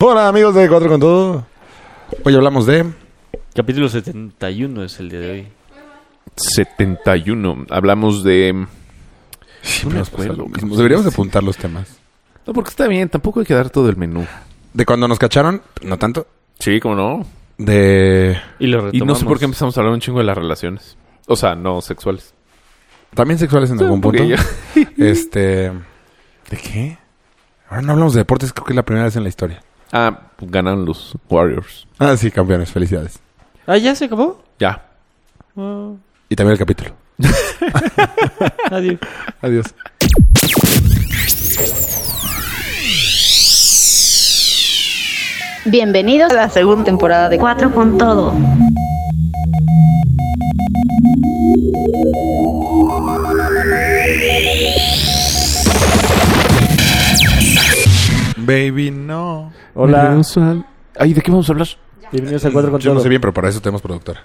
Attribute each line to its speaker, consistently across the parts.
Speaker 1: Hola amigos de Cuatro con Todo. Hoy hablamos de...
Speaker 2: Capítulo 71 es el día de hoy.
Speaker 3: 71. Hablamos de... mm,
Speaker 1: Siempre
Speaker 3: me
Speaker 1: nos pasa
Speaker 3: acuerdo.
Speaker 1: pues, lo mismo. Deberíamos apuntar los temas.
Speaker 3: No, porque está bien, tampoco hay que dar todo el menú.
Speaker 1: De cuando nos cacharon, no tanto.
Speaker 3: Sí, ¿cómo no?
Speaker 1: De...
Speaker 2: Y lo retomamos.
Speaker 3: Y no sé por qué empezamos a hablar un chingo de las relaciones. O sea, no sexuales.
Speaker 1: También sexuales en algún punto.
Speaker 3: Porque ya-
Speaker 1: Este... ¿De qué? Ahora no hablamos de deportes, creo que es la primera vez en la historia.
Speaker 3: Ah, ganan los Warriors.
Speaker 1: Ah, sí, campeones, felicidades.
Speaker 2: Ah, ya se acabó.
Speaker 3: Ya.
Speaker 2: Ah,
Speaker 1: Y también el capítulo.
Speaker 2: adiós.
Speaker 1: Adiós.
Speaker 4: Bienvenidos a la segunda temporada de Cuatro con Todo.
Speaker 1: Baby, no.
Speaker 2: Hola.
Speaker 3: Ay, ¿de qué vamos a hablar?
Speaker 2: Bienvenidos a Cuatro con
Speaker 1: Yo no
Speaker 2: Todo.
Speaker 1: sé bien, pero para eso tenemos productora.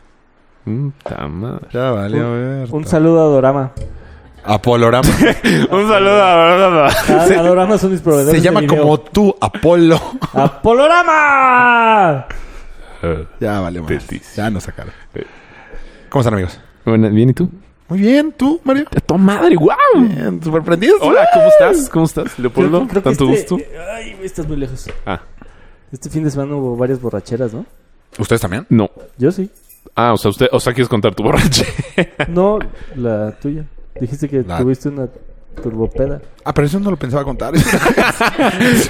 Speaker 3: Puta Mm, madre.
Speaker 1: Ya valió ver.
Speaker 2: Un saludo a Dorama.
Speaker 1: Apolorama.
Speaker 3: Un saludo a...
Speaker 2: A, a Dorama son mis proveedores.
Speaker 1: Se
Speaker 2: de
Speaker 1: llama
Speaker 2: video.
Speaker 1: como tú, Apolo.
Speaker 2: ¡Apolorama!
Speaker 1: ya vale, más.
Speaker 3: Tetis.
Speaker 1: Ya nos sacaron.
Speaker 3: Eh.
Speaker 1: ¿Cómo están, amigos?
Speaker 3: Bueno, ¿bien y tú?
Speaker 1: Muy bien, ¿tú, Mario?
Speaker 3: ¡A tu madre! ¡Guau!
Speaker 1: Bien, sorprendidos.
Speaker 3: Hola, ¿cómo estás? ¿Cómo estás,
Speaker 2: Creo-
Speaker 3: Leopoldo?
Speaker 2: creo que
Speaker 3: Tanto
Speaker 2: este-
Speaker 3: gusto.
Speaker 2: Ay, güey, estás muy lejos.
Speaker 3: Ah,
Speaker 2: Este fin de semana hubo varias borracheras, ¿no?
Speaker 1: ¿Ustedes también?
Speaker 3: no.
Speaker 2: Yo sí.
Speaker 3: Ah, o sea, usted... O sea, quieres contar tu borrache.
Speaker 2: No, la tuya. Dijiste que
Speaker 1: La-
Speaker 2: tuviste una turbopeda.
Speaker 1: Ah, pero eso no lo pensaba contar. eso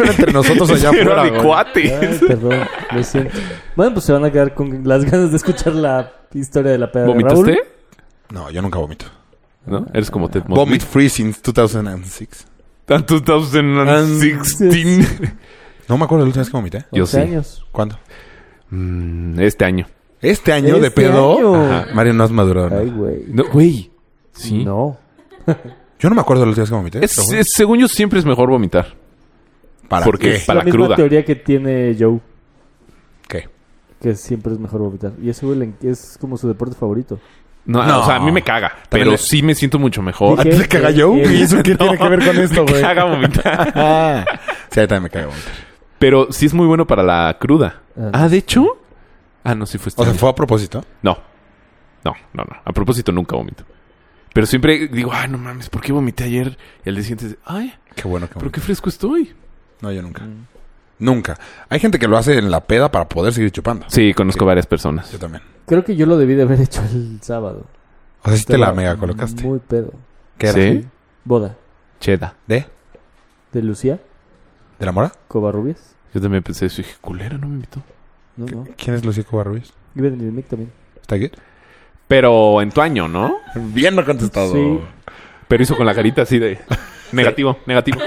Speaker 1: era entre nosotros allá
Speaker 3: Era
Speaker 1: afuera.
Speaker 3: mi
Speaker 1: güey.
Speaker 3: cuate.
Speaker 2: Ay, perdón, lo siento. Bueno, pues se van a quedar con las ganas de escuchar la historia de la
Speaker 1: Eh,
Speaker 2: peda de Raúl.
Speaker 3: ¿Vomitaste?
Speaker 1: No, yo nunca vomito.
Speaker 3: ¿No? Eres como Ted Mosby.
Speaker 1: Vomit free since 2006.
Speaker 3: En 2016.
Speaker 1: No me acuerdo la última vez que vomité.
Speaker 3: Yo
Speaker 2: 11
Speaker 3: sí.
Speaker 2: años.
Speaker 1: ¿Cuándo?
Speaker 3: Mm, este año.
Speaker 1: ¿Este año de
Speaker 2: Este
Speaker 1: pedo?
Speaker 2: año.
Speaker 1: Ajá. Mario, no has madurado. ¿no?
Speaker 2: Ay, güey.
Speaker 3: No, güey. Sí.
Speaker 2: No.
Speaker 1: Yo no me acuerdo la última vez que vomité.
Speaker 3: Es-
Speaker 1: pero bueno.
Speaker 3: es- según yo, siempre es mejor vomitar.
Speaker 1: ¿Para
Speaker 3: ¿por qué?
Speaker 1: qué?
Speaker 2: Es
Speaker 3: Para
Speaker 2: la misma
Speaker 3: cruda.
Speaker 2: teoría que tiene Joe,
Speaker 1: ¿Qué?
Speaker 2: que siempre es mejor vomitar. Y ese güey le- es como su deporte favorito.
Speaker 3: No,
Speaker 1: No.
Speaker 3: o sea, a mí me caga.
Speaker 1: También
Speaker 3: Pero
Speaker 1: le-
Speaker 3: sí me siento mucho mejor.
Speaker 1: ¿A
Speaker 2: ¿Qué?
Speaker 1: ti te caga
Speaker 2: ¿Qué?
Speaker 1: Joe?
Speaker 2: ¿Qué?
Speaker 1: ¿Y eso qué tiene que ver con esto,
Speaker 3: Me
Speaker 1: güey?
Speaker 3: caga vomitar.
Speaker 1: Ah. Sí, a mí también me caga vomitar.
Speaker 3: Pero sí es muy bueno para la cruda.
Speaker 2: Ah,
Speaker 3: Ah, de hecho. Ah, no, sí fue este
Speaker 1: O sea,
Speaker 3: año.
Speaker 1: ¿fue a propósito?
Speaker 3: No. No, no, no. A propósito, nunca vomito. Pero siempre digo, ay, no mames, ¿por qué vomité ayer? Y al día siguiente, ay,
Speaker 1: Qué bueno que
Speaker 3: pero
Speaker 1: vomité.
Speaker 3: qué fresco estoy.
Speaker 1: No, yo nunca. Nunca. Hay gente que lo hace en la peda para poder seguir chupando.
Speaker 3: Sí, conozco varias personas.
Speaker 1: Yo también.
Speaker 2: Creo que yo lo debí de haber hecho el sábado.
Speaker 1: O sea, sí te
Speaker 2: Estaba
Speaker 1: la mega colocaste.
Speaker 2: Muy pedo.
Speaker 1: ¿Qué era?
Speaker 3: ¿Sí?
Speaker 2: Boda
Speaker 3: Cheda.
Speaker 1: ¿De?
Speaker 2: de Lucía
Speaker 1: ¿De la Mora?
Speaker 2: Covarrubias.
Speaker 3: Yo también pensé eso y dije, culera, no me invitó.
Speaker 2: No, no.
Speaker 1: ¿Quién es Lucía Covarrubias?
Speaker 2: Iba en el mic también.
Speaker 1: ¿Está aquí?
Speaker 3: Pero en tu año, ¿no?
Speaker 1: Bien no contestado.
Speaker 2: Sí.
Speaker 3: Pero hizo con la carita así de negativo, negativo.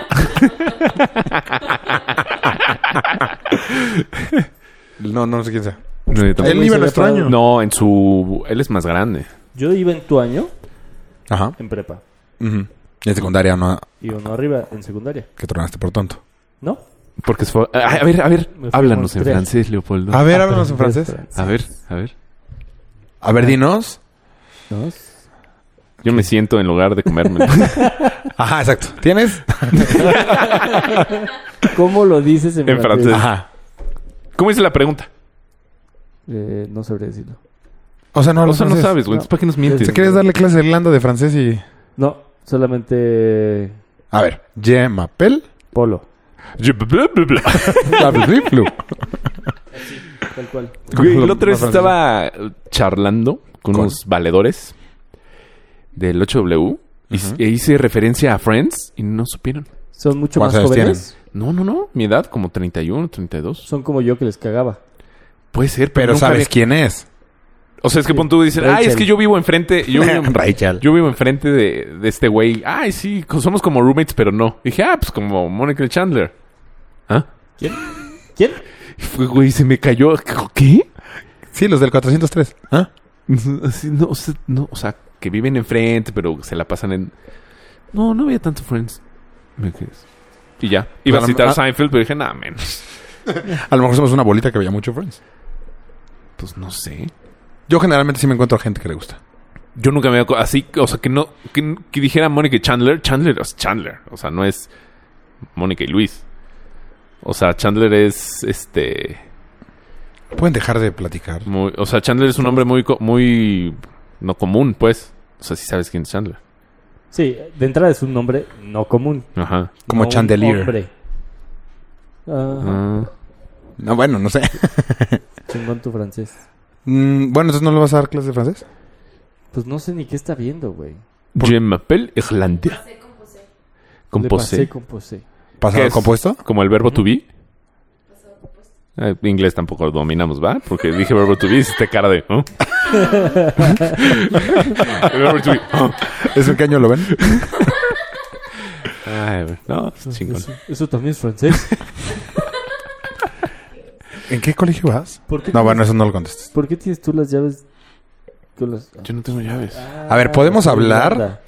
Speaker 1: No, no sé quién sea.
Speaker 3: No, yo tampoco.
Speaker 1: Él iba en
Speaker 2: güey se había
Speaker 1: nuestro
Speaker 2: parado.
Speaker 1: año.
Speaker 3: No, en su él es más grande.
Speaker 2: Yo iba en tu año
Speaker 1: Ajá.
Speaker 2: en prepa.
Speaker 1: Ujú. Y en secundaria no,
Speaker 2: Y uno arriba en secundaria.
Speaker 1: que tronaste por tonto.
Speaker 2: ¿no?
Speaker 3: Porque se fue- a a ver, a ver,
Speaker 2: Me fui
Speaker 3: háblanos
Speaker 2: con
Speaker 3: en
Speaker 2: tres.
Speaker 3: francés, Leopoldo.
Speaker 1: A ver, háblanos en
Speaker 2: Pero-
Speaker 1: francés.
Speaker 3: A ver, a ver.
Speaker 1: A ver, dinos.
Speaker 2: ¿No?
Speaker 3: Yo me siento en lugar de comerme.
Speaker 1: Ajá, exacto. ¿Tienes?
Speaker 2: ¿Cómo lo dices en,
Speaker 3: En francés.
Speaker 1: Ajá.
Speaker 3: ¿Cómo es la pregunta?
Speaker 2: Eh, no sabré decirlo.
Speaker 1: O sea, no
Speaker 3: O
Speaker 1: hablas
Speaker 3: sea, no
Speaker 1: francés.
Speaker 3: sabes, güey. entonces, ¿Para qué nos mientes?
Speaker 1: ¿Te quieres darle clase a Irlanda de francés y...?
Speaker 2: No, solamente
Speaker 1: A ver. Je m'appelle...
Speaker 2: polo.
Speaker 3: Yo- bla, bla, bla.
Speaker 1: bla, bla, bla, bla.
Speaker 2: Tal cual.
Speaker 3: Güey,
Speaker 1: Lo-
Speaker 3: la otra
Speaker 1: la
Speaker 3: vez
Speaker 1: francesa.
Speaker 3: estaba charlando con,
Speaker 1: ¿Con?
Speaker 3: unos valedores del 8W y s- e hice referencia a Friends y no supieron.
Speaker 2: Son mucho más
Speaker 1: ¿Cuántos años
Speaker 2: jóvenes.
Speaker 3: No, no, no. Mi edad, como 31, 32.
Speaker 2: Son como yo que les cagaba.
Speaker 3: Puede ser, pero,
Speaker 1: Pero
Speaker 3: nunca
Speaker 1: sabes
Speaker 3: había-
Speaker 1: quién es.
Speaker 3: O sea, es que pon tú dices, ay,
Speaker 2: Rachel.
Speaker 3: es que yo vivo enfrente. Yo vivo,
Speaker 1: Rachel.
Speaker 3: yo vivo enfrente de, de este güey. Ay, sí, co- somos como roommates, pero no. dije, ah, pues como Monica Chandler. ¿Ah?
Speaker 2: ¿Quién?
Speaker 3: Y fue, güey, se me cayó. ¿Qué?
Speaker 1: Sí, los del 403. ¿Ah?
Speaker 3: Así, no, o sea, no, o sea, que viven enfrente, pero se la pasan en. No, no veía tanto Friends. ¿Me crees? Y ya. Iba Pues
Speaker 1: Pero,
Speaker 3: a citar
Speaker 1: ah-
Speaker 3: Seinfeld, pero dije, nada, menos.
Speaker 1: A lo mejor somos una bolita que veía mucho Friends.
Speaker 3: Pues no sé.
Speaker 1: Yo generalmente sí me encuentro a gente que le gusta.
Speaker 3: Yo nunca me había co- así, o sea, que no, que, que dijera Mónica y Chandler, Chandler es Chandler, o sea, no es Mónica y Luis. O sea, Chandler es este
Speaker 1: Pueden dejar de platicar.
Speaker 3: muy, o sea, Chandler es un hombre muy co- muy no común, pues. O sea, sí sabes quién es Chandler.
Speaker 2: Sí, de entrada es un nombre no común.
Speaker 3: Ajá.
Speaker 1: Como
Speaker 2: no un
Speaker 1: Chandelier.
Speaker 2: hombre. Ah,
Speaker 3: Ah,
Speaker 1: No, bueno, no sé.
Speaker 2: chingón tu francés.
Speaker 1: Mm, bueno, entonces no le vas a dar clase de francés.
Speaker 2: Pues no sé ni qué está viendo, güey.
Speaker 3: Je m'appelle Irlandia.
Speaker 2: Le pasé
Speaker 3: Composé.
Speaker 2: con posé.
Speaker 1: ¿Pasado
Speaker 3: es?
Speaker 1: compuesto?
Speaker 3: Como el verbo to be. Eh, inglés tampoco lo dominamos, ¿va? Porque dije verbo to be, hiciste cara de. ¿oh? el verbo to be. ¿oh?
Speaker 1: ¿Es el que año lo ven?
Speaker 3: Ay, güey, no, es chingón.
Speaker 2: Eso, eso también es francés.
Speaker 1: ¿En qué colegio vas?
Speaker 2: ¿Por qué,
Speaker 1: No,
Speaker 2: tienes-
Speaker 1: bueno, eso no lo contestes.
Speaker 2: ¿por qué tienes tú las llaves con las-
Speaker 3: Yo no tengo llaves.
Speaker 1: A ver, ¿podemos
Speaker 2: Ah,
Speaker 1: hablar?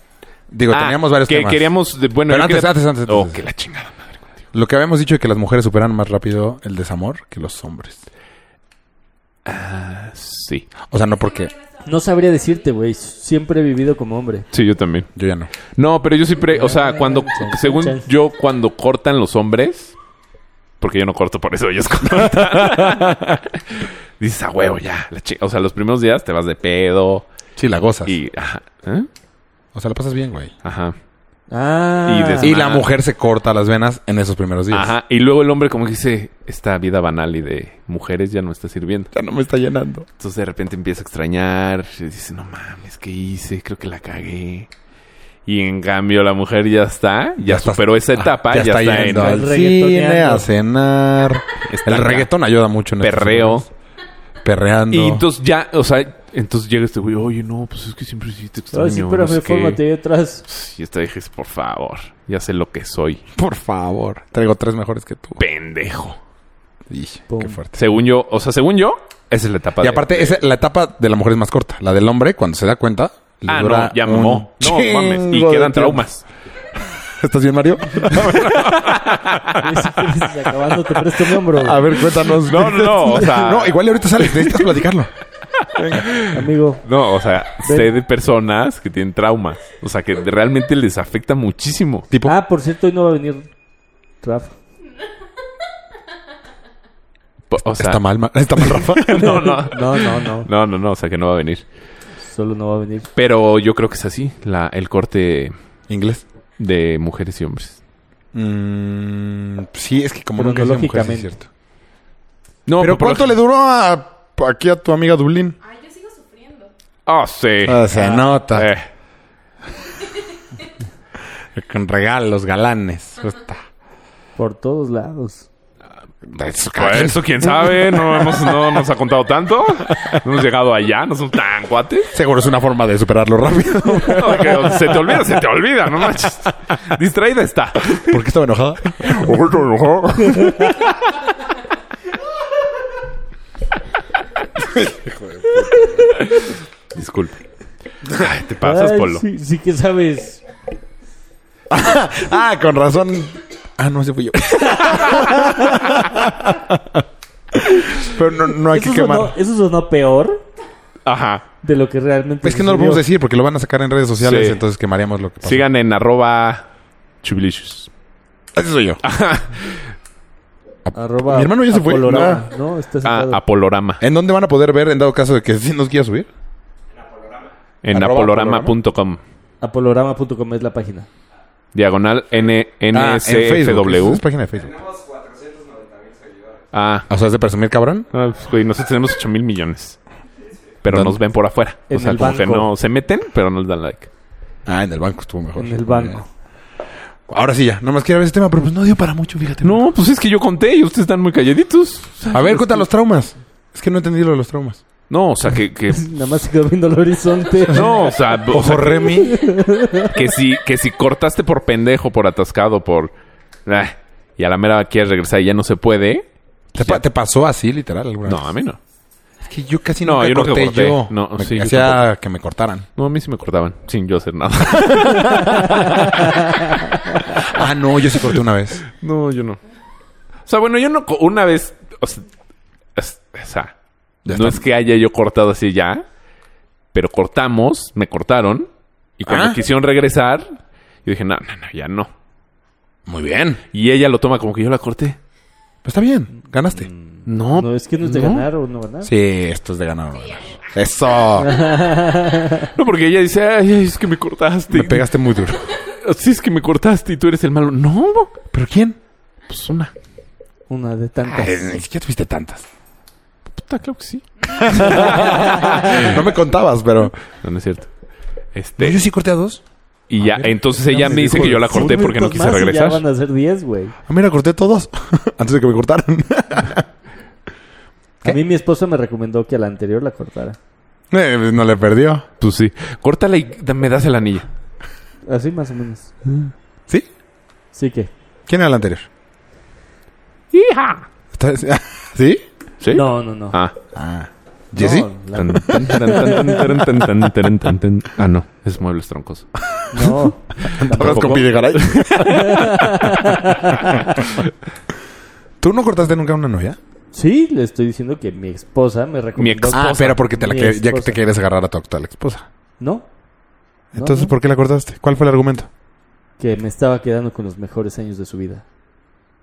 Speaker 1: Digo,
Speaker 3: Ah,
Speaker 1: teníamos varios
Speaker 3: que
Speaker 1: temas.
Speaker 3: queríamos. de- bueno,
Speaker 1: Pero
Speaker 3: yo
Speaker 1: antes,
Speaker 3: quería-
Speaker 1: antes, antes, antes.
Speaker 3: Oh, que la chingada madre.
Speaker 1: Lo que habíamos dicho es que las mujeres superan más rápido el desamor que los hombres.
Speaker 3: Sí.
Speaker 1: O sea, no porque
Speaker 2: No sabría decirte, güey. Siempre he vivido como hombre.
Speaker 3: Sí, yo también.
Speaker 1: yo ya no.
Speaker 3: No, pero yo siempre, o sea, cuando,
Speaker 2: Chan, chan,
Speaker 3: según
Speaker 2: chan.
Speaker 3: yo, cuando cortan los hombres, porque yo no corto por eso, ellos cortan. Dices, a huevo, ya. la chi-". o sea, los primeros días te vas de pedo
Speaker 1: Sí, la gozas.
Speaker 3: y... Ajá. ¿eh?
Speaker 1: O sea, la pasas bien, güey.
Speaker 3: Ajá.
Speaker 2: Ah.
Speaker 3: Y desde-
Speaker 1: Y
Speaker 3: Ah.
Speaker 1: la mujer se corta las venas en esos primeros días.
Speaker 3: Ajá. Y luego el hombre como que dice, esta vida banal y de mujeres ya no está sirviendo.
Speaker 1: Ya no me está llenando.
Speaker 3: Entonces de repente empieza a extrañar. y Dice, no mames, ¿qué hice? Creo que la cagué. Y en cambio la mujer ya está, ya,
Speaker 1: Ya está-
Speaker 3: superó esa
Speaker 1: Ah,
Speaker 3: etapa, ya, está, en
Speaker 1: yendo al
Speaker 2: El
Speaker 1: cine,
Speaker 2: reggaetoneando.
Speaker 1: a cenar.
Speaker 3: Está
Speaker 1: El
Speaker 3: acá.
Speaker 1: reggaetón ayuda mucho en estos
Speaker 3: perreo.
Speaker 1: momentos. Perreando.
Speaker 3: Y entonces ya, o sea, entonces llega este güey, oye, no, pues es que siempre sí te extraño.
Speaker 2: Ay, sí, pero
Speaker 3: no sé
Speaker 2: me
Speaker 3: qué".
Speaker 2: fórmate ahí atrás.
Speaker 3: Y esta dices, por favor, ya sé lo que soy,
Speaker 1: Por favor. Traigo tres mejores que tú.
Speaker 3: pendejo.
Speaker 1: Y,
Speaker 2: Pum.
Speaker 1: qué fuerte.
Speaker 3: Según yo, o sea, según yo, esa es la etapa.
Speaker 1: Y
Speaker 3: de-
Speaker 1: aparte, esa- la etapa de la mujer es más corta. La del hombre, cuando se da cuenta. le
Speaker 3: Ah,
Speaker 1: dura
Speaker 3: no, ya
Speaker 1: un
Speaker 3: mamó. No, mames. Y
Speaker 1: chingo de tiempo.
Speaker 3: quedan traumas.
Speaker 1: ¿Estás bien, Mario?
Speaker 2: Ay, si quieres, acabando, te presto mi hombro, güey.
Speaker 1: A ver, cuéntanos.
Speaker 3: No, no, no, o sea-
Speaker 1: No, igual y ahorita sales. Necesitas platicarlo.
Speaker 2: amigo.
Speaker 3: No, o sea,
Speaker 2: Ven.
Speaker 3: sé de personas que tienen traumas. O sea, que realmente les afecta muchísimo.
Speaker 1: Tipo,
Speaker 2: Ah, por cierto, hoy no va a venir Rafa.
Speaker 3: Po- O sea,
Speaker 1: está mal, ma- está mal, Rafa.
Speaker 3: no, no.
Speaker 2: No, no, no.
Speaker 3: No, no, no, o sea, que no va a venir.
Speaker 2: Solo no va a venir.
Speaker 3: Pero yo creo que es así, la, el corte
Speaker 1: Inglés.
Speaker 3: de mujeres y hombres.
Speaker 1: Mm, sí, es que como nunca he sido mujer, sí es
Speaker 2: Cronológicamente.
Speaker 1: cierto.
Speaker 3: No,
Speaker 1: Pero
Speaker 3: pues por-
Speaker 1: ¿cuánto le duró a- aquí a tu amiga Dublín?
Speaker 5: Ay, yo sigo sufriendo.
Speaker 3: Ah, sí.
Speaker 1: se nota.
Speaker 3: Eh.
Speaker 1: Con regalos, galanes.
Speaker 2: Por todos lados.
Speaker 1: Eso,
Speaker 3: Por eso, quién sabe, no, hemos, no nos ha contado tanto. No hemos llegado allá, no somos tan cuates.
Speaker 1: Seguro es una forma de superarlo rápido.
Speaker 3: No, de que se te olvida, se te olvida, no manches. Distraída está.
Speaker 1: ¿Por qué estaba enojada?
Speaker 3: Disculpe. Ay, te pasas,
Speaker 2: Ay,
Speaker 3: Polo.
Speaker 2: Sí, sí que sabes.
Speaker 1: ah, con razón. Ah, no, ese fui yo. Pero no, no hay
Speaker 2: Eso
Speaker 1: que quemar.
Speaker 2: sonó, eso sonó peor
Speaker 3: Ajá.
Speaker 2: de lo que realmente.
Speaker 1: Es que no lo
Speaker 2: sucedió.
Speaker 1: podemos decir porque lo van a sacar en redes sociales,
Speaker 3: Sí.
Speaker 1: entonces quemaríamos lo que pasó.
Speaker 3: Sigan en arroba chubilicious.
Speaker 1: Ese soy yo.
Speaker 3: Ah.
Speaker 2: Arroba
Speaker 1: Mi hermano ya se fue.
Speaker 2: Apolorama. No, está
Speaker 3: Ah,
Speaker 2: sentado.
Speaker 3: Apolorama.
Speaker 1: ¿En dónde van a poder ver en dado caso de que sí nos quiera subir?
Speaker 3: En
Speaker 1: Arroba
Speaker 3: apolorama.com.
Speaker 2: Apolorama.com es la página.
Speaker 3: Diagonal N
Speaker 1: Ah, en Facebook.
Speaker 3: NSFW.
Speaker 1: Es página de Facebook.
Speaker 3: Ah,
Speaker 1: O sea, es de presumir, cabrón.
Speaker 3: Ah, pues, güey, nosotros tenemos 8 mil millones. Pero
Speaker 1: ¿Dónde?
Speaker 3: nos ven por afuera.
Speaker 2: En
Speaker 3: o sea,
Speaker 2: el
Speaker 3: como que
Speaker 2: banco.
Speaker 3: no se meten, pero no les dan like.
Speaker 1: Ah, en el banco estuvo mejor. Eh,
Speaker 2: En el banco.
Speaker 1: Ahora sí ya, nomás quiero ver ese tema, pero pues no dio para mucho, fíjate.
Speaker 3: No, pues es que yo conté y ustedes están muy calladitos.
Speaker 1: A ver, cuenta los traumas. Es que no entendí lo de los traumas.
Speaker 3: No, o sea, que. que-
Speaker 2: Nada más se quedó viendo el horizonte.
Speaker 3: no, o sea, o
Speaker 1: Ojo,
Speaker 3: sea,
Speaker 1: Remy.
Speaker 3: que, si, que si cortaste por pendejo, por atascado, por. Ah, y a la mera quieres regresar y ya no se puede.
Speaker 1: ¿Te, pa- te pasó así, literal, alguna
Speaker 3: No,
Speaker 1: vez?
Speaker 3: a mí no.
Speaker 1: Es que yo casi
Speaker 3: No,
Speaker 1: nunca
Speaker 3: yo nunca
Speaker 1: corté,
Speaker 3: corté.
Speaker 1: yo.
Speaker 3: No,
Speaker 1: Me-
Speaker 3: sí, yo
Speaker 1: hacía que me cortaran.
Speaker 3: No, a mí sí me cortaban, sin yo hacer nada.
Speaker 1: Ah, no, yo sí corté una vez.
Speaker 3: no, yo no. O sea, bueno, yo no. co- Una vez. O sea. es- o sea,
Speaker 1: Ya está.
Speaker 3: no es que haya yo cortado así ya. Pero cortamos, me cortaron. Y cuando
Speaker 1: Ah.
Speaker 3: quisieron regresar, yo dije, no, no, no, ya no.
Speaker 1: Muy bien.
Speaker 3: Y ella lo toma como que yo la corté.
Speaker 1: Pues está bien, ganaste.
Speaker 3: No,
Speaker 2: No, es que no es de
Speaker 3: ¿No?
Speaker 2: ganar o no ganar.
Speaker 1: Sí, esto es de ganar. o ganar. Eso.
Speaker 3: no, porque ella dice, ay, ay, es que me cortaste.
Speaker 1: Me pegaste muy duro.
Speaker 3: Sí, es que me cortaste y tú eres el malo. No,
Speaker 1: ¿Pero quién? Pues,
Speaker 3: pues una
Speaker 2: Una de tantas.
Speaker 1: Ay, ni siquiera tuviste tantas.
Speaker 3: puta, claro que sí.
Speaker 1: No me contabas, pero.
Speaker 3: No, no es cierto.
Speaker 1: No,
Speaker 3: Este,
Speaker 1: yo sí corté a dos.
Speaker 3: y ya,
Speaker 1: mira.
Speaker 3: entonces ella
Speaker 1: Sí,
Speaker 3: me dice
Speaker 1: dijo,
Speaker 3: que yo la
Speaker 2: Son
Speaker 3: corté porque no
Speaker 2: minutos
Speaker 3: quise
Speaker 2: más y
Speaker 3: regresar.
Speaker 2: Ya van a ser 10, güey.
Speaker 1: Ah, mira, corté todos. Antes de que me cortaran.
Speaker 2: A mí mi esposa me recomendó que a la anterior la cortara.
Speaker 1: Eh, no le perdió.
Speaker 3: Tú Pues sí. Córtala y da- me das el anillo.
Speaker 2: Así más o menos.
Speaker 1: ¿Sí?
Speaker 2: Sí que.
Speaker 1: ¿Quién era el anterior?
Speaker 3: ¡Hija!
Speaker 1: ¿Está- ¿Sí?
Speaker 3: ¿Sí?
Speaker 2: No, no, no.
Speaker 3: Ah.
Speaker 1: Ah. ¿Jessy?
Speaker 2: No, la-
Speaker 3: Tan, tan, tan, tan, tan, tan, tan, tan, tan, tan. Ah, no. Es muebles troncos.
Speaker 2: no.
Speaker 1: ¿Hablas con
Speaker 3: tampoco.
Speaker 1: Pidegaray? ¿Tú no cortaste nunca una novia?
Speaker 2: Sí, le estoy diciendo que mi esposa me recomendó.
Speaker 3: esposa.
Speaker 1: Ah, pero porque te la
Speaker 2: Mi
Speaker 1: que- ya que
Speaker 2: esposa.
Speaker 1: te quieres agarrar a tu actual esposa.
Speaker 2: No,
Speaker 1: Entonces,
Speaker 2: no.
Speaker 1: ¿por qué la cortaste? ¿Cuál fue el argumento?
Speaker 2: que me estaba quedando con los mejores años de su vida.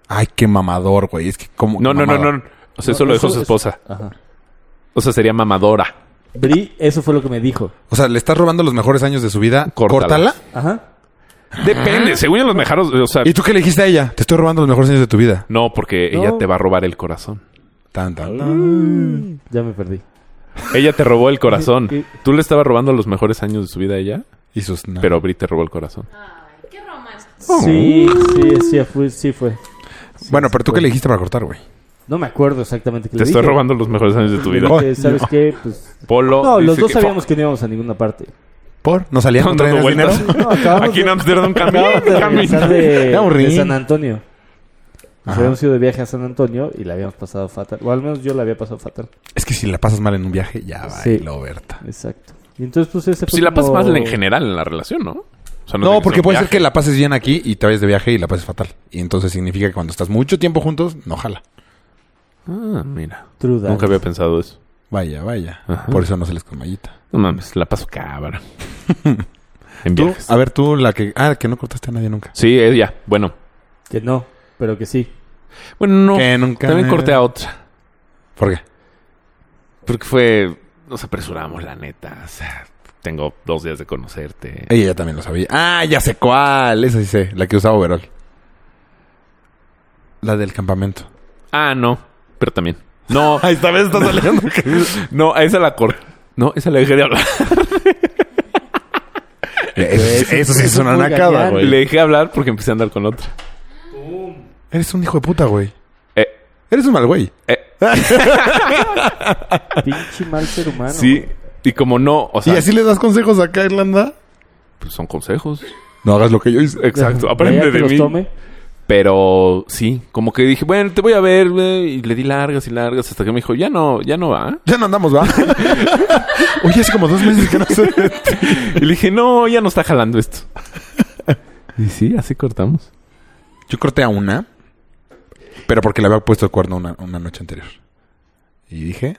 Speaker 1: Ay, qué mamador, güey. Es que como...
Speaker 3: No, no, no,
Speaker 1: mamador.
Speaker 3: no. O sea, eso lo dejó su esposa.
Speaker 2: Ajá.
Speaker 3: O sea, sería mamadora.
Speaker 2: Bri, eso fue lo que me dijo.
Speaker 1: O sea, le estás robando los mejores años de su vida.
Speaker 3: Córtala.
Speaker 1: Córtala.
Speaker 2: Ajá.
Speaker 3: Depende. Según yo, los mejaros. O sea,
Speaker 1: ¿Y tú qué le dijiste a ella? Te estoy robando los mejores años de tu vida.
Speaker 3: no, porque
Speaker 2: No.
Speaker 3: ella te va a robar el corazón.
Speaker 1: Tan, tan, tan.
Speaker 2: Mm. Ya me perdí.
Speaker 3: Ella te robó el corazón.
Speaker 2: ¿Qué?
Speaker 3: Tú le estabas robando los mejores años de su vida a ella,
Speaker 1: Y sus...
Speaker 2: Ah.
Speaker 1: no.
Speaker 3: pero Brit te robó el corazón.
Speaker 5: Ay, qué romántico.
Speaker 3: Oh.
Speaker 2: Sí, sí, sí fue. Sí fue.
Speaker 1: bueno, pero ¿tú qué le dijiste para cortar, güey?
Speaker 2: No me acuerdo exactamente qué
Speaker 3: Te
Speaker 2: le
Speaker 3: estoy
Speaker 2: dije.
Speaker 3: robando los mejores años de tu
Speaker 2: Le
Speaker 3: vida.
Speaker 2: dije, ¿Sabes qué? Pues...
Speaker 3: Polo.
Speaker 2: No, los
Speaker 3: dice
Speaker 2: dos
Speaker 3: que-
Speaker 2: sabíamos que no íbamos a ninguna parte.
Speaker 1: ¿Por? ¿No salían? ¿No
Speaker 3: Dando
Speaker 1: traían el dinero?
Speaker 3: vueltas.
Speaker 2: No, acabamos
Speaker 3: Aquí en
Speaker 2: de-
Speaker 3: Amsterdam
Speaker 2: Acabamos de regresar
Speaker 3: camina.
Speaker 2: de,
Speaker 1: Qué aburrido.
Speaker 2: de San Antonio. Nos
Speaker 1: Ajá.
Speaker 2: habíamos ido de viaje a San Antonio y la habíamos pasado fatal. O al menos yo la había pasado fatal.
Speaker 1: Es que si la pasas mal en un viaje, ya va.
Speaker 2: Sí.
Speaker 1: la Berta.
Speaker 2: Exacto. Y entonces pues ese fue
Speaker 3: Si la pasas
Speaker 2: como-
Speaker 3: mal en general en la relación, ¿no? O sea, tiene
Speaker 1: No,
Speaker 3: que
Speaker 1: porque
Speaker 3: un
Speaker 1: puede ser
Speaker 3: viaje.
Speaker 1: que la pases bien aquí y te vayas de viaje y la pases fatal. Y entonces significa que cuando estás mucho tiempo juntos, no jala.
Speaker 3: Ah, mira.
Speaker 2: True that.
Speaker 3: Nunca había pensado eso.
Speaker 1: Vaya, vaya.
Speaker 3: Ajá.
Speaker 1: Por eso no sales con mallita.
Speaker 3: No mames, la paso cabrón. en
Speaker 1: Tú,
Speaker 3: viajes.
Speaker 1: a ver, tú la que... Ah, que no cortaste a nadie nunca.
Speaker 3: Sí, ella. Bueno.
Speaker 2: Que no, pero que sí.
Speaker 3: Bueno, no.
Speaker 1: Que nunca...
Speaker 3: También corté a otra.
Speaker 1: ¿Por qué?
Speaker 3: Porque fue... Nos apresuramos, la neta. O sea, tengo dos días de conocerte.
Speaker 1: Ella ya también lo sabía. Ah, ya sé cuál. Esa sí sé. La que usaba overall. La del campamento.
Speaker 3: Ah, no. Pero también. No,
Speaker 1: Esta vez estás saliendo.
Speaker 3: no, a esa la corté. No, esa la dejé de hablar.
Speaker 1: eso, eso sí
Speaker 2: Eso
Speaker 1: es una
Speaker 2: es muy
Speaker 1: nacada,
Speaker 2: gañán.
Speaker 1: güey.
Speaker 3: Le dejé de hablar porque empecé a andar con otra.
Speaker 1: Eres un hijo de puta, güey.
Speaker 3: Eh,
Speaker 1: Eres un mal güey.
Speaker 2: Ah, Pinche mal ser humano.
Speaker 3: sí. Y como no, o sea,
Speaker 1: ¿Y así le das consejos acá a Irlanda?
Speaker 3: pues son consejos.
Speaker 1: No hagas lo que yo hice.
Speaker 3: Exacto,
Speaker 2: Ya,
Speaker 3: aprende
Speaker 2: ya que
Speaker 3: de
Speaker 2: los
Speaker 3: mí.
Speaker 2: tome.
Speaker 3: Pero sí, como que dije, bueno, te voy a ver, güey. Y le di largas y largas hasta que me dijo, ya no, ya no va.
Speaker 1: Ya no andamos, ¿va? Oye, hace como dos meses que no sé.
Speaker 3: Y le dije, no, ya no está jalando esto. Y sí, así cortamos.
Speaker 1: Yo corté a una, pero porque le había puesto el cuerno una, una noche anterior. Y dije...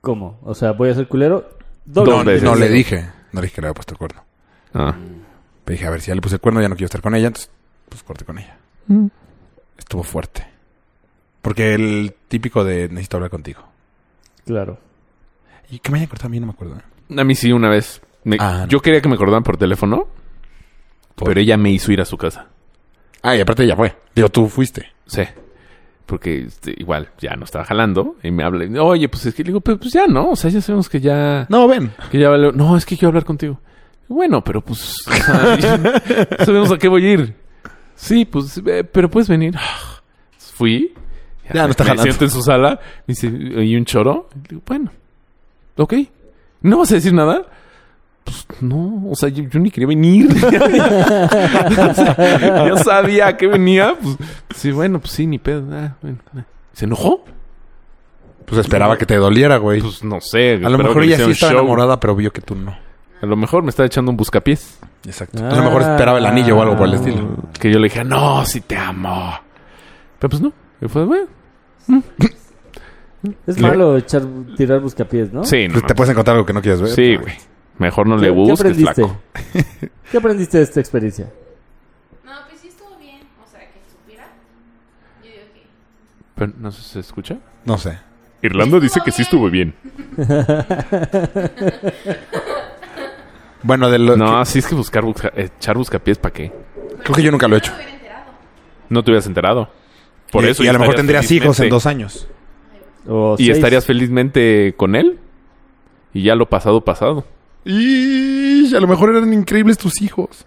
Speaker 2: ¿Cómo? O sea, voy a ser culero. Doble.
Speaker 1: No,
Speaker 3: Dos veces.
Speaker 1: no le dije. No le dije que le había puesto el cuerno.
Speaker 3: Ah.
Speaker 1: Pero dije, a ver, si ya le puse el cuerno, ya no quiero estar con ella. Entonces, pues corté con ella. Estuvo fuerte. Porque el típico de necesito hablar contigo.
Speaker 2: Claro.
Speaker 1: Y que me haya cortado a mí, no me acuerdo. ¿eh?
Speaker 3: A mí sí, una vez. Me-
Speaker 1: Ah, no.
Speaker 3: Yo quería que me acordaran por teléfono, pero ella me hizo ir a su casa.
Speaker 1: Ah, y aparte ella fue. Digo, tú fuiste.
Speaker 3: Sí. Porque este, igual ya no estaba jalando y me habla. y, Oye, pues es que le digo, "Pero, pues ya no. O sea, ya sabemos que ya.
Speaker 1: No, ven.
Speaker 3: Que ya valió". No, es que quiero hablar contigo. Bueno, pero pues. o sea, ya sabemos a qué voy a ir. Sí, pues, eh, pero puedes venir. Fui.
Speaker 1: Ya no está
Speaker 3: me
Speaker 1: jalando.
Speaker 3: siento en su sala. Me dice, ¿y un choro? Le digo, bueno, ok. ¿No vas a decir nada? Pues no, o sea, yo, yo ni quería venir. O sea, yo sabía a qué venía. Pues, sí, bueno, pues sí, ni pedo. Ah, bueno, ah. ¿Se enojó?
Speaker 1: Pues esperaba que te doliera, güey.
Speaker 3: Pues no sé.
Speaker 1: a lo
Speaker 3: pero
Speaker 1: mejor
Speaker 3: le
Speaker 1: ella
Speaker 3: hicieron
Speaker 1: sí estaba
Speaker 3: show.
Speaker 1: enamorada, pero vio que tú no.
Speaker 3: A lo mejor me estaba echando un buscapiés.
Speaker 1: Exacto. A lo mejor esperaba el anillo o algo por el estilo. Pues,
Speaker 3: Ah, Que yo le dije, no, sí te amo. Pero pues no. Y fue, bueno.
Speaker 2: Es
Speaker 3: Le-
Speaker 2: malo echar, tirar buscapiés, ¿no?
Speaker 3: Sí, no,
Speaker 1: Pues te puedes encontrar algo que no quieres ver.
Speaker 3: sí, güey. Mejor no
Speaker 2: ¿Qué,
Speaker 3: le
Speaker 2: qué
Speaker 3: busques,
Speaker 2: aprendiste?
Speaker 3: flaco.
Speaker 2: ¿Qué aprendiste de esta experiencia?
Speaker 5: No, pues sí estuvo bien. O sea, que supiera. Yo digo que.
Speaker 3: Pero no sé si se escucha.
Speaker 1: No sé.
Speaker 3: Irlanda dice que sí estuvo bien.
Speaker 1: Bueno, de lo
Speaker 3: No, sí es que buscar busca- echar buscapiés para qué.
Speaker 1: que- creo que yo nunca lo he hecho.
Speaker 3: No te hubieras enterado. Por
Speaker 1: y,
Speaker 3: eso
Speaker 1: y a lo mejor
Speaker 3: estarías
Speaker 1: tendrías hijos en
Speaker 3: felizmente-
Speaker 1: dos años.
Speaker 2: O
Speaker 3: Y
Speaker 2: seis.
Speaker 3: estarías felizmente con él. Y ya lo pasado, pasado.
Speaker 1: Y a lo mejor eran increíbles tus hijos.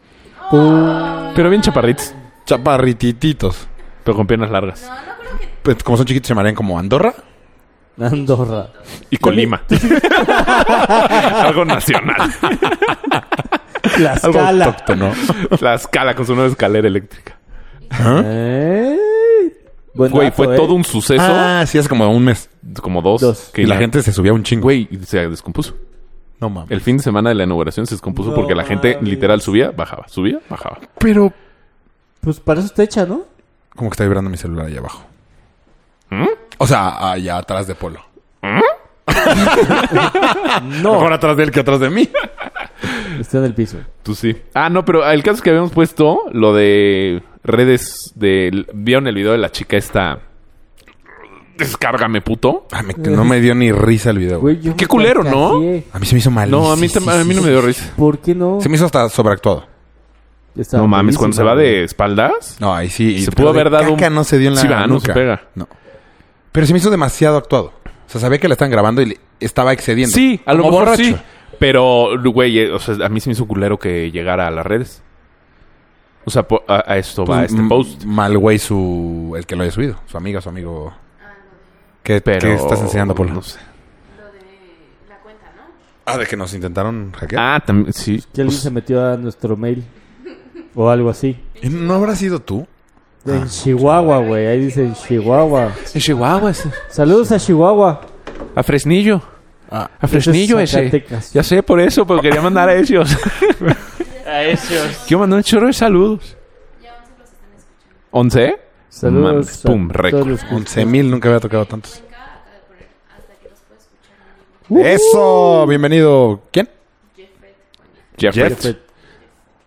Speaker 3: Pero bien chaparritos.
Speaker 1: Chaparritititos.
Speaker 3: Pero con piernas largas.
Speaker 1: Pues, como son chiquitos se llamarían como Andorra.
Speaker 2: Andorra.
Speaker 3: Y Colima. Algo nacional.
Speaker 2: Tlaxcala.
Speaker 1: Autóctono.
Speaker 3: La escala con su nueva escalera eléctrica.
Speaker 1: ¿Ah?
Speaker 2: Eh, buen
Speaker 3: Güey,
Speaker 2: dato,
Speaker 3: fue
Speaker 2: eh.
Speaker 3: todo un suceso.
Speaker 1: Ah, sí, hace como un mes.
Speaker 3: Como dos.
Speaker 2: Dos.
Speaker 3: Que
Speaker 1: y la gente se subía un chingo.
Speaker 3: Güey, se descompuso.
Speaker 1: No mames.
Speaker 3: El fin de semana de la inauguración se descompuso
Speaker 2: No
Speaker 3: porque la gente
Speaker 2: mames.
Speaker 3: literal subía, bajaba, subía, bajaba.
Speaker 1: Pero
Speaker 2: Pues para eso está hecha, ¿no?
Speaker 1: como que está vibrando mi celular ahí abajo.
Speaker 3: ¿Mm?
Speaker 1: O sea, allá atrás de Polo.
Speaker 2: No.
Speaker 1: Mejor atrás de él que atrás de mí.
Speaker 2: Está en el piso.
Speaker 3: Tú sí. Ah, no, pero el caso es que habíamos puesto lo de redes de... Vieron el video de la chica esta... Descárgame, puto.
Speaker 1: Ah, me- no me dio ni risa el video. güey.
Speaker 2: Güey, yo
Speaker 3: Qué
Speaker 2: me
Speaker 3: culero, ¿no?
Speaker 2: carcajeé.
Speaker 1: A mí se me hizo mal.
Speaker 3: No, a mí, tam- a mí no me dio risa.
Speaker 2: ¿Por qué no?
Speaker 1: Se me hizo hasta sobreactuado.
Speaker 2: Está
Speaker 3: No mames,
Speaker 2: buenísima,
Speaker 3: cuando se va
Speaker 2: güey.
Speaker 3: de espaldas...
Speaker 1: No, ahí sí. y-
Speaker 3: Se
Speaker 1: pero
Speaker 3: pudo
Speaker 1: de
Speaker 3: haber dado un-
Speaker 1: caca no se dio en la
Speaker 3: Sí, va, no
Speaker 1: nuca.
Speaker 3: se pega.
Speaker 1: No. Pero se me hizo demasiado actuado. O sea, sabía que la estaban grabando y le- estaba excediendo.
Speaker 3: Sí, a lo
Speaker 1: Como
Speaker 3: mejor
Speaker 1: borracho.
Speaker 3: sí. Pero, güey, eh, o sea, a mí se me hizo culero que llegara a las redes. O sea, po- a, a esto
Speaker 2: Pues,
Speaker 3: va este
Speaker 2: mm,
Speaker 1: m-
Speaker 3: post.
Speaker 1: Mal güey su... El que lo haya subido. Su amiga, su amigo... ¿Qué,
Speaker 3: Pero...
Speaker 1: qué estás enseñando, Polo?
Speaker 3: No sé.
Speaker 1: Ah, de que nos intentaron hackear.
Speaker 3: Ah, también, sí.
Speaker 2: Que alguien se metió a nuestro mail. O algo así.
Speaker 1: ¿Y ¿No habrá sido tú?
Speaker 5: Ah,
Speaker 2: En Chihuahua, güey. Ahí dice en Chihuahua.
Speaker 3: En Chihuahua,
Speaker 2: Saludos a Chihuahua.
Speaker 3: a Fresnillo.
Speaker 1: Ah.
Speaker 3: A Fresnillo
Speaker 2: Ese es
Speaker 3: ese.
Speaker 2: Zacatecas.
Speaker 3: Ya sé, por eso, pero quería mandar a ellos.
Speaker 2: A ellos.
Speaker 3: Quiero mandar un chorro de saludos. Ya 11 los están escuchando. ¿11?
Speaker 2: Saludos.
Speaker 3: Mames, pum,
Speaker 2: a
Speaker 3: récord.
Speaker 2: todos los que-
Speaker 1: 11.000, nunca había tocado tantos. ¡Eso! Bienvenido. ¿Quién?
Speaker 3: Jeffrey.
Speaker 2: Jeff,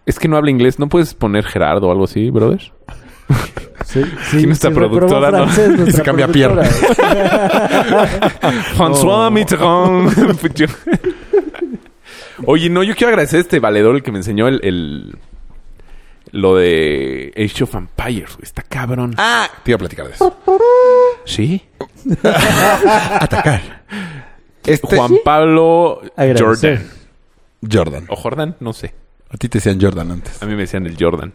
Speaker 3: Es que no habla inglés. ¿No puedes poner Gerardo o algo así, brother?
Speaker 2: Sí, sí,
Speaker 3: Aquí nuestra
Speaker 2: sí, reprobó
Speaker 3: productora, ¿no?
Speaker 2: francés,
Speaker 1: Y
Speaker 2: nuestra
Speaker 1: se cambia
Speaker 2: productora.
Speaker 3: François
Speaker 2: Oh.
Speaker 3: Mitterrand. Oye, no, yo quiero agradecer a este valedor el que me enseñó el... el- Lo de Age of Empires, güey. Está cabrón.
Speaker 1: Ah, te iba a platicar de eso.
Speaker 3: ¿Sí?
Speaker 1: Atacar. Este
Speaker 3: Juan Pablo
Speaker 2: Agradecer.
Speaker 3: Jordan.
Speaker 1: Jordan.
Speaker 3: O Jordan, no sé.
Speaker 1: A ti te decían Jordan antes.
Speaker 3: A mí me decían el Jordan.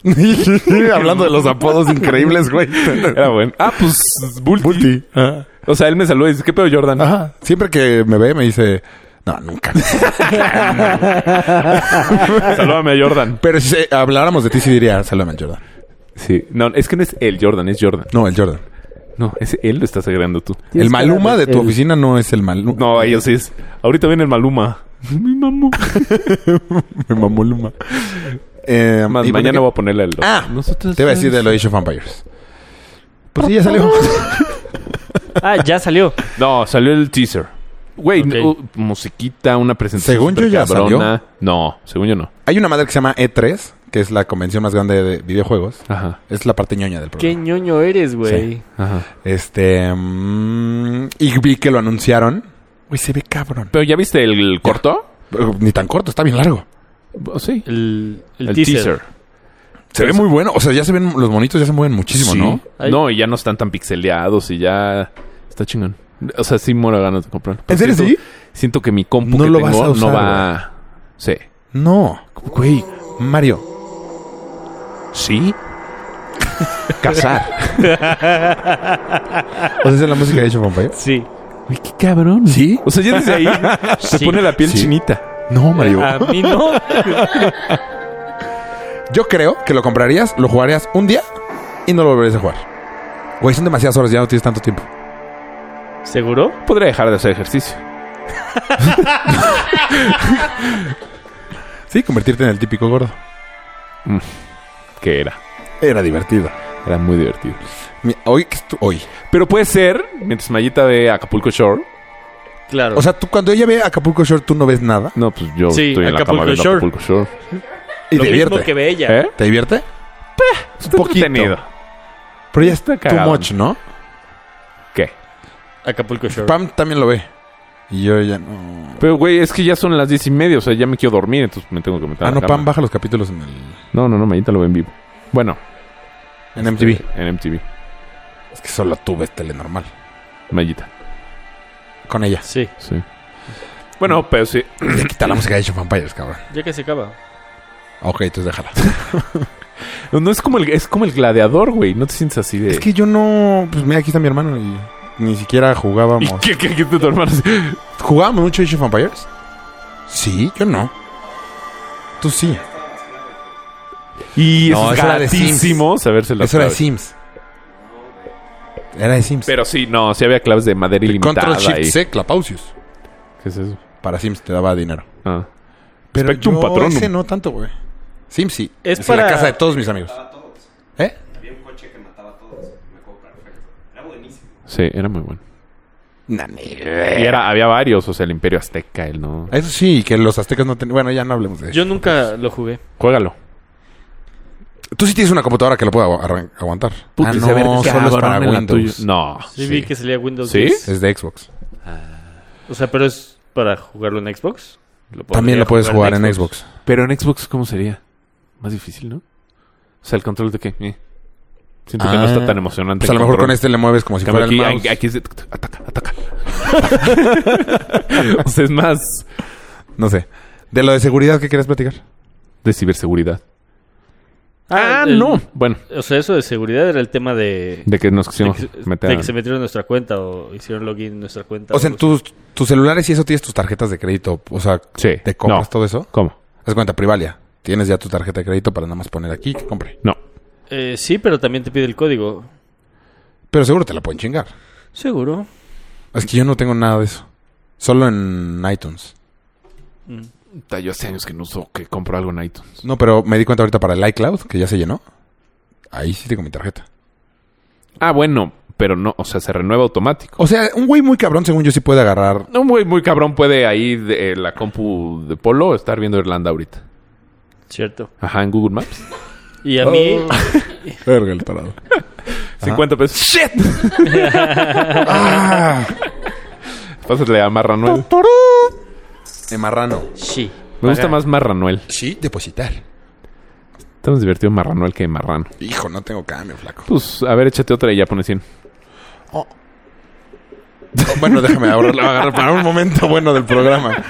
Speaker 1: Hablando de los apodos increíbles, güey.
Speaker 3: Era bueno. Ah, pues Bulti.
Speaker 1: Bulti. Ah.
Speaker 3: O sea, él me saluda y dice, ¿qué pedo, Jordan?
Speaker 1: Ajá. Siempre que me ve me dice, no, nunca.
Speaker 3: Salúdame a Jordan.
Speaker 1: Pero si se- habláramos de ti, sí diría, saludame al Jordan.
Speaker 3: Sí. No, es que no es el Jordan, es Jordan.
Speaker 1: No, el Jordan.
Speaker 3: No, es él lo estás agregando tú.
Speaker 1: El
Speaker 2: Tienes
Speaker 1: Maluma
Speaker 2: cara
Speaker 1: de tu
Speaker 2: el-
Speaker 1: oficina no es el Maluma.
Speaker 3: No, ellos sí es. Ahorita viene el Maluma. Mi mamá.
Speaker 1: Me mamó Luma. Eh,
Speaker 3: Más,
Speaker 1: y
Speaker 3: mañana
Speaker 1: bueno,
Speaker 3: voy a ponerle el...
Speaker 1: Ah,
Speaker 3: nosotros...
Speaker 1: Te iba a decir de lo Age of Vampires. Pues sí, ya salió.
Speaker 5: Ah, ya salió.
Speaker 3: No, salió el teaser. Güey,
Speaker 5: Ok.
Speaker 3: no, uh, musiquita, una presentación
Speaker 1: Según yo ya
Speaker 3: supercabrona. No, según yo no.
Speaker 1: Hay una madre que se llama E3, que es la convención más grande de videojuegos.
Speaker 3: Ajá,
Speaker 1: Es la parte ñoña del
Speaker 5: Qué
Speaker 1: programa.
Speaker 5: ñoño eres, güey.
Speaker 3: ajá.
Speaker 1: Este. mm, y vi que lo anunciaron. Güey, se ve cabrón.
Speaker 3: ¿Pero ya viste el corto?
Speaker 1: Pero Ni tan corto, está bien largo.
Speaker 3: Oh, Sí.
Speaker 5: El, el teaser.
Speaker 1: Se ve muy bueno. O sea, ya se ven los monitos, ya se mueven muchísimo,
Speaker 3: Sí.
Speaker 1: ¿no?
Speaker 5: Ay.
Speaker 3: No, y ya no están tan pixeleados y ya está chingón. O sea, sí muero de ganas de comprar.
Speaker 1: ¿En serio
Speaker 3: Siento-
Speaker 1: sí?
Speaker 3: Siento que mi compu
Speaker 1: No
Speaker 3: que
Speaker 1: lo
Speaker 3: tengo
Speaker 1: vas a usar,
Speaker 3: no va. Sí.
Speaker 1: No. Güey, Mario.
Speaker 3: Sí. Casar.
Speaker 1: O sea, esa es la música de Age of Vampires.
Speaker 5: Sí.
Speaker 3: Uy, qué cabrón.
Speaker 1: ¿Sí?
Speaker 3: O sea, ya desde ahí se
Speaker 5: Sí.
Speaker 3: pone la piel
Speaker 1: Sí.
Speaker 3: chinita.
Speaker 1: No, Mario.
Speaker 5: A mí no.
Speaker 1: Yo creo que lo comprarías, lo jugarías un día y no lo volverías a jugar. Güey, son demasiadas horas, ya no tienes tanto tiempo.
Speaker 5: ¿Seguro?
Speaker 3: Podría dejar de hacer ejercicio.
Speaker 1: Sí, convertirte en el típico gordo.
Speaker 3: Que era.
Speaker 1: Era divertido.
Speaker 3: Era muy divertido.
Speaker 1: Mi- Hoy, que estu- hoy.
Speaker 3: Pero puede ser, mientras Mayita ve Acapulco Shore.
Speaker 5: Claro.
Speaker 1: O sea, tú cuando ella ve Acapulco Shore, tú no ves nada
Speaker 3: No, pues yo
Speaker 5: Sí,
Speaker 3: estoy en la
Speaker 5: Acapulco
Speaker 3: cama viendo
Speaker 5: Shore.
Speaker 3: Acapulco Shore.
Speaker 1: y
Speaker 5: lo
Speaker 1: te divierte.
Speaker 5: mismo que ve ella.
Speaker 3: ¿Eh?
Speaker 1: ¿Te divierte?
Speaker 3: Un poquito.
Speaker 1: Pero ya
Speaker 3: Está
Speaker 1: está
Speaker 3: cagado.
Speaker 1: Too much, ¿no?
Speaker 5: Acapulco Shore.
Speaker 1: Pam también lo ve. Y yo ya no.
Speaker 3: Pero, güey, es que ya son las diez y media, o sea, ya me quiero dormir, entonces me tengo que meter a
Speaker 1: Ah,
Speaker 3: la
Speaker 1: no,
Speaker 3: cama.
Speaker 1: Pam baja los capítulos en el
Speaker 3: No, no, no, Mayita lo ve en vivo. Bueno.
Speaker 1: en MTV.
Speaker 3: este, En MTV.
Speaker 1: Es que solo tuve telenormal.
Speaker 3: Mayita.
Speaker 1: Con ella.
Speaker 5: Sí,
Speaker 3: Sí. Bueno, pero sí.
Speaker 1: Le quita la música de Age of Vampires, cabrón.
Speaker 5: ya que se acaba.
Speaker 1: Ok, entonces déjala.
Speaker 3: No es como el, es como el gladiador, güey. No te sientes así de.
Speaker 1: Es que yo no. Pues mira, aquí está mi hermano y ni siquiera
Speaker 3: ¿Y
Speaker 1: jugábamos.
Speaker 3: qué, qué, qué te tu hermano?
Speaker 1: ¿Jugábamos mucho Age of Vampires? Sí, yo no. Tú sí.
Speaker 3: Y
Speaker 1: No,
Speaker 3: es
Speaker 1: eso era de
Speaker 3: baratísimo saberse las
Speaker 1: Eso era de
Speaker 3: claves.
Speaker 1: Sims. Era de Sims.
Speaker 3: Pero sí, no, sí había claves de madera ilimitada.
Speaker 1: Control Shift
Speaker 3: y-
Speaker 1: C, Clapausius.
Speaker 3: ¿Qué es eso?
Speaker 1: Para Sims te daba dinero.
Speaker 3: Ah.
Speaker 1: Pero
Speaker 3: Spectrum
Speaker 1: yo
Speaker 3: Patronum.
Speaker 1: ese no tanto, güey. Sims sí.
Speaker 5: Es
Speaker 1: Es,
Speaker 5: para-
Speaker 1: la casa de todos mis amigos. ¿Eh?
Speaker 3: Sí, era muy bueno.
Speaker 1: Nah, ni idea.
Speaker 3: Y era, había varios, o sea, el Imperio Azteca, el no.
Speaker 1: Eso sí, que los aztecas no tenían... Bueno, ya no hablemos de eso.
Speaker 5: Yo nunca lo jugué.
Speaker 3: Juégalo.
Speaker 1: Tú sí tienes una computadora que lo pueda agu- arran- aguantar. ah, no, solo es para Windows.
Speaker 3: No.
Speaker 5: Sí, vi que salía Windows
Speaker 3: ¿Sí?
Speaker 5: 10.
Speaker 1: Es de Xbox.
Speaker 5: O sea, pero es para jugarlo en Xbox.
Speaker 1: También lo puedes jugar en Xbox.
Speaker 3: Pero en Xbox, ¿cómo sería? Más difícil, ¿no? O sea, el control de qué? Eh. Siento que no
Speaker 1: Ah.
Speaker 3: está tan emocionante.
Speaker 1: Pues a
Speaker 3: el
Speaker 1: lo mejor
Speaker 3: control.
Speaker 1: con este le mueves como si
Speaker 3: En cambio,
Speaker 1: fuera el
Speaker 3: aquí,
Speaker 1: mouse.
Speaker 3: aquí es de- ataca, ataca. o sea, es más
Speaker 1: No sé. De lo de seguridad que quieres platicar.
Speaker 3: de ciberseguridad.
Speaker 5: Ah,
Speaker 3: Ah,
Speaker 5: el-
Speaker 3: no. Bueno,
Speaker 5: O sea, eso de seguridad era el tema de...
Speaker 3: de que nos
Speaker 5: de
Speaker 3: quisimos
Speaker 5: que,
Speaker 3: meter.
Speaker 5: de
Speaker 3: a-
Speaker 5: que se metieron en nuestra cuenta o hicieron login en nuestra cuenta.
Speaker 1: O sea, en
Speaker 5: algo
Speaker 1: tus, tus celulares y eso tienes tus tarjetas de crédito. O sea,
Speaker 3: Sí.
Speaker 1: ¿te compras
Speaker 3: No.
Speaker 1: todo eso?
Speaker 3: ¿Cómo?
Speaker 1: Haz cuenta, Privalia. Tienes ya tu tarjeta de crédito para nada más poner aquí que compre.
Speaker 3: No.
Speaker 5: así. Eh, sí, pero también te pide el código.
Speaker 1: Pero seguro te la pueden chingar.
Speaker 5: Seguro.
Speaker 1: Es que yo no tengo nada de eso. Solo en iTunes.
Speaker 3: Puta, Yo hace años que no uso, que compro algo en iTunes.
Speaker 1: No, pero me di cuenta ahorita para el iCloud, que ya se llenó. Ahí sí tengo mi tarjeta.
Speaker 3: Ah, bueno, pero no, o sea, se renueva automático.
Speaker 1: O sea, un güey muy cabrón, según yo, sí puede agarrar.
Speaker 3: No, muy, muy cabrón puede ahí de, eh, la compu de Polo estar viendo Irlanda ahorita.
Speaker 5: Cierto.
Speaker 3: Ajá, en Google Maps.
Speaker 5: Y
Speaker 1: Oh.
Speaker 5: a mí...
Speaker 1: Verga, el tarado.
Speaker 3: 50 pesos. ¡Shit!
Speaker 1: ¡Ah!
Speaker 3: Pásale a Marranuel.
Speaker 1: De marrano.
Speaker 5: sí.
Speaker 3: Me gusta
Speaker 5: Paga.
Speaker 3: más Marranuel.
Speaker 1: Sí, depositar.
Speaker 3: Está más divertido Marranuel que Marrano.
Speaker 1: Hijo, no tengo cambio, flaco.
Speaker 3: Pues, a ver, échate otra y ya pone 100.
Speaker 1: Oh. Oh, bueno, déjame ahorrarla, agarrar para un momento bueno del programa.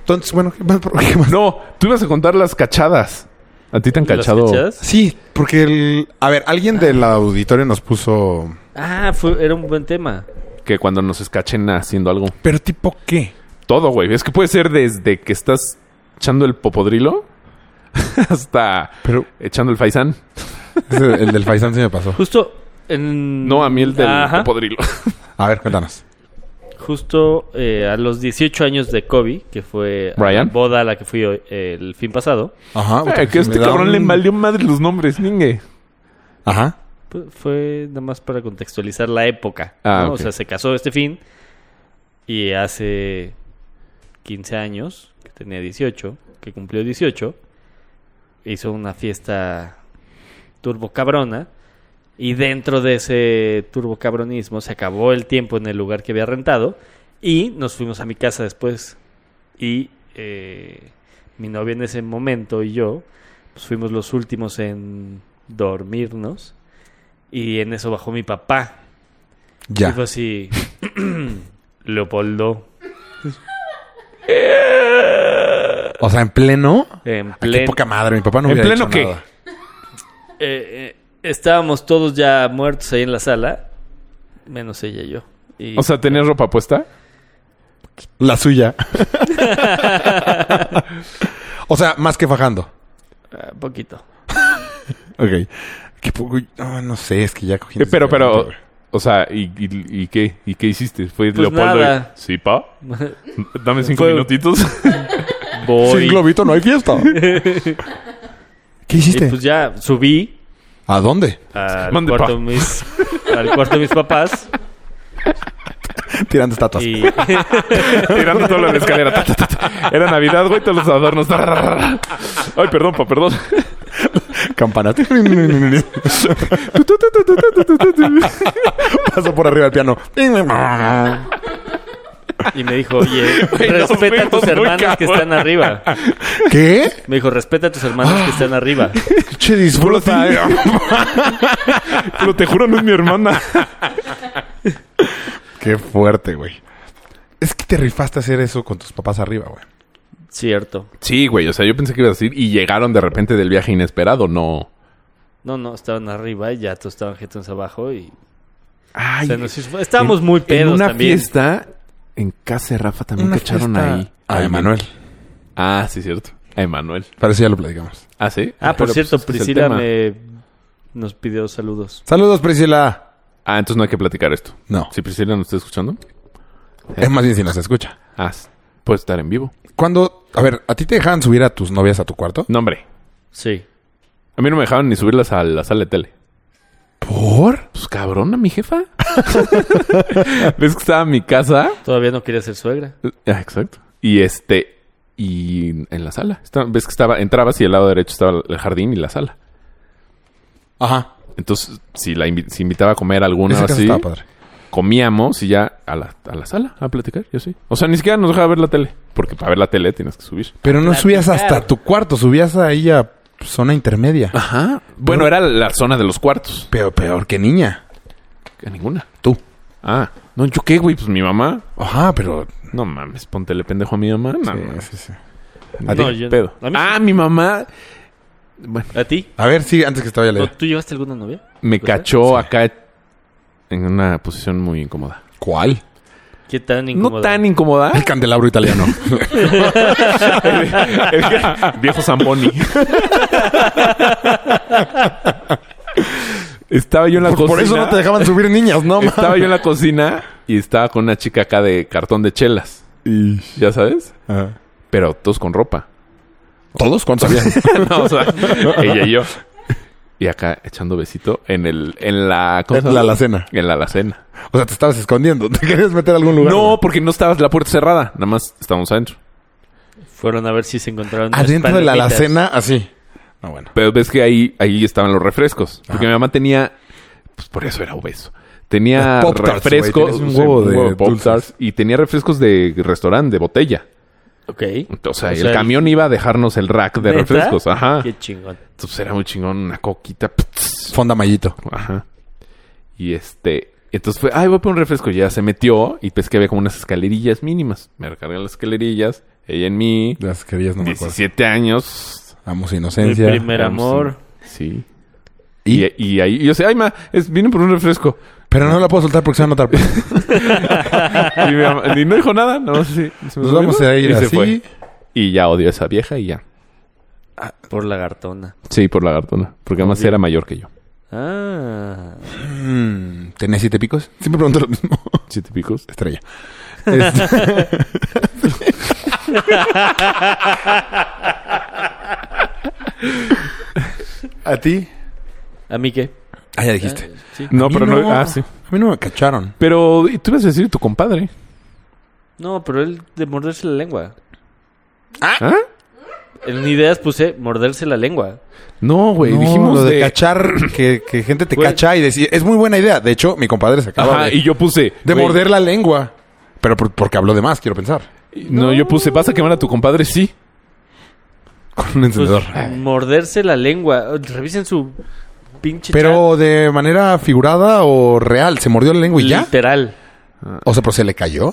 Speaker 1: Entonces, bueno, ¿qué más? ¿Por ¿Qué más?
Speaker 3: No, tú ibas a contar las cachadas. A ti te han
Speaker 5: ¿Las
Speaker 3: cachado.
Speaker 5: cachadas?
Speaker 1: Sí, porque el... A ver, alguien del auditorio nos puso...
Speaker 5: Ah, fue, era un buen tema.
Speaker 3: Que cuando nos escachen haciendo algo.
Speaker 1: ¿Pero tipo qué?
Speaker 3: Todo, güey. Es que puede ser desde que estás echando el popodrilo hasta
Speaker 1: Pero
Speaker 3: echando el faisán.
Speaker 1: ese- el del Faisán se me pasó.
Speaker 5: Justo en...
Speaker 3: No, a mí el del
Speaker 5: Ajá.
Speaker 3: popodrilo.
Speaker 1: A ver, cuéntanos.
Speaker 5: Justo eh, a los 18 años de Kobe, que fue a
Speaker 3: Brian.
Speaker 5: la boda a la que fui hoy- el fin pasado,
Speaker 1: Ajá.
Speaker 3: Ay, que este cabrón le valió madre los nombres, ningue.
Speaker 1: Ajá.
Speaker 5: pu- Pues, fue nada más para contextualizar la época.
Speaker 3: Ah,
Speaker 5: ¿no?
Speaker 3: ok.
Speaker 5: O sea, se casó este fin y hace 15 años, que tenía 18, que cumplió 18, hizo una fiesta turbo cabrona y dentro de ese turbo cabronismo se acabó el tiempo en el lugar que había rentado y nos fuimos a mi casa después y eh, mi novia en ese momento y yo pues fuimos los últimos en dormirnos y en eso bajó mi papá
Speaker 1: Ya.
Speaker 5: y
Speaker 3: pues.
Speaker 5: fue así Leopoldo
Speaker 1: O sea, en pleno...
Speaker 5: en
Speaker 1: Ay,
Speaker 5: pleno
Speaker 1: qué poca madre. Mi papá no
Speaker 3: ¿En
Speaker 1: hubiera
Speaker 3: pleno
Speaker 1: hecho
Speaker 3: qué?
Speaker 1: nada.
Speaker 5: Eh, eh, estábamos todos ya muertos ahí en la sala, menos ella y yo. Y
Speaker 3: O sea, ¿tenías ropa puesta?
Speaker 1: La suya. o sea, más que fajando.
Speaker 5: ah, poquito.
Speaker 1: Ok. Qué poco... Ah, no sé, es que ya cogí...
Speaker 3: Eh, pero, pero, o sea, ¿y, y, y qué? ¿Y qué hiciste? Fue
Speaker 5: Pues
Speaker 3: Leopoldo. y-
Speaker 5: nada.
Speaker 3: sí, pa. Dame cinco
Speaker 5: Fue-
Speaker 3: minutitos.
Speaker 5: Voy.
Speaker 1: Sin globito no hay fiesta. ¿Qué
Speaker 5: y
Speaker 1: hiciste?
Speaker 3: Eh,
Speaker 5: pues ya subí
Speaker 1: ¿A dónde?
Speaker 5: al
Speaker 3: Mande
Speaker 5: cuarto,
Speaker 3: pa.
Speaker 5: de mis, al cuarto de mis papás
Speaker 1: Tirando estatuas.
Speaker 3: eh.
Speaker 5: y
Speaker 3: Tirando todo en la escalera. Ta, ta, ta, ta. Era Navidad, güey, todos los adornos. Ra, ra, ra, ra. Ay, perdón, pa, perdón.
Speaker 1: Campana. pasó por arriba del piano.
Speaker 5: Y me dijo, oye,
Speaker 3: Güey, nos
Speaker 5: respeta a
Speaker 3: fuimos
Speaker 5: tus
Speaker 3: muy
Speaker 5: hermanos que
Speaker 3: cabrón.
Speaker 5: están arriba.
Speaker 1: ¿Qué?
Speaker 5: Me dijo, respeta a tus hermanos
Speaker 3: Ah.
Speaker 5: que están arriba.
Speaker 1: Che, disfruta. eh.
Speaker 3: Pero te juro, no es mi hermana.
Speaker 1: Qué fuerte, güey. Es que te rifaste a hacer eso con tus papás arriba, güey.
Speaker 5: Cierto.
Speaker 3: Sí, güey. O sea, yo pensé que ibas a decir y llegaron de repente del viaje inesperado. No.
Speaker 5: No, no, estaban arriba y ya todos estaban jetones abajo y...
Speaker 3: Ay,
Speaker 5: se nos hizo- Estábamos muy
Speaker 3: en
Speaker 5: pedos
Speaker 3: una
Speaker 5: también.
Speaker 3: fiesta en casa de Rafa también te echaron ahí.
Speaker 1: A Emanuel.
Speaker 3: Ah, sí, cierto. A Emanuel.
Speaker 1: Parece ya lo platicamos.
Speaker 3: Ah, sí.
Speaker 5: Ah, por
Speaker 3: Pero,
Speaker 5: cierto,
Speaker 3: pues, ese es el
Speaker 5: Priscila
Speaker 3: tema.
Speaker 5: me... nos pidió saludos.
Speaker 1: Saludos, Priscila.
Speaker 3: Ah, entonces no hay que platicar esto.
Speaker 1: No.
Speaker 3: Si Priscila nos está escuchando,
Speaker 1: Es más bien si nos escucha.
Speaker 3: ah, s- puede estar en vivo.
Speaker 1: Cuando, a ver, ¿a ti te dejaban subir a tus novias a tu cuarto?
Speaker 3: No, hombre.
Speaker 5: Sí.
Speaker 3: A mí no me dejaban ni subirlas a la sala de tele.
Speaker 1: ¿Por?
Speaker 3: Pues cabrona, mi jefa. ¿Ves que estaba en mi casa?
Speaker 5: Todavía no quería ser suegra.
Speaker 3: Ah, exacto. Y este, y en la sala. Está- ¿Ves que estaba, entrabas y al lado derecho estaba el jardín y la sala?
Speaker 1: Ajá.
Speaker 3: Entonces, si la invi- si invitaba a comer alguna
Speaker 1: Esa
Speaker 3: o
Speaker 1: casa
Speaker 3: así,
Speaker 1: estaba padre.
Speaker 3: comíamos y ya a la, a la sala a platicar, yo sí. O sea, ni siquiera nos dejaba ver la tele, porque para ver la tele tienes que subir.
Speaker 1: Pero no subías hasta tu cuarto, subías ahí a zona intermedia.
Speaker 3: Ajá. Bueno, era la zona de los cuartos.
Speaker 1: Pero peor que niña.
Speaker 3: Que ninguna.
Speaker 1: Tú.
Speaker 3: Ah, no, ¿yo qué, güey? Pues mi mamá.
Speaker 1: Ajá, pero...
Speaker 3: No mames, pontele pendejo a mi mamá. No, mames.
Speaker 1: Sí, sí, sí.
Speaker 3: ¿A
Speaker 5: No,
Speaker 3: ti?
Speaker 5: yo-
Speaker 3: Pedo.
Speaker 5: a mí sí.
Speaker 3: ah, mi mamá. Bueno,
Speaker 5: ¿A ti?
Speaker 1: A ver, sí, antes que estaba ya
Speaker 5: ¿O
Speaker 1: leer.
Speaker 5: ¿Tú llevaste alguna novia?
Speaker 3: me
Speaker 5: ¿Lo
Speaker 3: cachó acá en una posición muy incómoda.
Speaker 1: ¿Cuál?
Speaker 5: ¿Qué tan
Speaker 3: No
Speaker 5: incómoda?
Speaker 3: tan incómoda.
Speaker 1: El candelabro italiano.
Speaker 3: Viejo Zamboni. estaba yo en la
Speaker 1: Por,
Speaker 3: cocina.
Speaker 1: por eso no te dejaban subir niñas, ¿no? ma?
Speaker 3: Estaba yo en la cocina y estaba con una chica acá de cartón de chelas.
Speaker 1: Y-
Speaker 3: ¿Ya sabes?
Speaker 1: Ajá.
Speaker 3: Pero todos con ropa.
Speaker 1: ¿Todos? ¿Cuántos habían?
Speaker 3: No, o sea, ella y yo. Y acá echando besito en el, en la ¿cómo se
Speaker 1: En la
Speaker 3: llama?
Speaker 1: alacena.
Speaker 3: En la alacena.
Speaker 1: O sea, te estabas escondiendo. ¿Te querías meter a algún lugar?
Speaker 3: No, porque no estabas la puerta cerrada, nada más estábamos adentro.
Speaker 5: Fueron a ver si se encontraron. unas
Speaker 1: Adentro de la
Speaker 5: palomitas.
Speaker 1: alacena, así. No, bueno.
Speaker 3: Pero ves que ahí, ahí estaban los refrescos. Porque
Speaker 1: Ah.
Speaker 3: mi mamá tenía, pues por eso era obeso. Tenía
Speaker 1: Los Pop-Tarts, güey,
Speaker 3: refrescos,
Speaker 1: tenías un huevo de
Speaker 3: Pop-Tarts,
Speaker 1: dulces.
Speaker 3: y tenía refrescos de restaurante, de botella.
Speaker 5: Ok.
Speaker 3: O sea,
Speaker 5: O
Speaker 3: el
Speaker 5: sea,
Speaker 3: camión iba a dejarnos el rack de
Speaker 5: ¿Neta?
Speaker 3: refrescos. Ajá.
Speaker 5: Qué chingón.
Speaker 3: Entonces era muy chingón, una coquita. pts.
Speaker 1: Fonda Mallito.
Speaker 3: Ajá. Y este. Entonces fue, ay, voy a poner un refresco. Y Ya se metió y pues que había como unas escalerillas mínimas. Me recargué las escalerillas, ella en mí,
Speaker 1: Las querías, no me acuerdo.
Speaker 3: 17 años.
Speaker 1: Amos
Speaker 5: Mi
Speaker 1: Inocencia.
Speaker 5: primer
Speaker 3: Vamos,
Speaker 5: amor.
Speaker 3: Sí.
Speaker 1: ¿Y?
Speaker 3: Y, y ahí y yo sé, ay, ma, es, vine por un refresco.
Speaker 1: Pero no la puedo soltar porque se va a notar. pues.
Speaker 3: Y, mi mamá- y no dijo nada, nada más así. se me
Speaker 1: Nos
Speaker 3: subió,
Speaker 1: vamos a ir
Speaker 3: y se
Speaker 1: así.
Speaker 3: fue. Y ya odio a esa vieja y ya.
Speaker 5: Por lagartona.
Speaker 3: Sí, por lagartona. Porque además
Speaker 5: Obvio.
Speaker 3: era mayor que yo.
Speaker 5: Ah.
Speaker 1: Mm, ¿Tenés siete picos? Siempre pregunto lo mismo.
Speaker 3: ¿Siete picos?
Speaker 1: Estrella. Este- ¿A ti?
Speaker 5: ¿A mí qué?
Speaker 1: Ah, ya dijiste.
Speaker 5: Ah, sí.
Speaker 3: No,
Speaker 1: A mí
Speaker 3: pero no. Ah, sí.
Speaker 1: A mí no me cacharon.
Speaker 3: Pero ¿y tú ibas a decir tu compadre.
Speaker 5: No, pero él de morderse la lengua.
Speaker 3: ¿Ah?
Speaker 5: En ideas puse morderse la lengua.
Speaker 3: No, güey.
Speaker 1: No,
Speaker 3: dijimos
Speaker 1: lo de,
Speaker 3: de
Speaker 1: cachar, que, que gente te
Speaker 5: Güey.
Speaker 1: cacha y decir, es muy buena idea. De hecho, mi compadre se acaba
Speaker 3: Ajá,
Speaker 1: de,
Speaker 3: y yo puse.
Speaker 1: de
Speaker 3: güey,
Speaker 1: morder la lengua. Pero por- porque habló de más, quiero pensar.
Speaker 3: No, yo puse, ¿vas a quemar a tu compadre? Sí.
Speaker 1: Con un
Speaker 5: Pues,
Speaker 1: encendedor.
Speaker 5: morderse la lengua. Revisen su pinche
Speaker 1: pero de manera figurada o real, se mordió la lengua
Speaker 5: chat.
Speaker 1: y ya.
Speaker 5: Literal.
Speaker 1: O sea, pero se le cayó.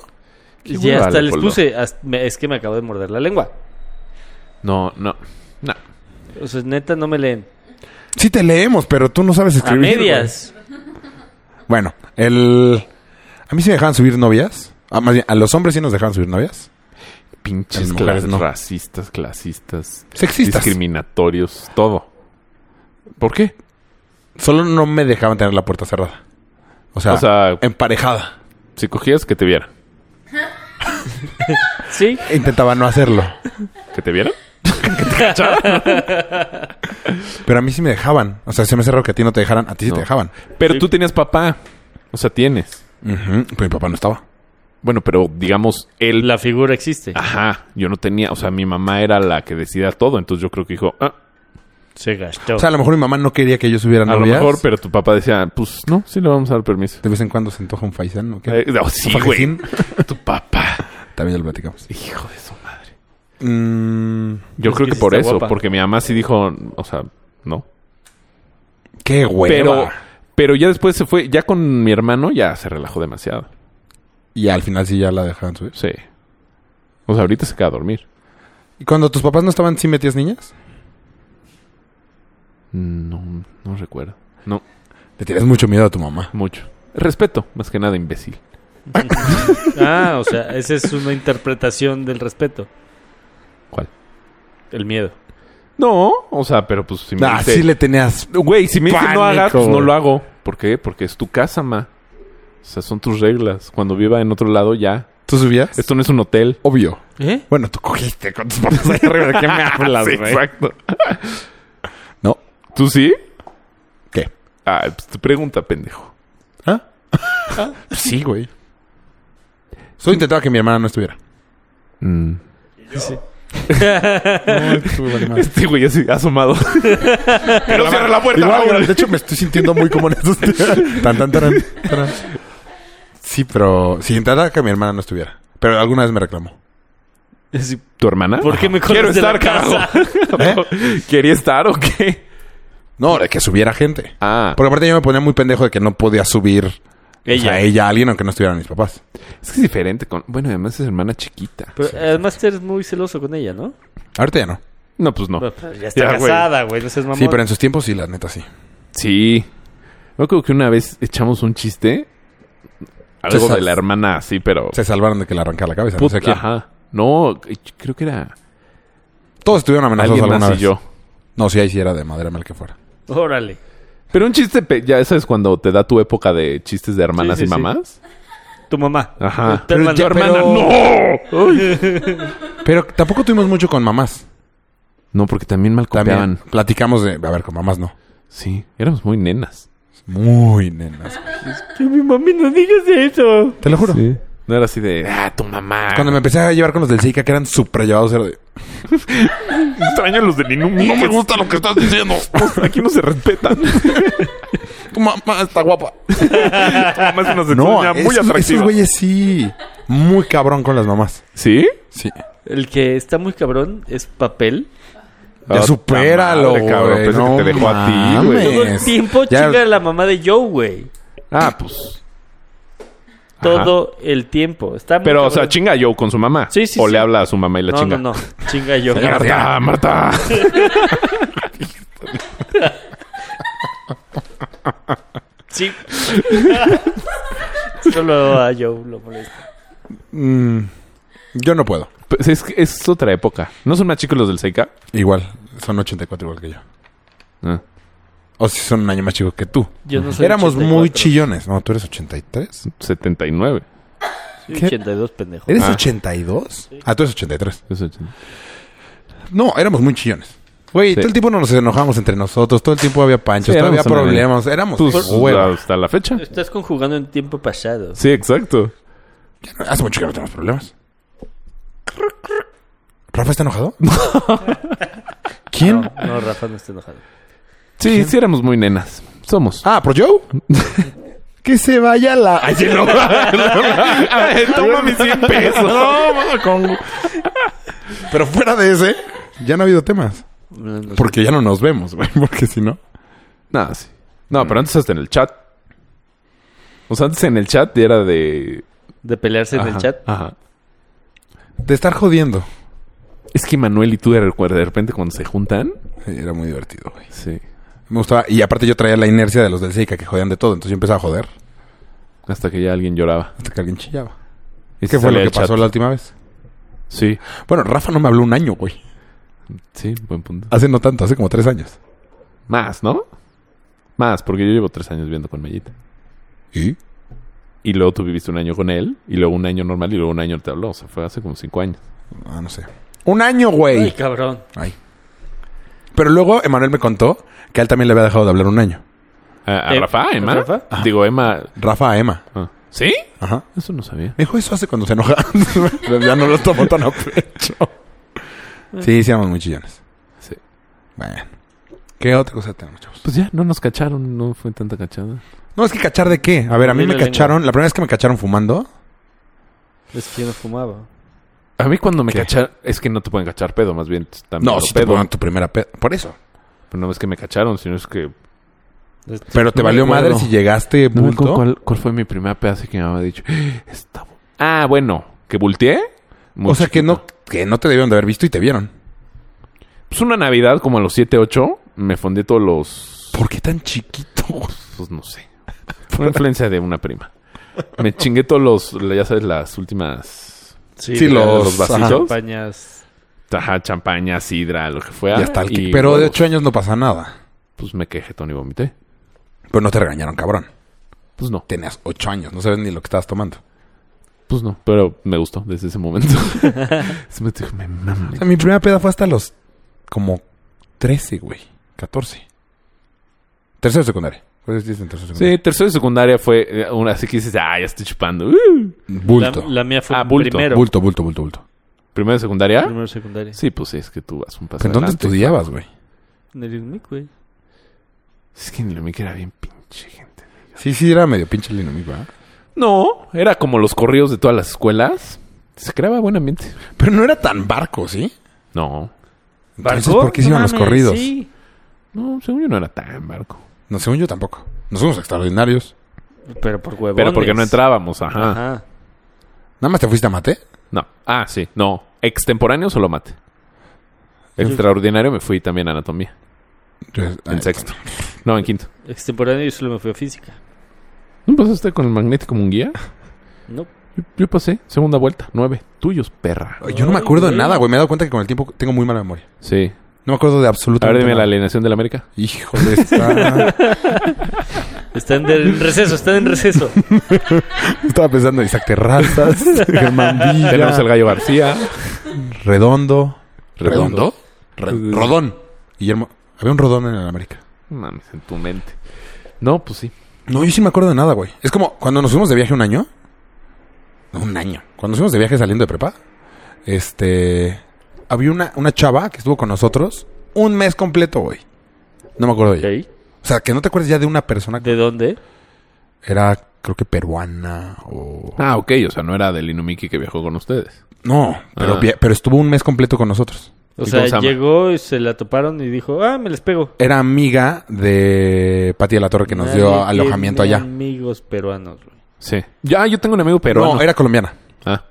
Speaker 3: Qué
Speaker 5: Y
Speaker 3: hueva,
Speaker 5: hasta les
Speaker 3: Leopoldo.
Speaker 5: puse. hasta- me- es que me acabo de morder la lengua.
Speaker 3: No, no. No.
Speaker 5: O sea, neta, no me leen.
Speaker 1: Sí te leemos, pero tú no sabes
Speaker 5: A
Speaker 1: escribir.
Speaker 5: medias.
Speaker 1: güey. Bueno, el... A mí sí me dejaban subir novias. Ah, más bien, a los hombres sí nos dejaban subir novias.
Speaker 3: Pinches
Speaker 1: Las mujeres
Speaker 3: clas-
Speaker 1: no.
Speaker 3: racistas, clasistas,
Speaker 1: Sexistas.
Speaker 3: discriminatorios, todo. ¿Por qué?
Speaker 1: Solo no me dejaban tener la puerta cerrada. O sea,
Speaker 3: O sea-
Speaker 1: emparejada.
Speaker 3: Si cogías, que te viera.
Speaker 5: Sí.
Speaker 1: Intentaba no hacerlo.
Speaker 3: ¿Que te viera?
Speaker 1: Pero a mí sí me dejaban. O sea, se me hace raro que a ti no te dejaran. A ti sí
Speaker 3: No.
Speaker 1: te dejaban.
Speaker 3: Pero tú tenías papá. O sea, tienes.
Speaker 1: Ujú, Pero mi papá no estaba.
Speaker 3: Bueno, pero digamos, él...
Speaker 5: La figura existe.
Speaker 3: Ajá. Yo no tenía... O sea, mi mamá era la que decía todo. Entonces yo creo que dijo... Ah,
Speaker 5: Se gastó.
Speaker 1: O sea, a lo mejor mi mamá no quería que yo subiera
Speaker 3: a lo
Speaker 1: novias.
Speaker 3: mejor, pero tu papá decía, pues no, sí le vamos a dar permiso.
Speaker 1: De vez en cuando se antoja un faisán, ¿o qué?
Speaker 3: Eh, no, sí,
Speaker 1: Un
Speaker 3: güey.
Speaker 1: fajecín.
Speaker 3: Tu papá.
Speaker 1: También ya lo platicamos.
Speaker 3: Hijo de su madre.
Speaker 1: Mm,
Speaker 3: Yo
Speaker 5: Es
Speaker 3: creo
Speaker 5: que
Speaker 3: que,
Speaker 5: sí
Speaker 3: por
Speaker 5: está
Speaker 3: eso,
Speaker 5: guapa.
Speaker 3: porque mi mamá sí dijo, o sea, no.
Speaker 1: qué hueva.
Speaker 3: Pero, pero ya después se fue, ya con mi hermano ya se relajó demasiado.
Speaker 1: Y al final sí ya la dejaban subir.
Speaker 3: Sí. O sea, ahorita se queda a dormir.
Speaker 1: ¿Y cuando tus papás no estaban, sí metías niñas?
Speaker 3: No, no recuerdo. No,
Speaker 1: Le tienes mucho miedo a tu mamá.
Speaker 3: mucho. Respeto, más que nada, imbécil.
Speaker 5: Ah, o sea, esa es una interpretación del respeto.
Speaker 3: ¿Cuál?
Speaker 5: El miedo.
Speaker 3: No, o sea, pero pues si me
Speaker 1: Ah,
Speaker 3: dice-
Speaker 1: sí le tenías.
Speaker 3: Güey, si me dice no hagas,
Speaker 1: pánico,
Speaker 3: pues no
Speaker 1: güey.
Speaker 3: lo hago. ¿Por qué? Porque es tu casa, ma. O sea, son tus reglas. Cuando viva en otro lado, ya.
Speaker 1: ¿Tú subías?
Speaker 3: Esto no es un hotel.
Speaker 1: Obvio.
Speaker 5: ¿Eh?
Speaker 1: Bueno, tú cogiste con tus papás ahí arriba. ¿De qué me hablas,
Speaker 3: Sí,
Speaker 1: güey?
Speaker 3: exacto.
Speaker 1: No.
Speaker 3: ¿Tú sí?
Speaker 1: ¿Qué?
Speaker 3: Ah, pues tu pregunta, pendejo.
Speaker 1: ¿Ah? sí, güey. Solo intentaba que mi hermana no estuviera.
Speaker 3: Este güey así, asomado. que no cierre la puerta.
Speaker 1: Igual,
Speaker 3: Raúl.
Speaker 1: de hecho, me estoy sintiendo muy como en estos días. Tan, tan, taran, taran. Sí, pero... Sí, intentaba que mi hermana no estuviera. Pero alguna vez me reclamó.
Speaker 5: Sí,
Speaker 3: ¿Tu hermana?
Speaker 5: ¿Por qué me corres
Speaker 3: Quiero
Speaker 5: de la
Speaker 3: estar,
Speaker 5: casa?
Speaker 3: carajo. ¿Quería estar o qué?
Speaker 1: No, de que subiera gente.
Speaker 3: Ah,
Speaker 1: Porque aparte yo me ponía muy pendejo de que no podía subir...
Speaker 5: Ella.
Speaker 1: O sea, ella a alguien aunque no estuvieran mis papás.
Speaker 3: es que es diferente. Con... Bueno, además es hermana chiquita.
Speaker 5: Pero además eres muy celoso con ella, ¿no?
Speaker 1: Ahorita ya no.
Speaker 3: No, pues no.
Speaker 5: Pero, pues, Oh. Ya está
Speaker 3: Ya, güey.
Speaker 5: casada, güey. No seas mamón.
Speaker 1: Sí, pero en sus tiempos sí, la neta sí.
Speaker 3: Sí. Yo creo que una vez echamos un chiste. Algo
Speaker 1: Se sal-
Speaker 3: de la hermana así, pero...
Speaker 1: Se salvaron de que le arrancara la cabeza. no
Speaker 3: Puta,
Speaker 1: sé quién.
Speaker 3: Ajá. No, eh, creo que era
Speaker 1: Todos estuvieron amenazados
Speaker 3: alguien
Speaker 1: alguna
Speaker 3: más
Speaker 1: vez.
Speaker 3: y yo.
Speaker 1: No, sí, ahí sí era de madre mal que fuera.
Speaker 5: Órale.
Speaker 3: Pero un chiste, pe- ya sabes cuando te da tu época de chistes de hermanas
Speaker 5: Sí, sí,
Speaker 3: y
Speaker 5: sí.
Speaker 3: mamás.
Speaker 5: Tu mamá. Tu
Speaker 3: Ajá.
Speaker 1: Ah. Pero
Speaker 5: hermana.
Speaker 1: ya-
Speaker 5: Tu hermana.
Speaker 1: pero-
Speaker 3: ¡No!
Speaker 1: Pero tampoco tuvimos mucho con mamás.
Speaker 3: No, porque también mal
Speaker 1: También
Speaker 3: copiaban.
Speaker 1: platicamos de... A ver, con mamás no.
Speaker 3: Sí, éramos muy nenas.
Speaker 1: Muy nenas.
Speaker 5: Que mi mami no digas eso.
Speaker 1: Te lo juro.
Speaker 3: Sí. No era así de, ah, tu mamá.
Speaker 1: Cuando me empecé a llevar con los del Seika, que eran súper llevados, era de...
Speaker 3: extrañan los de ningún No me gusta lo que estás diciendo. Aquí no se respetan.
Speaker 1: Tu mamá está guapa.
Speaker 3: Además, una
Speaker 1: No,
Speaker 3: sexualidad muy
Speaker 1: esos, esos
Speaker 3: atractiva.
Speaker 1: güeyes sí. Muy cabrón con las mamás.
Speaker 3: ¿Sí?
Speaker 1: Sí.
Speaker 5: El que está muy cabrón es papel.
Speaker 1: Ya
Speaker 3: Ah,
Speaker 1: supéralo,
Speaker 3: madre, cabrón,
Speaker 1: güey.
Speaker 3: pensé que te dejó a ti,
Speaker 1: mames.
Speaker 3: güey.
Speaker 5: Todo el tiempo
Speaker 1: Pues, Ya-
Speaker 5: chinga a la mamá de Joe, güey.
Speaker 3: Ah, pues. Ajá.
Speaker 5: Todo el tiempo. Está muy
Speaker 3: Pero, o
Speaker 5: cabrón.
Speaker 3: sea, chinga a Joe con su mamá.
Speaker 5: Sí, sí,
Speaker 3: O
Speaker 5: sí.
Speaker 3: le habla a su mamá y la
Speaker 5: No,
Speaker 3: chinga.
Speaker 5: no, no. Chinga yo.
Speaker 3: Marta, Marta.
Speaker 5: Sí. Solo a Joe lo molesta.
Speaker 1: Mm, yo no puedo.
Speaker 3: Pues es, que es otra época. ¿No son más chicos los del Seika?
Speaker 1: Igual. Son 84 igual que yo.
Speaker 3: Ah.
Speaker 1: O si son un año más chicos que tú.
Speaker 5: Yo no soy
Speaker 1: Éramos muy
Speaker 5: 84.
Speaker 1: chillones. No, tú eres 83.
Speaker 3: 79.
Speaker 5: Soy
Speaker 1: ¿Qué?
Speaker 5: 82, pendejo.
Speaker 1: ¿Eres
Speaker 3: Ah.
Speaker 1: 82? Ah, tú eres 83.
Speaker 3: Es 80.
Speaker 1: No, éramos muy chillones. Güey,
Speaker 3: Sí.
Speaker 1: todo el tiempo nos enojábamos entre nosotros. Todo el tiempo había panchos.
Speaker 3: Sí,
Speaker 1: todo había
Speaker 3: éramos una-
Speaker 1: problemas. Éramos
Speaker 3: Pues,
Speaker 1: hueva.
Speaker 3: hasta la fecha.
Speaker 5: Estás conjugando en tiempo pasado.
Speaker 3: Sí, exacto.
Speaker 1: Hace mucho que no tenemos problemas. ¿Rafa está enojado? ¿Quién?
Speaker 5: No, no, Rafa no está enojado.
Speaker 3: Sí, sí éramos muy nenas. Somos.
Speaker 1: Ah, ¿por Joe? que se vaya la... Ay, sí, no.
Speaker 3: Toma mis 100 pesos.
Speaker 1: Pero fuera de ese, ya no ha habido temas.
Speaker 5: No, no.
Speaker 1: Porque ya no nos vemos, güey. Porque si no...
Speaker 3: No, sí. No, pero antes hasta en el chat. O sea, antes en el chat era de...
Speaker 5: De pelearse en el
Speaker 3: Ajá,
Speaker 5: chat.
Speaker 3: Ajá.
Speaker 1: De estar jodiendo.
Speaker 3: Es que Manuel y tú de recuerdo, de repente cuando se juntan...
Speaker 1: Sí, Era muy divertido, güey.
Speaker 3: Sí.
Speaker 1: Me gustaba. Y aparte yo traía la inercia de los del Seika que jodían de todo. Entonces yo empezaba a joder
Speaker 3: Hasta que ya alguien lloraba.
Speaker 1: hasta que alguien chillaba. ¿Qué
Speaker 3: Y se
Speaker 1: fue lo
Speaker 3: salía
Speaker 1: que
Speaker 3: del chat.
Speaker 1: pasó la última vez?
Speaker 3: Sí.
Speaker 1: Bueno, Rafa no me habló un año, güey.
Speaker 3: Sí, buen punto.
Speaker 1: Hace no tanto, hace como tres años.
Speaker 3: Más, ¿no? Más, porque yo llevo tres años viviendo con Mellita.
Speaker 1: ¿Y?
Speaker 3: Y luego tú viviste un año con él, y luego un año normal, y luego un año te habló. O sea, fue hace como cinco años.
Speaker 1: Ah, no sé. ¡Un año,
Speaker 5: Ay,
Speaker 1: güey!
Speaker 5: cabrón.
Speaker 1: Ay. Pero luego Emanuel me contó que a él también le había dejado de hablar un año.
Speaker 3: ¿A, a
Speaker 5: Eh,
Speaker 3: Rafa, Emma?
Speaker 5: ¿a Rafa?
Speaker 3: Digo, Emma...
Speaker 1: Rafa a Emma.
Speaker 3: ah. ¿Sí?
Speaker 1: Ajá.
Speaker 3: Eso no sabía.
Speaker 1: Me dijo, eso hace cuando se enoja. Pero ya no lo tomo tan a pecho. Sí, sí, éramos muy chillones.
Speaker 3: Sí.
Speaker 1: Bueno. ¿Qué otra cosa tenemos, chavos?
Speaker 3: Pues ya, no nos cacharon, no fue tanta cachada.
Speaker 1: No, es que cachar de qué. A ver, a mí
Speaker 5: Mordí
Speaker 1: me
Speaker 5: la lengua.
Speaker 1: cacharon, la primera vez que me cacharon fumando,
Speaker 5: Es que yo no fumaba.
Speaker 3: A mí cuando me
Speaker 1: ¿Qué?
Speaker 3: cacharon, es que no te pueden cachar pedo, más bien. pues, también
Speaker 1: No, si te ponen tu primera peda. Por eso.
Speaker 3: Pero no es que me cacharon, sino es que...
Speaker 1: Pero te
Speaker 3: No me
Speaker 1: valió
Speaker 3: acuerdo.
Speaker 1: madre si llegaste
Speaker 3: No me
Speaker 1: bulto.
Speaker 3: acuerdo cuál, cuál fue mi primera peda, así que mi mamá ha dicho... "Ah, Está... bu-". Ah, bueno, que volteé. muy
Speaker 1: o sea, que
Speaker 3: chiquito.
Speaker 1: no, que no te debieron de haber visto y te vieron.
Speaker 3: Pues una Navidad, como a los 7, 8, me fondé todos los...
Speaker 1: ¿Por qué tan chiquito?
Speaker 3: Pues no sé. Fue una influencia de una prima. Me chingué todos los, ya sabes, las últimas...
Speaker 1: Sí, los-
Speaker 3: los vasitos.
Speaker 5: Campañas.
Speaker 3: Ajá, champaña, sidra, lo que fuera.
Speaker 1: Ya está el
Speaker 3: y
Speaker 1: kick. Pero de
Speaker 3: huevos.
Speaker 1: ocho años no pasa nada.
Speaker 3: Pues me quejé, Tony, vomité.
Speaker 1: Pero no te regañaron, cabrón.
Speaker 3: Pues no,
Speaker 1: Tenías ocho años, no sabes ni lo que estabas tomando.
Speaker 3: pues no. Pero me gustó desde ese momento. Se me dijo, me mama.
Speaker 1: O sea, mi primera peda fue hasta los como 13, güey. 14. Tercero de secundaria. ¿Cuál es en tercero de
Speaker 3: Sí,
Speaker 1: secundaria?
Speaker 3: tercero de secundaria fue eh, una así que dices, ah, ya estoy chupando. Uh.
Speaker 5: La,
Speaker 1: Bulto.
Speaker 5: la mía fue
Speaker 3: Ah, bulto,
Speaker 5: primero.
Speaker 1: Bulto, bulto, bulto, bulto.
Speaker 3: Primero de secundaria.
Speaker 5: Primero secundaria.
Speaker 3: Sí, pues sí, es que tú vas un paso
Speaker 1: ¿Pero en dónde
Speaker 3: adelante.
Speaker 1: estudiabas, güey?
Speaker 5: En el INMIC, güey.
Speaker 3: Es que ni lo que era bien pinche gente.
Speaker 1: Sí, sí, era medio pinche el enemigo, ¿eh?
Speaker 3: No, era como los corridos de todas las escuelas. Se creaba buen ambiente.
Speaker 1: Pero no era tan barco, ¿sí?
Speaker 3: No,
Speaker 1: Entonces, ¿por qué se
Speaker 5: No
Speaker 1: iban los
Speaker 5: mames,
Speaker 1: corridos?
Speaker 5: Sí.
Speaker 3: no, según yo no era tan barco.
Speaker 1: No, según yo tampoco. No somos extraordinarios.
Speaker 5: Pero por huevones.
Speaker 3: Pero porque no entrábamos, ajá.
Speaker 5: Ajá.
Speaker 1: Nada más te fuiste a mate.
Speaker 3: No. Ah, sí. No. Extemporáneo solo mate. Extraordinario me fui también a anatomía.
Speaker 1: Yo-
Speaker 3: En
Speaker 1: ay,
Speaker 3: sexto. No, en quinto.
Speaker 5: Extemporáneo Este, yo solo me fui a física.
Speaker 3: ¿No pasaste con el magnético como un guía?
Speaker 5: No.
Speaker 3: Yo, yo pasé. Segunda vuelta. Nueve. Tuyos, perra.
Speaker 1: Ay, Yo no me acuerdo de nada, güey. Me he dado cuenta que con el tiempo tengo muy mala memoria.
Speaker 3: Sí.
Speaker 1: No me acuerdo de
Speaker 3: A ver,
Speaker 1: absolutamente
Speaker 3: dime la
Speaker 1: nada.
Speaker 3: alienación de la América.
Speaker 1: Hijo de esta...
Speaker 5: Están de- en receso, están en receso.
Speaker 1: Estaba pensando en Isaac Terrazas, Germán Villa,
Speaker 3: Tenemos el Gallo García.
Speaker 1: Redondo.
Speaker 3: Redondo.
Speaker 1: Re- Rodón. Guillermo... Había un Rodón en el América.
Speaker 3: Mames, en tu mente. No, pues sí.
Speaker 1: No, yo sí me acuerdo de nada, güey. Es como cuando nos fuimos de viaje un año. No, un año. Cuando nos fuimos de viaje saliendo de prepa, este. Había una, una chava que estuvo con nosotros un mes completo, güey. No me acuerdo de ella.
Speaker 5: Ok.
Speaker 1: O sea, que no te acuerdes ya de una persona que
Speaker 5: ¿De dónde?
Speaker 1: era, creo que peruana o.
Speaker 3: Ah, ok. O sea, no era del Inumiki que viajó con ustedes.
Speaker 1: No, pero,
Speaker 3: Ah.
Speaker 1: vi- pero estuvo un mes completo con nosotros.
Speaker 5: O
Speaker 3: ¿Y cómo
Speaker 5: sea,
Speaker 3: se llama?
Speaker 5: llegó y se la toparon y dijo, ah, me les pego.
Speaker 1: Era amiga de Pati de la Torre que nos dio
Speaker 5: Nadie
Speaker 1: alojamiento
Speaker 5: tiene
Speaker 1: allá.
Speaker 5: Amigos peruanos, güey.
Speaker 3: Sí. Ya, yo tengo un amigo peruano.
Speaker 1: No, era colombiana.
Speaker 3: Ah.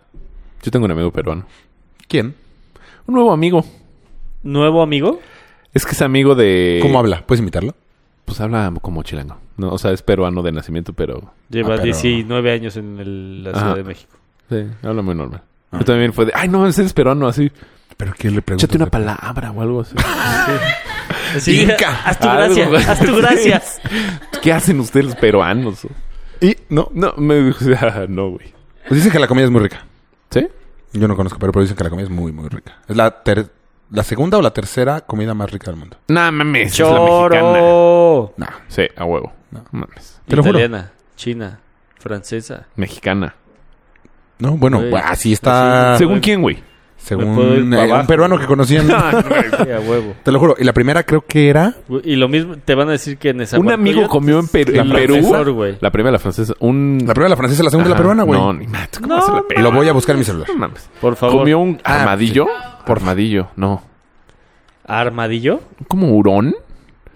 Speaker 3: Yo tengo un amigo peruano.
Speaker 1: ¿Quién?
Speaker 3: Un nuevo amigo.
Speaker 5: ¿Nuevo amigo?
Speaker 3: Es que es amigo de...
Speaker 1: ¿Cómo habla? ¿Puedes imitarlo?
Speaker 3: Pues habla como chilango. No, o sea, es peruano de nacimiento, pero...
Speaker 5: Lleva
Speaker 1: Ah, pero-
Speaker 5: 19 años en el- la
Speaker 3: Ajá.
Speaker 5: Ciudad de México.
Speaker 3: Sí, habla muy normal.
Speaker 1: Ah.
Speaker 3: Yo también fue de... Ay, no, ese es peruano, así.
Speaker 1: ¿Pero qué le preguntas?
Speaker 3: Échate una
Speaker 1: de-
Speaker 3: palabra o algo así.
Speaker 5: Así,
Speaker 1: Inca.
Speaker 5: Haz tu
Speaker 3: Algo,
Speaker 5: gracia,
Speaker 3: güey.
Speaker 5: haz tu gracia.
Speaker 3: ¿Qué hacen ustedes los peruanos?
Speaker 1: Y no.
Speaker 3: No, me dijo... "Ah, no, güey.
Speaker 1: Pues dicen que la comida es muy rica.
Speaker 3: ¿Sí?
Speaker 1: Yo no conozco, pero, pero dicen que la comida es muy, muy rica. Es la, ter- la segunda o la tercera comida más rica del mundo.
Speaker 3: No, mames. esa Es la mexicana.
Speaker 5: Choro.
Speaker 1: No.
Speaker 3: Sí, a huevo.
Speaker 1: No.
Speaker 3: No. Mames.
Speaker 1: Te lo juro.
Speaker 5: Italiana, china, francesa.
Speaker 3: Mexicana.
Speaker 1: No, bueno,
Speaker 5: Güey.
Speaker 1: pues, así está.
Speaker 5: Ah,
Speaker 3: ¿Según
Speaker 5: güey.
Speaker 3: quién, güey?
Speaker 1: Según
Speaker 5: Me puedo ir
Speaker 1: eh,
Speaker 5: pa'
Speaker 1: un
Speaker 5: abajo.
Speaker 1: peruano que conocían.
Speaker 3: Ah, güey.
Speaker 5: Sí, a huevo.
Speaker 1: Te lo juro. Y la primera creo que era.
Speaker 5: Y lo mismo, te van a decir que en esa
Speaker 3: un amigo comió en, Perú.
Speaker 1: La
Speaker 3: en
Speaker 1: francesa.
Speaker 3: Perú.
Speaker 5: Profesor, güey.
Speaker 3: La primera, la francesa. Un...
Speaker 1: La primera la francesa, la segunda la
Speaker 3: Ajá.
Speaker 1: peruana, güey.
Speaker 3: No, ni mames. ¿Cómo
Speaker 5: No,
Speaker 3: hace la
Speaker 5: no.
Speaker 1: Lo voy a buscar en mi celular.
Speaker 3: No mames.
Speaker 5: Por favor.
Speaker 3: Comió un
Speaker 1: Ah,
Speaker 3: armadillo. Por armadillo, no.
Speaker 5: ¿Armadillo?
Speaker 3: como hurón.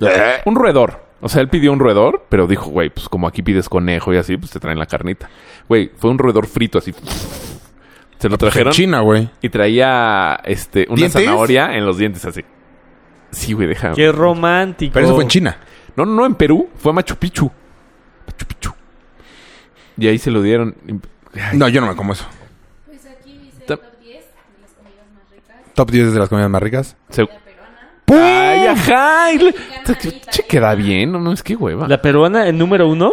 Speaker 1: ¿Eh?
Speaker 3: Un roedor. O sea, él pidió un roedor, pero dijo, güey, pues como aquí pides conejo y así, pues te traen la carnita. Güey, fue un roedor frito así. Se lo
Speaker 1: En
Speaker 3: trajeron
Speaker 1: China, güey.
Speaker 3: y traía este una
Speaker 1: ¿Dientes?
Speaker 3: zanahoria en los dientes así. Sí, güey, deja.
Speaker 5: Qué romántico.
Speaker 1: Pero eso
Speaker 3: Oh.
Speaker 1: fue en China.
Speaker 3: No, no, no, en Perú. Fue a Machu Picchu. Machu Picchu. Y ahí se lo dieron. Ay,
Speaker 1: No, yo no me como eso.
Speaker 6: Pues aquí dice
Speaker 3: Ta-
Speaker 6: top 10 de las comidas más ricas.
Speaker 1: Top 10 de las comidas más ricas.
Speaker 3: se-
Speaker 6: La peruana.
Speaker 3: Ay, ajá. y le-
Speaker 6: Mexicanita.
Speaker 3: Che, queda bien. No, no, es que hueva.
Speaker 5: ¿La peruana en número uno?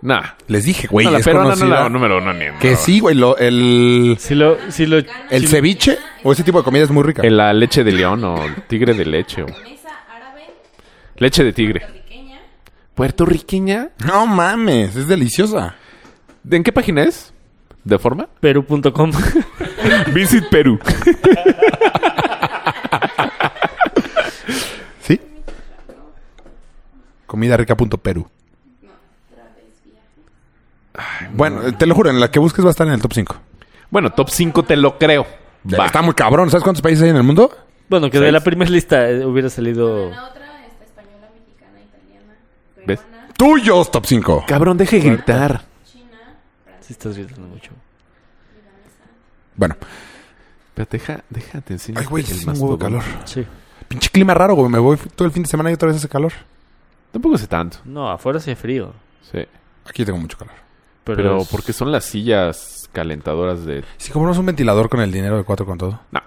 Speaker 3: Nah.
Speaker 1: Les dije, güey.
Speaker 3: no, la
Speaker 1: es
Speaker 3: peruana no
Speaker 1: conocida.
Speaker 3: la número uno ni en-
Speaker 1: Que sí, güey. lo- el
Speaker 5: Si lo... Si lo
Speaker 1: el
Speaker 5: si-
Speaker 1: ceviche o ese tipo de comida es muy rica.
Speaker 3: Eh, La leche de león o el tigre de leche. o-
Speaker 6: Mesa árabe,
Speaker 3: Leche de tigre.
Speaker 6: pequeña.
Speaker 3: ¿Puertorriqueña?
Speaker 1: No mames, es deliciosa.
Speaker 3: ¿De- ¿En qué página es? ¿De forma?
Speaker 5: Perú.com.
Speaker 3: Visit Perú.
Speaker 1: ¿Sí? comidarrica.peru. Ay, Bueno, te lo juro, en la que busques va a estar en el top 5.
Speaker 3: Bueno, top 5 te lo creo. Va.
Speaker 1: Está muy cabrón. ¿Sabes cuántos países hay en el mundo?
Speaker 5: Bueno, que de la primera lista eh, hubiera salido.
Speaker 6: La otra está española, mexicana, italiana,
Speaker 3: ¿Ves?
Speaker 6: peruana,
Speaker 1: Tuyos, top 5.
Speaker 3: Cabrón, deje de gritar.
Speaker 6: china,
Speaker 5: Sí, estás gritando mucho.
Speaker 1: Bueno.
Speaker 3: Pero deja, déjate encima.
Speaker 1: Ay, güey,
Speaker 3: el
Speaker 1: es un
Speaker 3: más
Speaker 1: huevo de
Speaker 3: todo.
Speaker 1: calor.
Speaker 5: Sí.
Speaker 1: Pinche clima raro, güey. Me voy todo el fin de semana y otra vez hace calor.
Speaker 3: Tampoco hace tanto.
Speaker 5: No, afuera hace frío.
Speaker 3: Sí.
Speaker 1: Aquí tengo mucho calor.
Speaker 5: Pero,
Speaker 3: Pero
Speaker 5: es-
Speaker 3: porque son las sillas calentadoras de.
Speaker 1: Si compramos un ventilador con el dinero de cuatro con todo.
Speaker 3: No.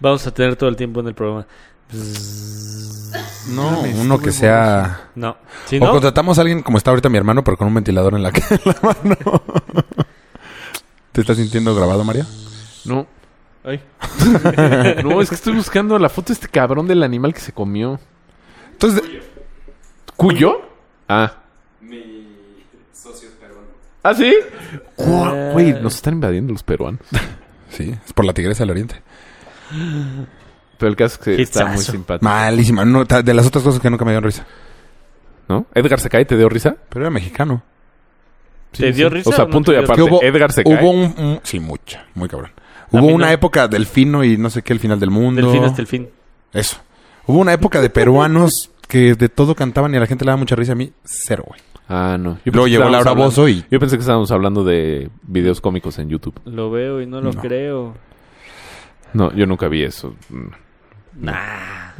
Speaker 5: vamos a tener todo el tiempo en el programa. Pues,
Speaker 1: No, uno que sea.
Speaker 5: No. Si
Speaker 1: O
Speaker 5: no,
Speaker 1: contratamos a alguien como está ahorita mi hermano, pero con un ventilador en la, en la mano. ¿Te estás sintiendo grabado, María?
Speaker 3: No. Ay. no, es que estoy buscando la foto de este cabrón del animal que se comió.
Speaker 1: Entonces,
Speaker 3: ¿Cuyo? Ah. Mi socio es peruano. ¿Ah, sí? Guau, Güey,
Speaker 5: Eh.
Speaker 3: nos están invadiendo los peruanos.
Speaker 1: sí, es por la tigresa del oriente.
Speaker 3: Pero el caso es que está
Speaker 5: Hitsazo.
Speaker 3: muy simpático.
Speaker 1: Malísima. No, ta- de las otras cosas que nunca me dieron risa.
Speaker 3: ¿No? ¿Edgar Secay te dio risa?
Speaker 1: Pero era mexicano.
Speaker 3: Sí,
Speaker 5: ¿Te
Speaker 3: sí,
Speaker 5: dio
Speaker 3: sí.
Speaker 5: risa
Speaker 3: O sea,
Speaker 5: o no
Speaker 3: punto
Speaker 5: te
Speaker 3: y
Speaker 5: dio
Speaker 3: aparte.
Speaker 1: Que hubo-
Speaker 3: Edgar Secay.
Speaker 1: Hubo un, un- Sí, mucha. Muy cabrón.
Speaker 5: A
Speaker 1: Hubo
Speaker 5: mí
Speaker 1: una
Speaker 5: no.
Speaker 1: época delfino y no sé qué, el final del mundo.
Speaker 5: del fin hasta el fin.
Speaker 1: Eso. Hubo una época de peruanos que de todo cantaban y a la gente le daba mucha risa a mí. Cero, güey.
Speaker 3: Ah, no. Yo
Speaker 1: Luego
Speaker 3: pensé que
Speaker 1: llegó
Speaker 3: estábamos
Speaker 1: Laura
Speaker 3: hablando-
Speaker 1: Bozo y...
Speaker 3: Yo pensé que estábamos hablando de videos cómicos en YouTube.
Speaker 5: Lo veo y no lo
Speaker 1: No.
Speaker 5: creo.
Speaker 3: No, yo nunca vi eso. Mm.
Speaker 5: Nah.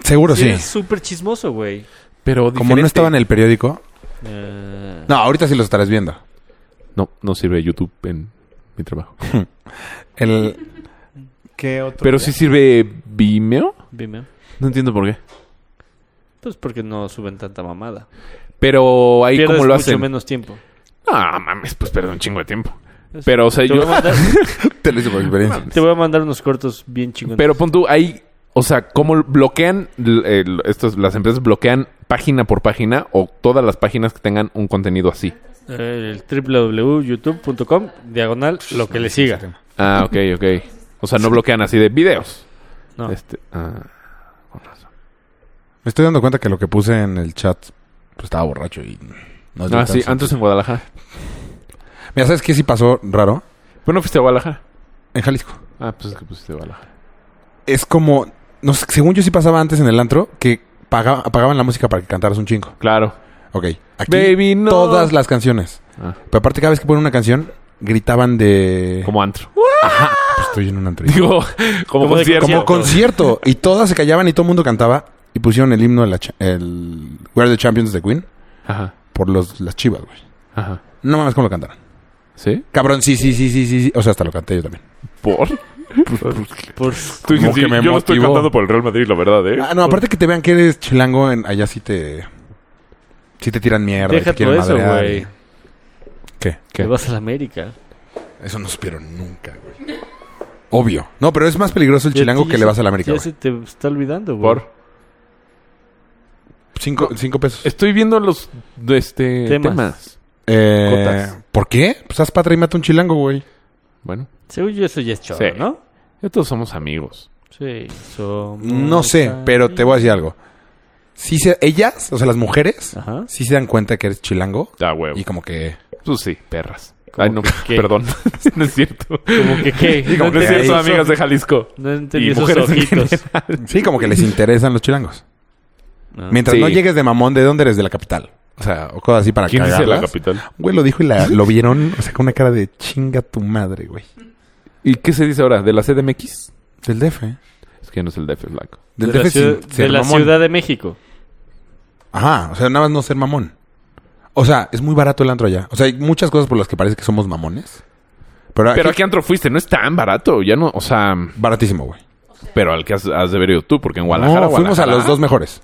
Speaker 1: Seguro sí.
Speaker 5: Es súper chismoso, güey.
Speaker 3: Pero
Speaker 1: Como no estaba en el periódico...
Speaker 5: Eh,
Speaker 1: No, ahorita sí los estarás viendo.
Speaker 3: No, no sirve YouTube en mi trabajo.
Speaker 1: El... ¿Qué otro?
Speaker 3: Pero sí sirve Vimeo.
Speaker 5: Vimeo.
Speaker 3: No entiendo por qué.
Speaker 5: Pues porque no suben tanta mamada.
Speaker 3: Pero ahí
Speaker 5: Pierdes
Speaker 3: como lo
Speaker 5: mucho
Speaker 3: hacen.
Speaker 5: menos tiempo.
Speaker 3: Ah, mames, pues perdón, chingo de tiempo. Pero, o sea,
Speaker 5: Te voy
Speaker 3: yo...
Speaker 5: a mandar,
Speaker 1: Te lo hice por experiencia.
Speaker 5: te voy a mandar unos cortos bien chingones.
Speaker 3: Pero pon tú, ahí... O sea, ¿cómo bloquean... l- el- estos, las empresas bloquean página por página o todas las páginas que tengan un contenido así?
Speaker 5: El www.youtube.com, diagonal, lo que le
Speaker 1: Este
Speaker 5: siga.
Speaker 3: Ah, ok, ok. O sea, no bloquean así de videos.
Speaker 5: No.
Speaker 3: Este, ah, con razón.
Speaker 1: Me estoy dando cuenta que lo que puse en el chat pues, estaba borracho y... no es
Speaker 3: Ah,
Speaker 1: tan
Speaker 3: sí,
Speaker 1: sencillo.
Speaker 3: antes en Guadalajara.
Speaker 1: Mira, ¿sabes qué sí pasó raro?
Speaker 3: Bueno, fuiste a Guadalajara.
Speaker 1: En Jalisco.
Speaker 3: Ah, pues es que pusiste Guadalajara.
Speaker 1: Es como... No sé, según yo sí pasaba antes en el antro que pagaba- apagaban la música para que cantaras un chingo.
Speaker 3: Claro.
Speaker 1: Ok. Aquí
Speaker 3: Baby, no.
Speaker 1: todas las canciones.
Speaker 3: Ah,
Speaker 1: Pero aparte cada vez que ponen una canción gritaban de...
Speaker 3: como antro.
Speaker 1: Pues estoy en un antro.
Speaker 3: Digo, como
Speaker 5: Como de-
Speaker 3: concierto.
Speaker 1: Como concierto. Y todas se callaban y todo el mundo cantaba. Y pusieron el himno de la... cha- El... We are the champions de Queen.
Speaker 3: Ajá,
Speaker 1: Por los, las chivas, güey.
Speaker 3: ajá.
Speaker 1: No mames cómo lo cantaron.
Speaker 3: ¿Sí?
Speaker 1: Cabrón, sí, sí, sí, sí, sí. sí. O sea, hasta lo canté yo también.
Speaker 3: ¿Por?
Speaker 5: Por-
Speaker 3: Tú dices,
Speaker 1: Como que
Speaker 3: sí,
Speaker 1: me
Speaker 3: yo lo estoy
Speaker 1: motivó.
Speaker 3: cantando por el Real Madrid, la verdad, ¿eh?
Speaker 1: Ah, no, aparte que te vean que eres chilango, en, allá sí te... Sí te tiran mierda. y
Speaker 5: Deja
Speaker 1: te quieren
Speaker 5: todo eso,
Speaker 1: madrear
Speaker 5: güey.
Speaker 1: y- ¿Qué?
Speaker 5: Te vas a la América.
Speaker 1: Eso no supieron nunca, güey. Obvio. No, pero es más peligroso el
Speaker 5: Ya
Speaker 1: chilango
Speaker 5: te-
Speaker 1: que le
Speaker 5: ya
Speaker 1: vas
Speaker 5: se-
Speaker 1: a la América,
Speaker 5: Ya
Speaker 1: güey.
Speaker 5: se te está olvidando, güey.
Speaker 3: Por.
Speaker 1: Cinco, cinco pesos.
Speaker 3: Estoy viendo los de este,
Speaker 5: Temas.
Speaker 3: temas.
Speaker 1: Eh,
Speaker 3: Cotas.
Speaker 1: ¿Por qué? Pues haz patria y mata un chilango, güey.
Speaker 3: Bueno,
Speaker 5: Según yo, eso ya es chorro,
Speaker 3: Sí.
Speaker 5: ¿no?
Speaker 3: ya todos somos amigos.
Speaker 5: Sí. somos
Speaker 1: No sé, pero te voy a decir algo. Sí se, ellas, o sea, las mujeres,
Speaker 5: Ajá.
Speaker 1: sí se dan cuenta que eres chilango.
Speaker 3: Ah, huevo.
Speaker 1: Y como que...
Speaker 3: Tú sí, perras. Ay, no,
Speaker 5: qué?
Speaker 3: perdón. no es cierto.
Speaker 5: Como que qué.
Speaker 3: No, es
Speaker 5: entendí
Speaker 3: cierto,
Speaker 5: esos-
Speaker 3: amigas de Jalisco.
Speaker 5: No entendí
Speaker 3: Y
Speaker 5: esos
Speaker 3: mujeres en
Speaker 5: ojitos.
Speaker 1: Sí, como que les interesan los chilangos.
Speaker 5: No.
Speaker 1: Mientras
Speaker 3: Sí.
Speaker 1: no llegues de mamón, ¿de dónde eres? De la capital. O sea, o cosas así para
Speaker 3: ¿Quién dice la
Speaker 1: cagarlas.
Speaker 3: capital?
Speaker 1: Güey, lo dijo y la, lo vieron, o sea, con una cara de chinga tu madre, güey.
Speaker 3: ¿Y qué se dice ahora? ¿De la CDMX?
Speaker 1: Del DF. ¿eh?
Speaker 3: Es que no es el DF blanco.
Speaker 1: Del
Speaker 5: de la,
Speaker 1: DF sin
Speaker 5: ciudad,
Speaker 1: ser
Speaker 5: de la
Speaker 1: mamón.
Speaker 5: Ciudad de México.
Speaker 1: Ajá, o sea, nada más no ser mamón. O sea, es muy barato el antro allá. O sea, hay muchas cosas por las que parece que somos mamones. Pero,
Speaker 3: Pero
Speaker 1: aquí
Speaker 3: a qué antro fuiste, no es tan barato. Ya no, o sea,
Speaker 1: baratísimo, güey.
Speaker 3: pero al que has, has de haber ido tú, porque en
Speaker 1: No,
Speaker 3: Guadalajara.
Speaker 1: fuimos a
Speaker 3: Guadalajara-
Speaker 1: los dos mejores.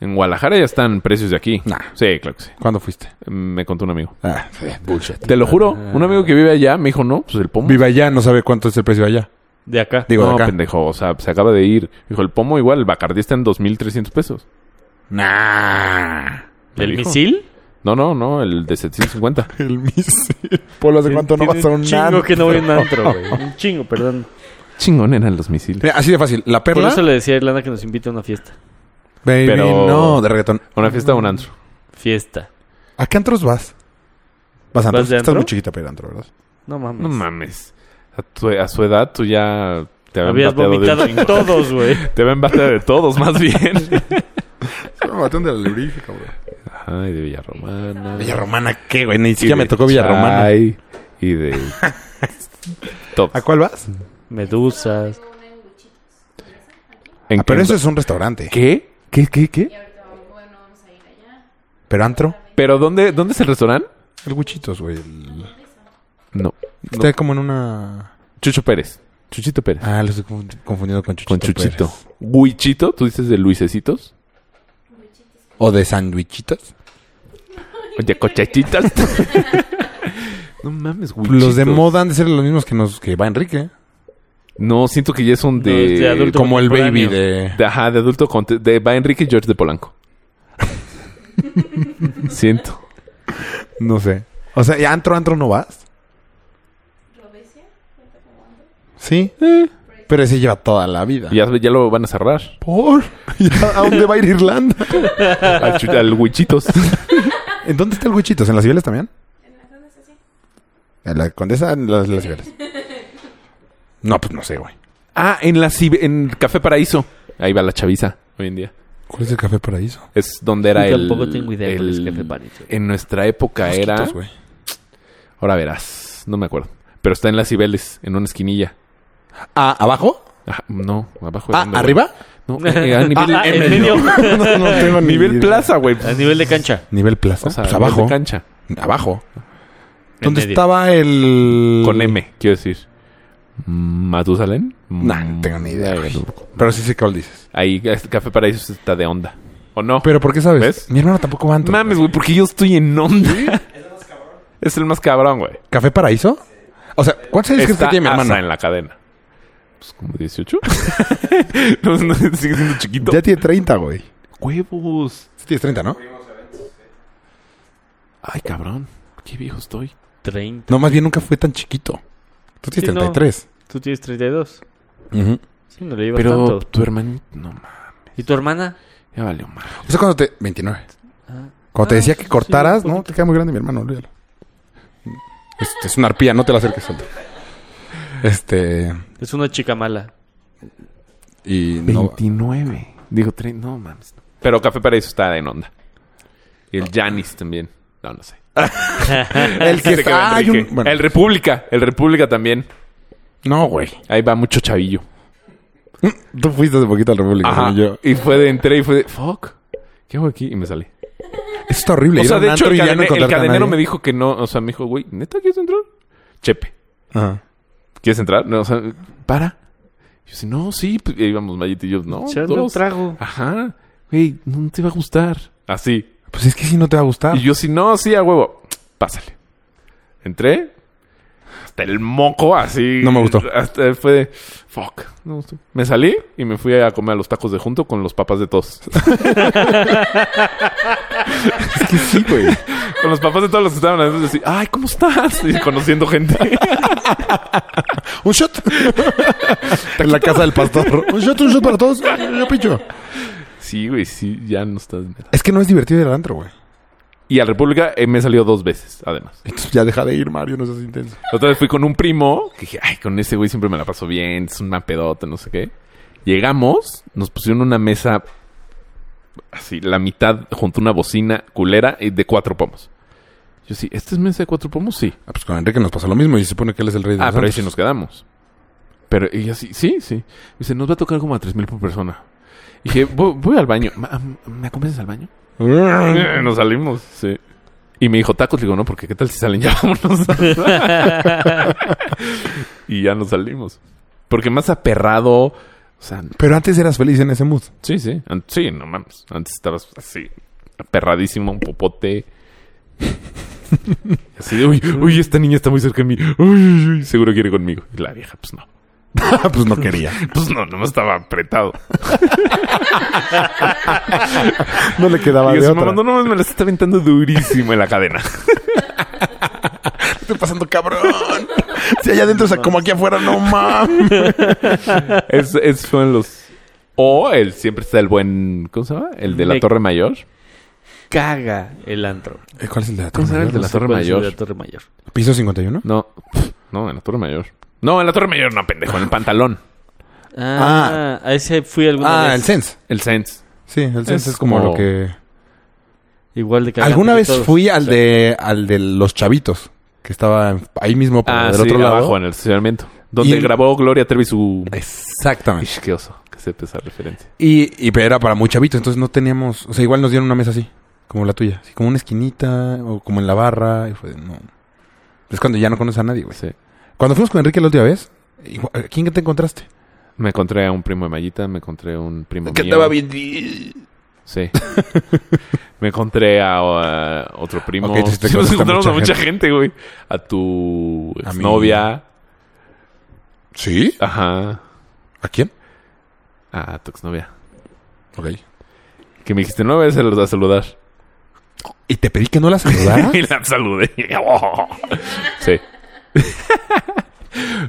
Speaker 3: En Guadalajara ya están precios de aquí.
Speaker 1: Nah.
Speaker 3: Sí, claro que sí.
Speaker 1: ¿Cuándo fuiste?
Speaker 3: Me contó un amigo.
Speaker 1: Ah, sí, bullshit.
Speaker 3: Te lo juro, un amigo que vive allá me dijo, no, pues el pomo.
Speaker 1: Vive allá, no sabe cuánto es el precio allá.
Speaker 5: De acá.
Speaker 1: Digo,
Speaker 3: no,
Speaker 1: de acá.
Speaker 3: pendejo, o sea, se acaba de ir. Dijo, el pomo igual, el Bacardí está en 2.300 pesos.
Speaker 1: Nah.
Speaker 5: ¿Del
Speaker 3: dijo.
Speaker 5: misil?
Speaker 3: No, no, no, el de 750.
Speaker 1: El misil. Polo, ¿hace cuánto no
Speaker 5: Tiene
Speaker 1: vas a un
Speaker 5: un chingo
Speaker 1: antro?
Speaker 5: que no voy a un antro, güey. Un chingo, perdón.
Speaker 3: Chingón eran los misiles.
Speaker 1: Mira, así de fácil. La
Speaker 5: Por
Speaker 1: perla.
Speaker 5: eso le decía a Irlanda que nos invite a una fiesta.
Speaker 1: Baby,
Speaker 3: Pero-
Speaker 1: no, de reggaetón.
Speaker 3: ¿Una fiesta o un antro?
Speaker 5: Fiesta.
Speaker 1: ¿A qué antros vas? Vas a
Speaker 5: ¿Vas
Speaker 1: antros.
Speaker 5: de
Speaker 1: Estás
Speaker 5: antro?
Speaker 1: muy chiquita para ir a antro, ¿verdad?
Speaker 5: No mames.
Speaker 3: No mames. A, tu- a su edad tú ya te habían
Speaker 5: Habías
Speaker 3: bateado
Speaker 5: vomitado
Speaker 3: de un
Speaker 5: en
Speaker 3: chingo.
Speaker 5: todos, güey.
Speaker 3: Te habían bateado de todos, más bien.
Speaker 1: Solo me batieron de la lubrifica, cabrón.
Speaker 3: Ay, de Villarromana.
Speaker 1: Villa Romana, ¿qué, güey? Ni
Speaker 3: Y
Speaker 1: siquiera
Speaker 3: de
Speaker 1: me tocó Villa Romana.
Speaker 3: Chay, Y de... Top.
Speaker 1: ¿A cuál vas?
Speaker 5: Medusas.
Speaker 3: ¿En
Speaker 1: ah, Pero
Speaker 3: qué-
Speaker 1: eso es un restaurante.
Speaker 3: ¿Qué? ¿Qué, qué, qué?
Speaker 1: ¿Pero antro?
Speaker 3: ¿Pero dónde, dónde es el restaurante?
Speaker 1: El Huichitos, güey. el-
Speaker 3: No.
Speaker 1: Está como en una...
Speaker 3: Chucho Pérez. Chuchito Pérez.
Speaker 1: Ah, lo estoy conf- confundiendo con Chuchito pues.
Speaker 3: Con Chuchito.
Speaker 1: Pérez.
Speaker 3: Huichito, tú dices de Luisecitos.
Speaker 1: O de sandwichitos.
Speaker 3: De cochachitas. no mames, Huichitos.
Speaker 1: Pues Los de moda han de ser los mismos que nos que va Enrique.
Speaker 3: No, siento que ya son de.
Speaker 5: No, es de adulto.
Speaker 1: Como el baby
Speaker 5: contemporáneo.
Speaker 1: de...
Speaker 3: de- ajá, de adulto. con- de, va Enrique y George de Polanco. siento.
Speaker 1: No sé. O sea, ¿y antro, antro no vas? Sí. Pero ese lleva toda la vida.
Speaker 3: Ya, ya lo van a cerrar.
Speaker 1: ¿Por? ¿Ya? ¿A dónde va a ir Irlanda?
Speaker 3: Al, chu- al Huichitos.
Speaker 1: ¿En dónde está el Huichitos? ¿En las Cibeles también? En la Condesa, en las, las Cibeles. No, pues no sé, güey.
Speaker 3: ah, en, la, Cib- en Café Paraíso. Ahí va la chaviza hoy en día.
Speaker 1: ¿Cuál es el Café Paraíso?
Speaker 3: Es donde era
Speaker 5: Yo
Speaker 3: el.
Speaker 5: tampoco tengo idea cuál es
Speaker 3: el-
Speaker 5: Café Paraíso.
Speaker 3: En nuestra época era.
Speaker 1: Mosquitos, güey.
Speaker 3: Ahora verás. No me acuerdo. Pero está en las Cibeles, en una esquinilla.
Speaker 1: Ah, ¿abajo?
Speaker 3: Ajá, no, abajo. de
Speaker 1: Ah,
Speaker 3: dónde, güey.
Speaker 1: ¿arriba?
Speaker 3: No, eh, a nivel,
Speaker 5: Ah, en medio.
Speaker 1: no, no tengo ni
Speaker 3: nivel
Speaker 1: idea.
Speaker 3: plaza, güey.
Speaker 5: A nivel de cancha.
Speaker 1: Nivel plaza.
Speaker 3: O sea,
Speaker 1: pues
Speaker 3: nivel de
Speaker 1: abajo.
Speaker 3: cancha.
Speaker 1: Abajo.
Speaker 5: En
Speaker 1: ¿Dónde
Speaker 5: medio.
Speaker 1: estaba el...?
Speaker 3: Con M, quiero decir. ¿Matusalén? Mm,
Speaker 1: Nah, no tengo ni idea, güey. Pero sí sé cuál dices.
Speaker 3: Ahí, este Café Paraíso está de onda. ¿O no?
Speaker 1: ¿Pero por qué sabes?
Speaker 3: ¿Ves?
Speaker 1: Mi hermano tampoco va a antro.
Speaker 3: Mames, güey, porque yo estoy en onda. Es el más cabrón, güey.
Speaker 1: ¿Café Paraíso? O sea, ¿cuántos años crees que
Speaker 3: Está
Speaker 1: tiene mi
Speaker 3: hasta
Speaker 1: hermano?
Speaker 3: en la cadena. Pues como 18. no, no, sigue siendo chiquito.
Speaker 1: Ya tiene 30, güey.
Speaker 3: Huevos.
Speaker 1: Sí tienes 30, ¿no?
Speaker 3: Ay, cabrón. Qué viejo estoy.
Speaker 5: 30.
Speaker 1: No, más bien nunca fue tan chiquito. Tú tienes
Speaker 5: Sí, no.
Speaker 1: 33.
Speaker 5: Tú tienes 32.
Speaker 1: Ujú.
Speaker 5: Sí, no le llevas
Speaker 3: Pero
Speaker 5: tanto.
Speaker 3: tu hermanito... No, mames.
Speaker 5: ¿Y tu hermana?
Speaker 3: Ya valió mal.
Speaker 1: O sea, cuando te... 29.
Speaker 5: Ah.
Speaker 1: Cuando te
Speaker 5: Ah,
Speaker 1: decía que
Speaker 5: sí,
Speaker 1: cortaras,
Speaker 5: un
Speaker 1: no,
Speaker 5: poquito.
Speaker 1: te queda muy grande mi hermano, olvídalo. Es, es una arpía, no te la acerques tanto. Este...
Speaker 5: Es una chica mala.
Speaker 1: Y no...
Speaker 3: 29. Digo, 30. No mames. Pero Café Paraíso está en onda. Y el Janis también. No, no sé.
Speaker 1: El que
Speaker 3: Se quedó
Speaker 1: está... hay un-
Speaker 3: Enrique.
Speaker 1: bueno,
Speaker 3: El República. El República también.
Speaker 1: No, güey.
Speaker 3: Ahí va mucho chavillo.
Speaker 1: Tú fuiste hace poquito a la República,
Speaker 3: Ajá.
Speaker 1: según yo.
Speaker 3: Y fue de entré y fue de fuck. ¿Qué hago aquí? Y me salí.
Speaker 1: Eso está horrible.
Speaker 3: o
Speaker 1: ir a
Speaker 3: sea,
Speaker 1: un
Speaker 3: de hecho,
Speaker 1: antro
Speaker 3: el,
Speaker 1: y ya no
Speaker 3: cadene- el
Speaker 1: encontrarte a
Speaker 3: cadenero
Speaker 1: nadie.
Speaker 3: me dijo que no. O sea, me dijo, güey, ¿neta quieres entrar? Chepe.
Speaker 1: Ajá.
Speaker 3: ¿Quieres entrar? No, o sea, para. Yo sí, no, sí. Pues, y ahí íbamos Mayita y yo,
Speaker 1: Oh,
Speaker 3: no.
Speaker 5: Echarle un
Speaker 3: dos.
Speaker 5: trago.
Speaker 3: Ajá. Güey, no te va a gustar. Así.
Speaker 1: Pues es que si no te va a gustar.
Speaker 3: Y yo, si no, sí, a huevo. Pásale. Entré. Hasta el moco, así.
Speaker 1: No me gustó.
Speaker 3: Hasta fue de, Fuck. No me gustó. Me salí y me fui a comer a los tacos de junto con los papás de todos.
Speaker 1: Es que sí, güey.
Speaker 3: con los papás de todos los que estaban adentro. Así, ay, ¿cómo estás? Y conociendo gente.
Speaker 1: un shot. en la casa del pastor. Un shot, un shot para todos. Yo picho.
Speaker 3: sí, güey, sí, ya no estás.
Speaker 1: Es que no es divertido ir al antro, güey.
Speaker 3: Y a República eh, me salió dos veces, además.
Speaker 1: Entonces ya deja de ir, Mario. No seas intenso.
Speaker 3: Otra vez fui con un primo que dije, ay, con ese güey siempre me la paso bien, es una pedota, no sé qué. Llegamos, nos pusieron una mesa así, la mitad junto a una bocina culera y de cuatro pomos. Yo sí, ¿esta es mesa de cuatro pomos? Sí.
Speaker 1: Ah, pues con Enrique nos pasó lo mismo y se supone que él es el rey de
Speaker 3: Ah,
Speaker 1: los
Speaker 3: pero ahí
Speaker 1: antros.
Speaker 3: sí nos quedamos. Pero ella sí, sí, sí. Me Dice, nos va a tocar como a tres mil por persona. Y dije, voy, voy al baño. Ma- ¿Me acompañas al baño? Eh, Nos salimos, sí. Y me dijo tacos, le digo, no, porque qué tal si salen ya vámonos. y ya nos salimos. Porque más aperrado, o sea,
Speaker 1: Pero antes eras feliz en ese mood.
Speaker 3: sí, sí, An- sí, no mames. Antes estabas así, aperradísimo, un popote. así de, uy, uy, esta niña está muy cerca de mí. Uy, uy, uy, seguro quiere conmigo. Y la vieja, pues no.
Speaker 1: pues no quería.
Speaker 3: Pues no, no me estaba apretado.
Speaker 1: No le quedaba
Speaker 3: Y
Speaker 1: de
Speaker 3: yo,
Speaker 1: otra.
Speaker 3: mamá, no, no, me la está aventando durísimo en la cadena.
Speaker 1: Estoy pasando cabrón. Si allá adentro, o sea, como aquí afuera, no mames.
Speaker 3: Es, es, fueron los O el siempre está el buen. ¿Cómo se llama? El de la
Speaker 5: Me-
Speaker 3: Torre Mayor.
Speaker 5: Caga el antro.
Speaker 1: Eh, ¿Cuál es el de la
Speaker 3: ¿Cómo se
Speaker 1: torre
Speaker 3: llama
Speaker 1: mayor?
Speaker 3: el de la
Speaker 5: sé
Speaker 3: Torre
Speaker 5: cuál es el
Speaker 3: Mayor?
Speaker 5: de la Torre Mayor.
Speaker 1: ¿Piso 51?
Speaker 3: No, pf, no, en la Torre Mayor. No, en la Torre Mayor, no, pendejo, en el pantalón.
Speaker 5: Ah, a ese fui alguna
Speaker 1: Ah, el
Speaker 5: vez.
Speaker 1: Sense.
Speaker 3: El Sense.
Speaker 1: Sí, el Sense es,
Speaker 3: Es
Speaker 1: como,
Speaker 3: como-
Speaker 1: lo que...
Speaker 5: Igual de cagante
Speaker 1: Alguna
Speaker 5: que
Speaker 1: vez
Speaker 5: todos.
Speaker 1: fui al
Speaker 5: Sí.
Speaker 1: de al de los chavitos, que estaba ahí mismo pero
Speaker 3: Ah,
Speaker 1: del
Speaker 3: sí,
Speaker 1: otro lado.
Speaker 3: abajo en el estacionamiento. Donde
Speaker 1: Y-
Speaker 3: grabó Gloria Trevi su...
Speaker 1: Exactamente.
Speaker 3: Ish, qué oso. Que sepa esa referencia.
Speaker 1: Y, y pero era para muy chavitos, entonces no teníamos, o sea, igual nos dieron una mesa así, como la tuya, así como una esquinita o como en la barra, y fue de, no. Es cuando ya no conoces a nadie, güey.
Speaker 3: Sí.
Speaker 1: Cuando fuimos con Enrique la última vez, igual- ¿a ¿quién te encontraste?
Speaker 3: Me encontré a un primo de Mayita, me encontré a un primo mío.
Speaker 1: bien.
Speaker 3: Sí. me encontré a, a otro primo.
Speaker 1: Ok, entonces te
Speaker 3: Sí,
Speaker 1: encontraste
Speaker 3: nos
Speaker 1: a
Speaker 3: encontramos a
Speaker 1: mucha
Speaker 3: mucha gente, güey. A tu
Speaker 1: A mí.
Speaker 3: exnovia.
Speaker 1: ¿Sí?
Speaker 3: Ajá. Ah,
Speaker 1: ¿A quién?
Speaker 3: A tu exnovia.
Speaker 1: Ok.
Speaker 3: Que me dijiste, no me vas a saludar.
Speaker 1: Y te pedí que no la saludara.
Speaker 3: Y la saludé. sí.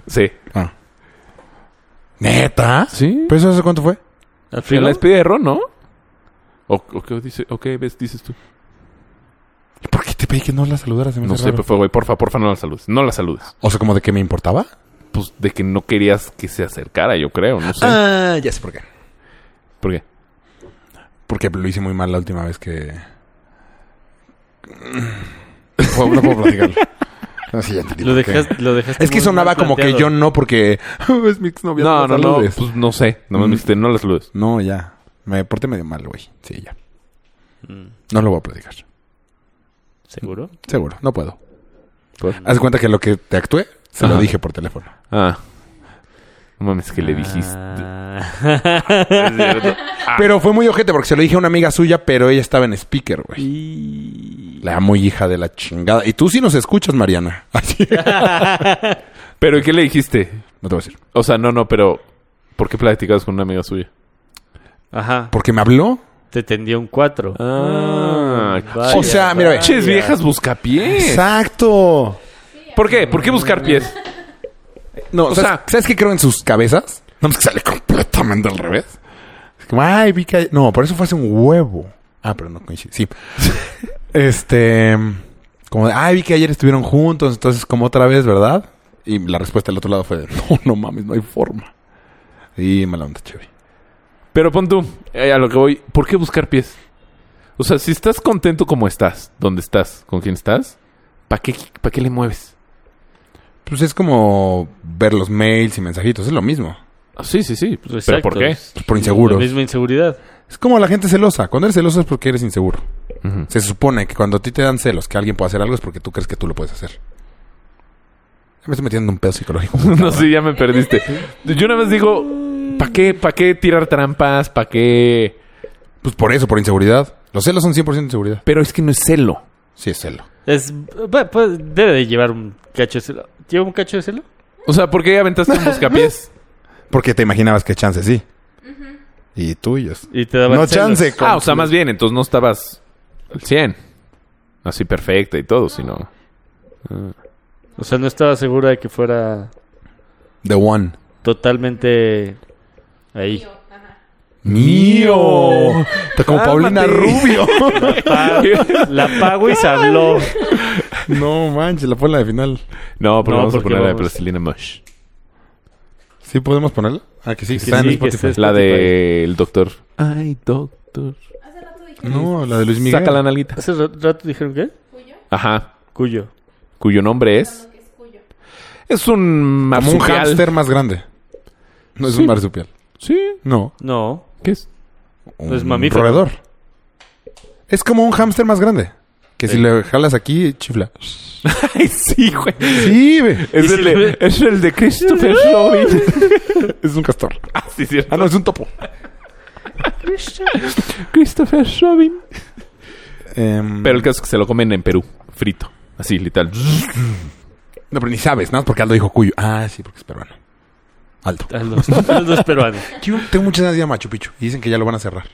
Speaker 3: sí.
Speaker 1: Ah. ¿Neta?
Speaker 3: Sí.
Speaker 1: ¿Pero eso hace cuánto fue?
Speaker 5: ¿Al frío?
Speaker 3: En la despedida de Ron, ¿no? ¿O, o qué, dice, o qué ves, dices tú?
Speaker 1: ¿Y por qué te pedí que no la saludara? Se me
Speaker 3: No
Speaker 1: hace
Speaker 3: sé,
Speaker 1: raro.
Speaker 3: pero fue, güey, porfa, porfa, no la saludes. No la saludes.
Speaker 1: O sea, como de que me importaba.
Speaker 3: Pues de que no querías que se acercara, yo creo, no sé.
Speaker 1: Ah, ya sé por qué.
Speaker 3: ¿Por qué?
Speaker 1: Porque lo hice muy mal la última vez que. No, no puedo platicarlo. No, sí, ya entendí
Speaker 5: Lo
Speaker 1: por qué.
Speaker 5: dejaste, lo dejaste
Speaker 1: Es que
Speaker 5: muy
Speaker 1: sonaba
Speaker 5: mal
Speaker 1: como que yo
Speaker 5: planteado.
Speaker 1: no, porque. es mi exnovia.
Speaker 3: No,
Speaker 1: la
Speaker 3: no, no,
Speaker 1: saludes.
Speaker 3: pues no sé. Nomás
Speaker 1: Mm.
Speaker 3: me dijiste, no la saludes.
Speaker 1: No, ya. Me porté medio mal, güey. Sí, ya. No lo voy a platicar.
Speaker 5: Mm, ¿Seguro?
Speaker 1: Seguro, no puedo.
Speaker 3: ¿Por?
Speaker 1: Haz de cuenta que lo que te actué, se lo
Speaker 3: Ajá.
Speaker 1: dije por teléfono.
Speaker 3: Ah. No mames, que le dijiste.
Speaker 5: Ah.
Speaker 3: Es cierto.
Speaker 1: Pero fue muy ojete porque se lo dije a una amiga suya, pero ella estaba en speaker, güey.
Speaker 5: Y-
Speaker 1: La muy hija de la chingada. Y tú sí nos escuchas, Mariana. Así.
Speaker 3: Pero ¿y ¿qué le dijiste?
Speaker 1: No te voy a decir.
Speaker 3: O sea, no, no, pero ¿por qué platicabas con una amiga suya?
Speaker 5: Ajá.
Speaker 1: Porque me habló.
Speaker 5: Te tendió un 4.
Speaker 3: Ah,
Speaker 1: o sea, mira, ve.
Speaker 3: Pinches viejas buscapiés.
Speaker 1: Exacto.
Speaker 3: ¿Por qué? ¿Por qué buscar pies?
Speaker 1: No,
Speaker 3: O
Speaker 1: ¿sabes,
Speaker 3: sea-
Speaker 1: ¿sabes qué creo en sus cabezas? No, es que sale completamente al revés. Es como, ay, vi que... hay-". No, por eso fue hace un huevo. Ah, pero no coincide. Sí. este... Como, de, ay, vi que ayer estuvieron juntos, entonces como otra vez, ¿verdad? Y la respuesta del otro lado fue, de, no, no mames, no hay forma. Y mala onda, chévere.
Speaker 3: Pero pon tú, eh, a lo que voy, ¿por qué buscar pies? O sea, si estás contento como estás, donde estás, con quién estás, ¿para qué, pa' qué le mueves?
Speaker 1: Pues es como ver los mails y mensajitos, es lo mismo.
Speaker 3: Ah, sí, sí, sí.
Speaker 5: Pues
Speaker 3: ¿Pero
Speaker 5: exacto.
Speaker 3: por qué?
Speaker 1: Pues por
Speaker 5: La
Speaker 1: inseguros.
Speaker 5: misma inseguridad.
Speaker 1: Es como la gente celosa. Cuando eres celoso es porque eres inseguro.
Speaker 3: Ujú.
Speaker 1: Se supone que cuando a ti te dan celos que alguien puede hacer algo es porque tú crees que tú lo puedes hacer. Ya me estoy metiendo en un pedo psicológico.
Speaker 3: No, sí, ya me perdiste. Yo nada más digo, ¿para qué, pa' qué tirar trampas? ¿Para qué?
Speaker 1: Pues por eso, por inseguridad. Los celos son 100% inseguridad.
Speaker 3: Pero es que no es celo.
Speaker 1: Sí, es celo.
Speaker 5: Es, bu- pues, debe de llevar un cacho de celo. ¿Lleva un cacho de celo?
Speaker 3: O sea, ¿por qué aventaste un buscapiés?
Speaker 1: Porque te imaginabas que chance sí. Y tuyos.
Speaker 5: Y te daba
Speaker 1: No chance, co-
Speaker 3: ah, o sea, más bien, entonces no estabas al 100. Así perfecta y todo, sino...
Speaker 5: O sea, no estaba segura de que fuera
Speaker 1: The One.
Speaker 5: totalmente ahí.
Speaker 1: Mío. Está
Speaker 3: Ah,
Speaker 1: como Paulina Rubio.
Speaker 5: Pa- la pago y se habló.
Speaker 1: no manches, la la de final.
Speaker 3: No, porque
Speaker 5: No,
Speaker 3: vamos
Speaker 5: porque
Speaker 3: a poner la de
Speaker 5: vamos-
Speaker 3: Plastilina Mush.
Speaker 1: ¿Sí podemos ponerla? Ah, que sí, que
Speaker 5: Que
Speaker 1: está en
Speaker 5: sí, que
Speaker 1: Spotify.
Speaker 5: estés-
Speaker 3: La
Speaker 5: Spotify.
Speaker 3: del doctor. Ay, doctor.
Speaker 6: Hace rato dije
Speaker 1: No, la de Luis Miguel.
Speaker 3: Saca la nalguita.
Speaker 5: ¿Hace ra- rato dijeron qué?
Speaker 6: cuyo,
Speaker 3: Ajá.
Speaker 5: Cuyo.
Speaker 3: Cuyo nombre es.
Speaker 6: lo que es cuyo.
Speaker 3: Es un
Speaker 1: Como un
Speaker 3: marsupial.
Speaker 1: hámster más grande. No es
Speaker 3: Sí.
Speaker 1: un marsupial.
Speaker 3: Sí.
Speaker 1: No.
Speaker 5: No.
Speaker 3: ¿Qué es?
Speaker 1: un
Speaker 5: es mamífero.
Speaker 1: roedor. Es como un hámster más grande. Que si
Speaker 5: Sí.
Speaker 1: le jalas aquí, chifla.
Speaker 3: Ay, sí, güey.
Speaker 1: Sí, ve.
Speaker 3: Es
Speaker 5: Y
Speaker 3: el,
Speaker 5: si
Speaker 3: de,
Speaker 5: le-
Speaker 3: es el de Christopher Robin.
Speaker 1: Es un castor.
Speaker 3: ah, sí, cierto.
Speaker 1: Ah, no, es un topo.
Speaker 3: Christopher Robin.
Speaker 1: Em,
Speaker 3: Pero el caso es que se lo comen en Perú. Frito. Así, literal.
Speaker 1: No, pero ni sabes, ¿no? Porque Aldo dijo cuyo. Ah, sí, porque es peruano. Aldo.
Speaker 5: Aldo, Aldo es peruano.
Speaker 1: Yo tengo muchas ganas de ir a Machu Picchu. Y dicen que ya lo van a cerrar.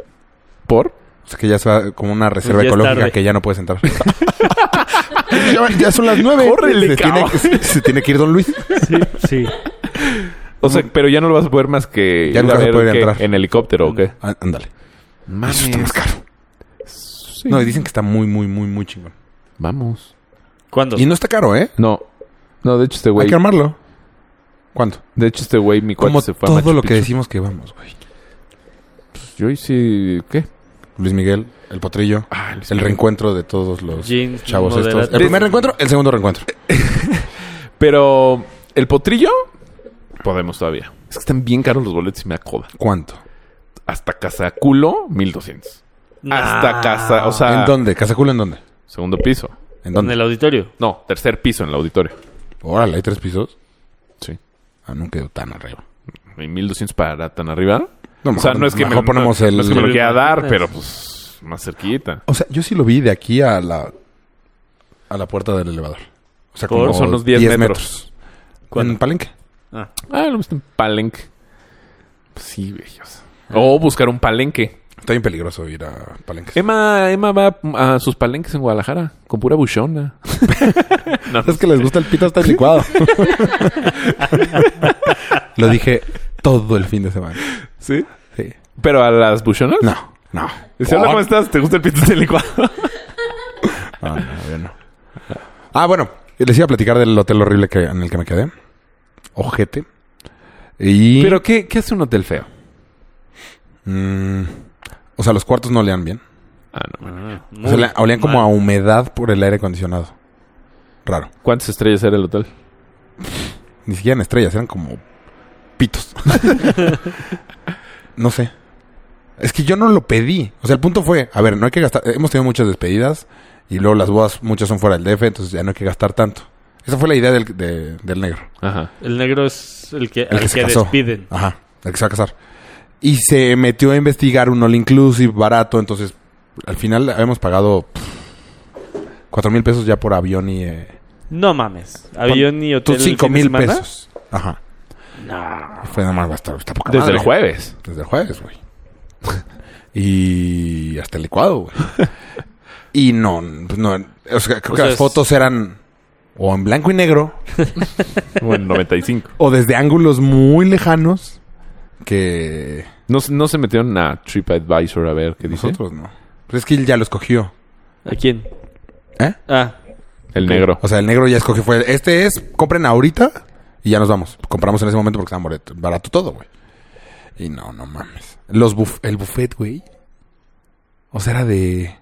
Speaker 3: ¿Por?
Speaker 1: O sea, que ya es ah, como una reserva
Speaker 5: Ya es
Speaker 1: ecológica
Speaker 5: tarde.
Speaker 1: que ya no puedes entrar. ya, ya son las nueve.
Speaker 3: Córrele,
Speaker 1: se tiene,
Speaker 3: cabrón.
Speaker 1: que- se tiene que ir Don Luis.
Speaker 5: Sí, sí.
Speaker 3: O sea, pero ya no lo vas a poder más que
Speaker 1: Ya
Speaker 3: ir
Speaker 1: nunca
Speaker 3: a
Speaker 1: vas a
Speaker 3: ver
Speaker 1: poder
Speaker 3: qué,
Speaker 1: entrar.
Speaker 3: en helicóptero o qué.
Speaker 1: Á- Ah, Ándale.
Speaker 3: Mames.
Speaker 1: Eso está más caro. No, y dicen que está muy, muy, muy, muy chingón.
Speaker 3: Vamos.
Speaker 5: ¿Cuándo?
Speaker 1: Y no está caro, ¿eh?
Speaker 3: No. No, de hecho este güey.
Speaker 1: Hay que armarlo. ¿Cuánto?
Speaker 3: De hecho este güey, mi cuate
Speaker 1: Como
Speaker 3: se fue a
Speaker 1: todo
Speaker 3: Machu
Speaker 1: lo que
Speaker 3: Picchu.
Speaker 1: decimos que vamos, güey.
Speaker 3: Pues Yo hice... ¿Qué?
Speaker 1: Luis Miguel, El Potrillo,
Speaker 3: Ah, Luis
Speaker 1: el
Speaker 3: Miguel.
Speaker 1: reencuentro de todos los
Speaker 5: Jeans,
Speaker 1: chavos
Speaker 5: moderate.
Speaker 1: estos. El primer reencuentro, el segundo reencuentro.
Speaker 3: Pero... ¿El potrillo? Podemos todavía. Es que están bien caros los boletos y me acoda.
Speaker 1: ¿Cuánto?
Speaker 3: Hasta casa culo, 1200. Hasta casa... O sea...
Speaker 1: ¿En dónde? ¿Casaculo en dónde?
Speaker 3: Segundo piso.
Speaker 1: ¿En
Speaker 5: En
Speaker 1: dónde?
Speaker 5: el auditorio.
Speaker 3: No, tercer piso en el auditorio.
Speaker 1: Órale, hay tres pisos.
Speaker 3: Sí.
Speaker 1: Ah, no quedó tan arriba.
Speaker 3: Y 1200 para tan arriba.
Speaker 1: No,
Speaker 3: o sea,
Speaker 1: mejor-
Speaker 3: no es que me,
Speaker 1: mejor ponemos
Speaker 3: no-
Speaker 1: el-
Speaker 3: no es que me lo
Speaker 5: el-
Speaker 3: quiera dar, pero pues más cerquita.
Speaker 1: O sea, yo sí lo vi de aquí a la a la puerta del elevador. O sea,
Speaker 3: Por-
Speaker 1: como
Speaker 3: son los 10 metros.
Speaker 1: ¿En Palenque?
Speaker 5: Ah.
Speaker 3: Ah, lo viste en palenque. Pues sí, bellos. O buscar un palenque.
Speaker 1: Está bien peligroso ir a Palenque.
Speaker 3: Emma, Emma va a sus palenques en Guadalajara con pura buchona. no,
Speaker 1: Es que les gusta el pito hasta licuado. lo dije todo el fin de semana.
Speaker 3: sí.
Speaker 1: Sí.
Speaker 3: Pero a las buchonas.
Speaker 1: No, no.
Speaker 3: Dice, hola,
Speaker 1: Por-
Speaker 3: ¿cómo estás? ¿Te gusta el pito de licuado?
Speaker 1: No, no, yo no. Ah, bueno, les iba a platicar del hotel horrible que, en el que me quedé. Ojete. Y.
Speaker 3: pero ¿qué, ¿qué hace un hotel feo?
Speaker 1: mm, o sea, los cuartos no lean bien.
Speaker 3: Ah, no.
Speaker 5: Ah,
Speaker 1: O sea,
Speaker 5: muy
Speaker 1: le- olían como
Speaker 5: mal.
Speaker 1: a humedad por el aire acondicionado. Raro.
Speaker 3: ¿Cuántas estrellas era el hotel?
Speaker 1: Ni siquiera en estrellas, eran como pitos. no sé. Es que yo no lo pedí. O sea, el punto fue, a ver, no hay que gastar. Hemos tenido muchas despedidas y luego las bodas, muchas son fuera del DF, entonces ya no hay que gastar tanto. Esa fue la idea del, de- del negro.
Speaker 3: Ajá.
Speaker 5: El negro es el que,
Speaker 1: El
Speaker 5: al
Speaker 1: que se
Speaker 5: que
Speaker 1: casó.
Speaker 5: despiden.
Speaker 1: Ajá, el que se va a casar. Y se metió a investigar un all inclusive barato, entonces al final habíamos pagado pff, cuatro mil pesos ya por avión y eh,
Speaker 5: No mames. Avión y hotel.
Speaker 1: tú
Speaker 5: el
Speaker 1: cinco
Speaker 5: fin de
Speaker 1: mil
Speaker 5: semana.
Speaker 1: pesos. Ajá.
Speaker 5: No.
Speaker 1: Y Fue nada más gastar. está poca
Speaker 3: Desde
Speaker 1: madre.
Speaker 3: el jueves.
Speaker 1: Desde el jueves, güey. y hasta el licuado, güey. Y no, pues no, o sea, creo
Speaker 5: O
Speaker 1: que
Speaker 5: sea,
Speaker 1: las
Speaker 5: es-
Speaker 1: fotos eran o en blanco y negro
Speaker 3: Bueno, 95.
Speaker 1: o desde ángulos muy lejanos que
Speaker 3: No, se- no se metieron a TripAdvisor a ver qué dice.
Speaker 1: nosotros no. Pues es que él ya lo escogió.
Speaker 5: ¿A quién?
Speaker 1: ¿Eh?
Speaker 5: Ah.
Speaker 3: El negro.
Speaker 1: O sea, el negro ya escogió fue, este es, compren ahorita y ya nos vamos. Compramos en ese momento porque estaba barato, barato todo, güey. Y no, no mames. Los buf- el buffet, güey. O sea, era de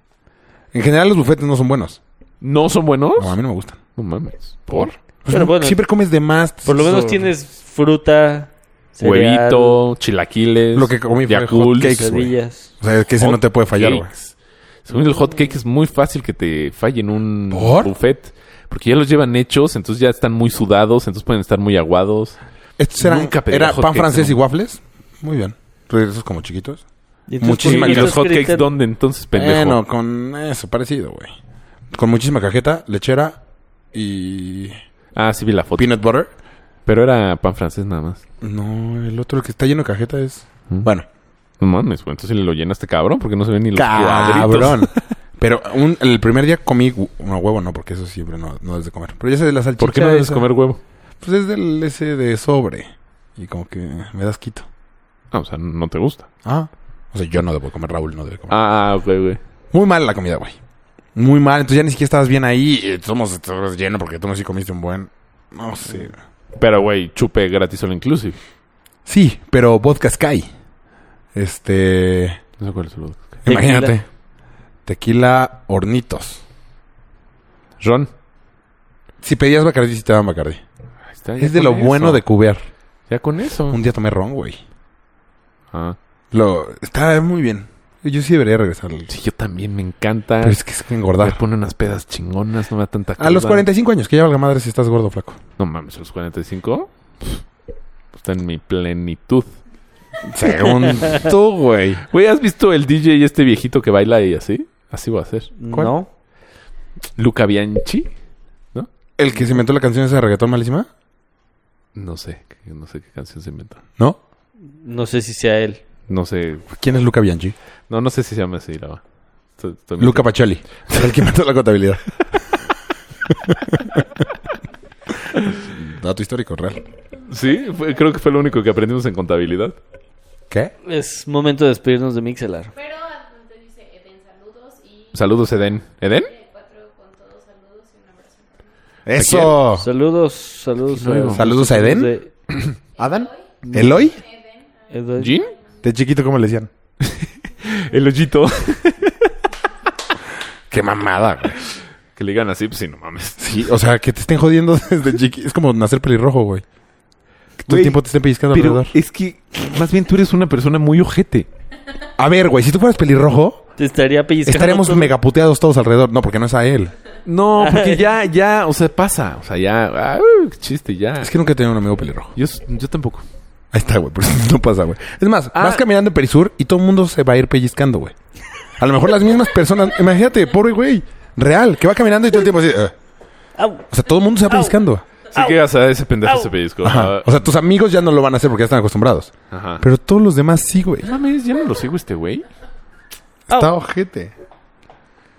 Speaker 1: En general los buffets no son buenos.
Speaker 3: ¿No son buenos?
Speaker 1: No, a mí no me gustan.
Speaker 3: No mames. ¿Por?
Speaker 1: Pues
Speaker 5: Pero
Speaker 1: no,
Speaker 5: bueno.
Speaker 1: siempre comes de más.
Speaker 5: Por lo menos
Speaker 1: So-
Speaker 5: tienes fruta, cereal,
Speaker 3: Huevito, chilaquiles.
Speaker 1: Lo que comí fue
Speaker 3: Yakult,
Speaker 1: hotcakes, güey.
Speaker 5: quesadillas.
Speaker 1: O sea, es que ese no te puede fallar, güey.
Speaker 3: hotcakes. Según el hot cake es muy fácil que te falle en un
Speaker 1: ¿Por?
Speaker 3: buffet. Porque ya los llevan hechos, entonces ya están muy sudados, entonces pueden estar muy aguados.
Speaker 1: Estos eran
Speaker 3: Nunca pedí
Speaker 1: era
Speaker 3: hotcakes,
Speaker 1: pan francés
Speaker 3: no.
Speaker 1: y waffles. Muy bien. Regresos como chiquitos.
Speaker 5: Y entonces,
Speaker 1: Muchísimas
Speaker 5: ¿por qué
Speaker 3: ¿Y
Speaker 1: gracias.
Speaker 3: los
Speaker 5: estás
Speaker 3: hot cakes
Speaker 5: criticando?
Speaker 3: dónde entonces, pendejo?
Speaker 1: Bueno, con eso parecido, güey. Con muchísima cajeta, lechera y
Speaker 3: Ah, sí vi la foto.
Speaker 1: peanut butter.
Speaker 3: Pero era pan francés nada más.
Speaker 1: No, el otro el que está lleno de cajeta es.
Speaker 3: Mm.
Speaker 1: Bueno,
Speaker 3: No mames, güey. Entonces lo llenaste cabrón porque no se ven ni los cuadritos.
Speaker 1: cabrón. Pero un- el primer día comí hu- no, huevo, no, porque eso siempre no, no es de comer. Pero ya sé de la salchicha.
Speaker 3: ¿Por qué no debes
Speaker 1: esa-
Speaker 3: comer huevo?
Speaker 1: Pues es del ese de sobre. Y como que me das quito.
Speaker 3: Ah, o sea, no te gusta.
Speaker 1: Ah. O sea, yo no debo comer, Raúl no debe comer.
Speaker 3: Ah, ok, güey.
Speaker 1: Muy mal la comida, güey. Muy mal. Entonces ya ni siquiera estabas bien ahí. Eh, Somos estabas lleno porque tú no sí comiste un buen. No sé.
Speaker 3: Pero, güey, chupe gratis all inclusive.
Speaker 1: Sí, pero vodka Sky. Este.
Speaker 3: No sé cuál es el otro.
Speaker 5: Tequila.
Speaker 1: Imagínate. Tequila hornitos.
Speaker 3: Ron.
Speaker 1: Si pedías Bacardi, sí te daban Bacardi.
Speaker 3: Ahí está, ya
Speaker 1: Es de
Speaker 3: con
Speaker 1: lo
Speaker 3: eso. Mm.
Speaker 1: bueno de cubear.
Speaker 3: Ya con eso.
Speaker 1: Un día tomé ron, güey.
Speaker 3: Ah.
Speaker 1: Lo... Está muy bien. Yo sí debería regresar. al-
Speaker 3: Sí, yo también me encanta.
Speaker 1: Pero es que es que
Speaker 3: Me
Speaker 1: engordar.
Speaker 3: pone unas pedas chingonas, no me da tanta
Speaker 1: A los
Speaker 3: cruda.
Speaker 1: 45 años, que ya valga madre si estás gordo o flaco.
Speaker 3: No mames, a los 45. Pff, Está en mi plenitud.
Speaker 1: Según tú, güey.
Speaker 3: Güey, ¿has visto el DJ y este viejito que baila y así? Así va a ser.
Speaker 1: ¿Cuál?
Speaker 5: No.
Speaker 3: ¿Luca Bianchi?
Speaker 1: ¿El que se inventó la canción esa de reggaetón malísima?
Speaker 3: No sé, no sé qué canción se inventó.
Speaker 1: ¿No?
Speaker 5: No sé si sea él.
Speaker 3: No sé.
Speaker 1: ¿Quién es Luca Bianchi?
Speaker 3: No, no sé si se llama así, la va. Estoy- estoy
Speaker 1: Luca Pacioli. El que inventó la contabilidad. Dato histórico, real.
Speaker 3: Sí, fue- creo que fue lo único que aprendimos en contabilidad.
Speaker 1: ¿Qué?
Speaker 5: Es momento de despedirnos de Mixelar.
Speaker 6: Pero antes dice Eden, saludos y
Speaker 3: Saludos, Eden. ¿Eden?
Speaker 6: eh, cuatro con todos saludos y un abrazo.
Speaker 1: Eso.
Speaker 5: Saludos, saludos.
Speaker 3: Aquí luego.
Speaker 1: ¿Saludos a Eden?
Speaker 5: de
Speaker 1: ¿Adán? ¿Eloy?
Speaker 5: Edward.
Speaker 3: ¿Jin?
Speaker 1: De chiquito, ¿cómo le decían?
Speaker 3: El hoyito.
Speaker 1: Qué mamada, güey.
Speaker 3: que le digan así, pues sí, no mames.
Speaker 1: Sí, o sea, que te estén jodiendo desde chiquito. Es como nacer pelirrojo, güey. Que todo
Speaker 3: Güey,
Speaker 1: el tiempo te estén pellizcando
Speaker 3: Pero
Speaker 1: alrededor.
Speaker 3: es que más bien tú eres una persona muy ojete.
Speaker 1: A ver, güey, si tú fueras pelirrojo,
Speaker 5: Te estaría pellizcando.
Speaker 1: estaríamos
Speaker 5: todo.
Speaker 1: megaputeados todos alrededor. No, porque no es a él.
Speaker 3: No, porque ya, ya, o sea, pasa. O sea, ya, ah, qué chiste, ya.
Speaker 1: Es que nunca he tenido un amigo pelirrojo.
Speaker 3: yo, yo tampoco.
Speaker 1: Ahí está, güey. Por eso no pasa, güey. Es más,
Speaker 3: Ah.
Speaker 1: vas caminando en Perisur y todo el mundo se va a ir pellizcando, güey. A lo mejor las mismas personas. Imagínate, pobre güey. Real, que va caminando y todo el tiempo así. "Ah".
Speaker 5: Au.
Speaker 1: O sea, todo el mundo se va pellizcando.
Speaker 3: Sí que, o sea, ese pendejo
Speaker 5: Au.
Speaker 3: se pellizcó.
Speaker 1: Ajá. O sea, tus amigos ya no lo van a hacer porque ya están acostumbrados.
Speaker 3: Ah, Ajá.
Speaker 1: Pero todos los demás sí, güey.
Speaker 3: No mames, ya no lo sigo este güey. Oh.
Speaker 1: Está ojete.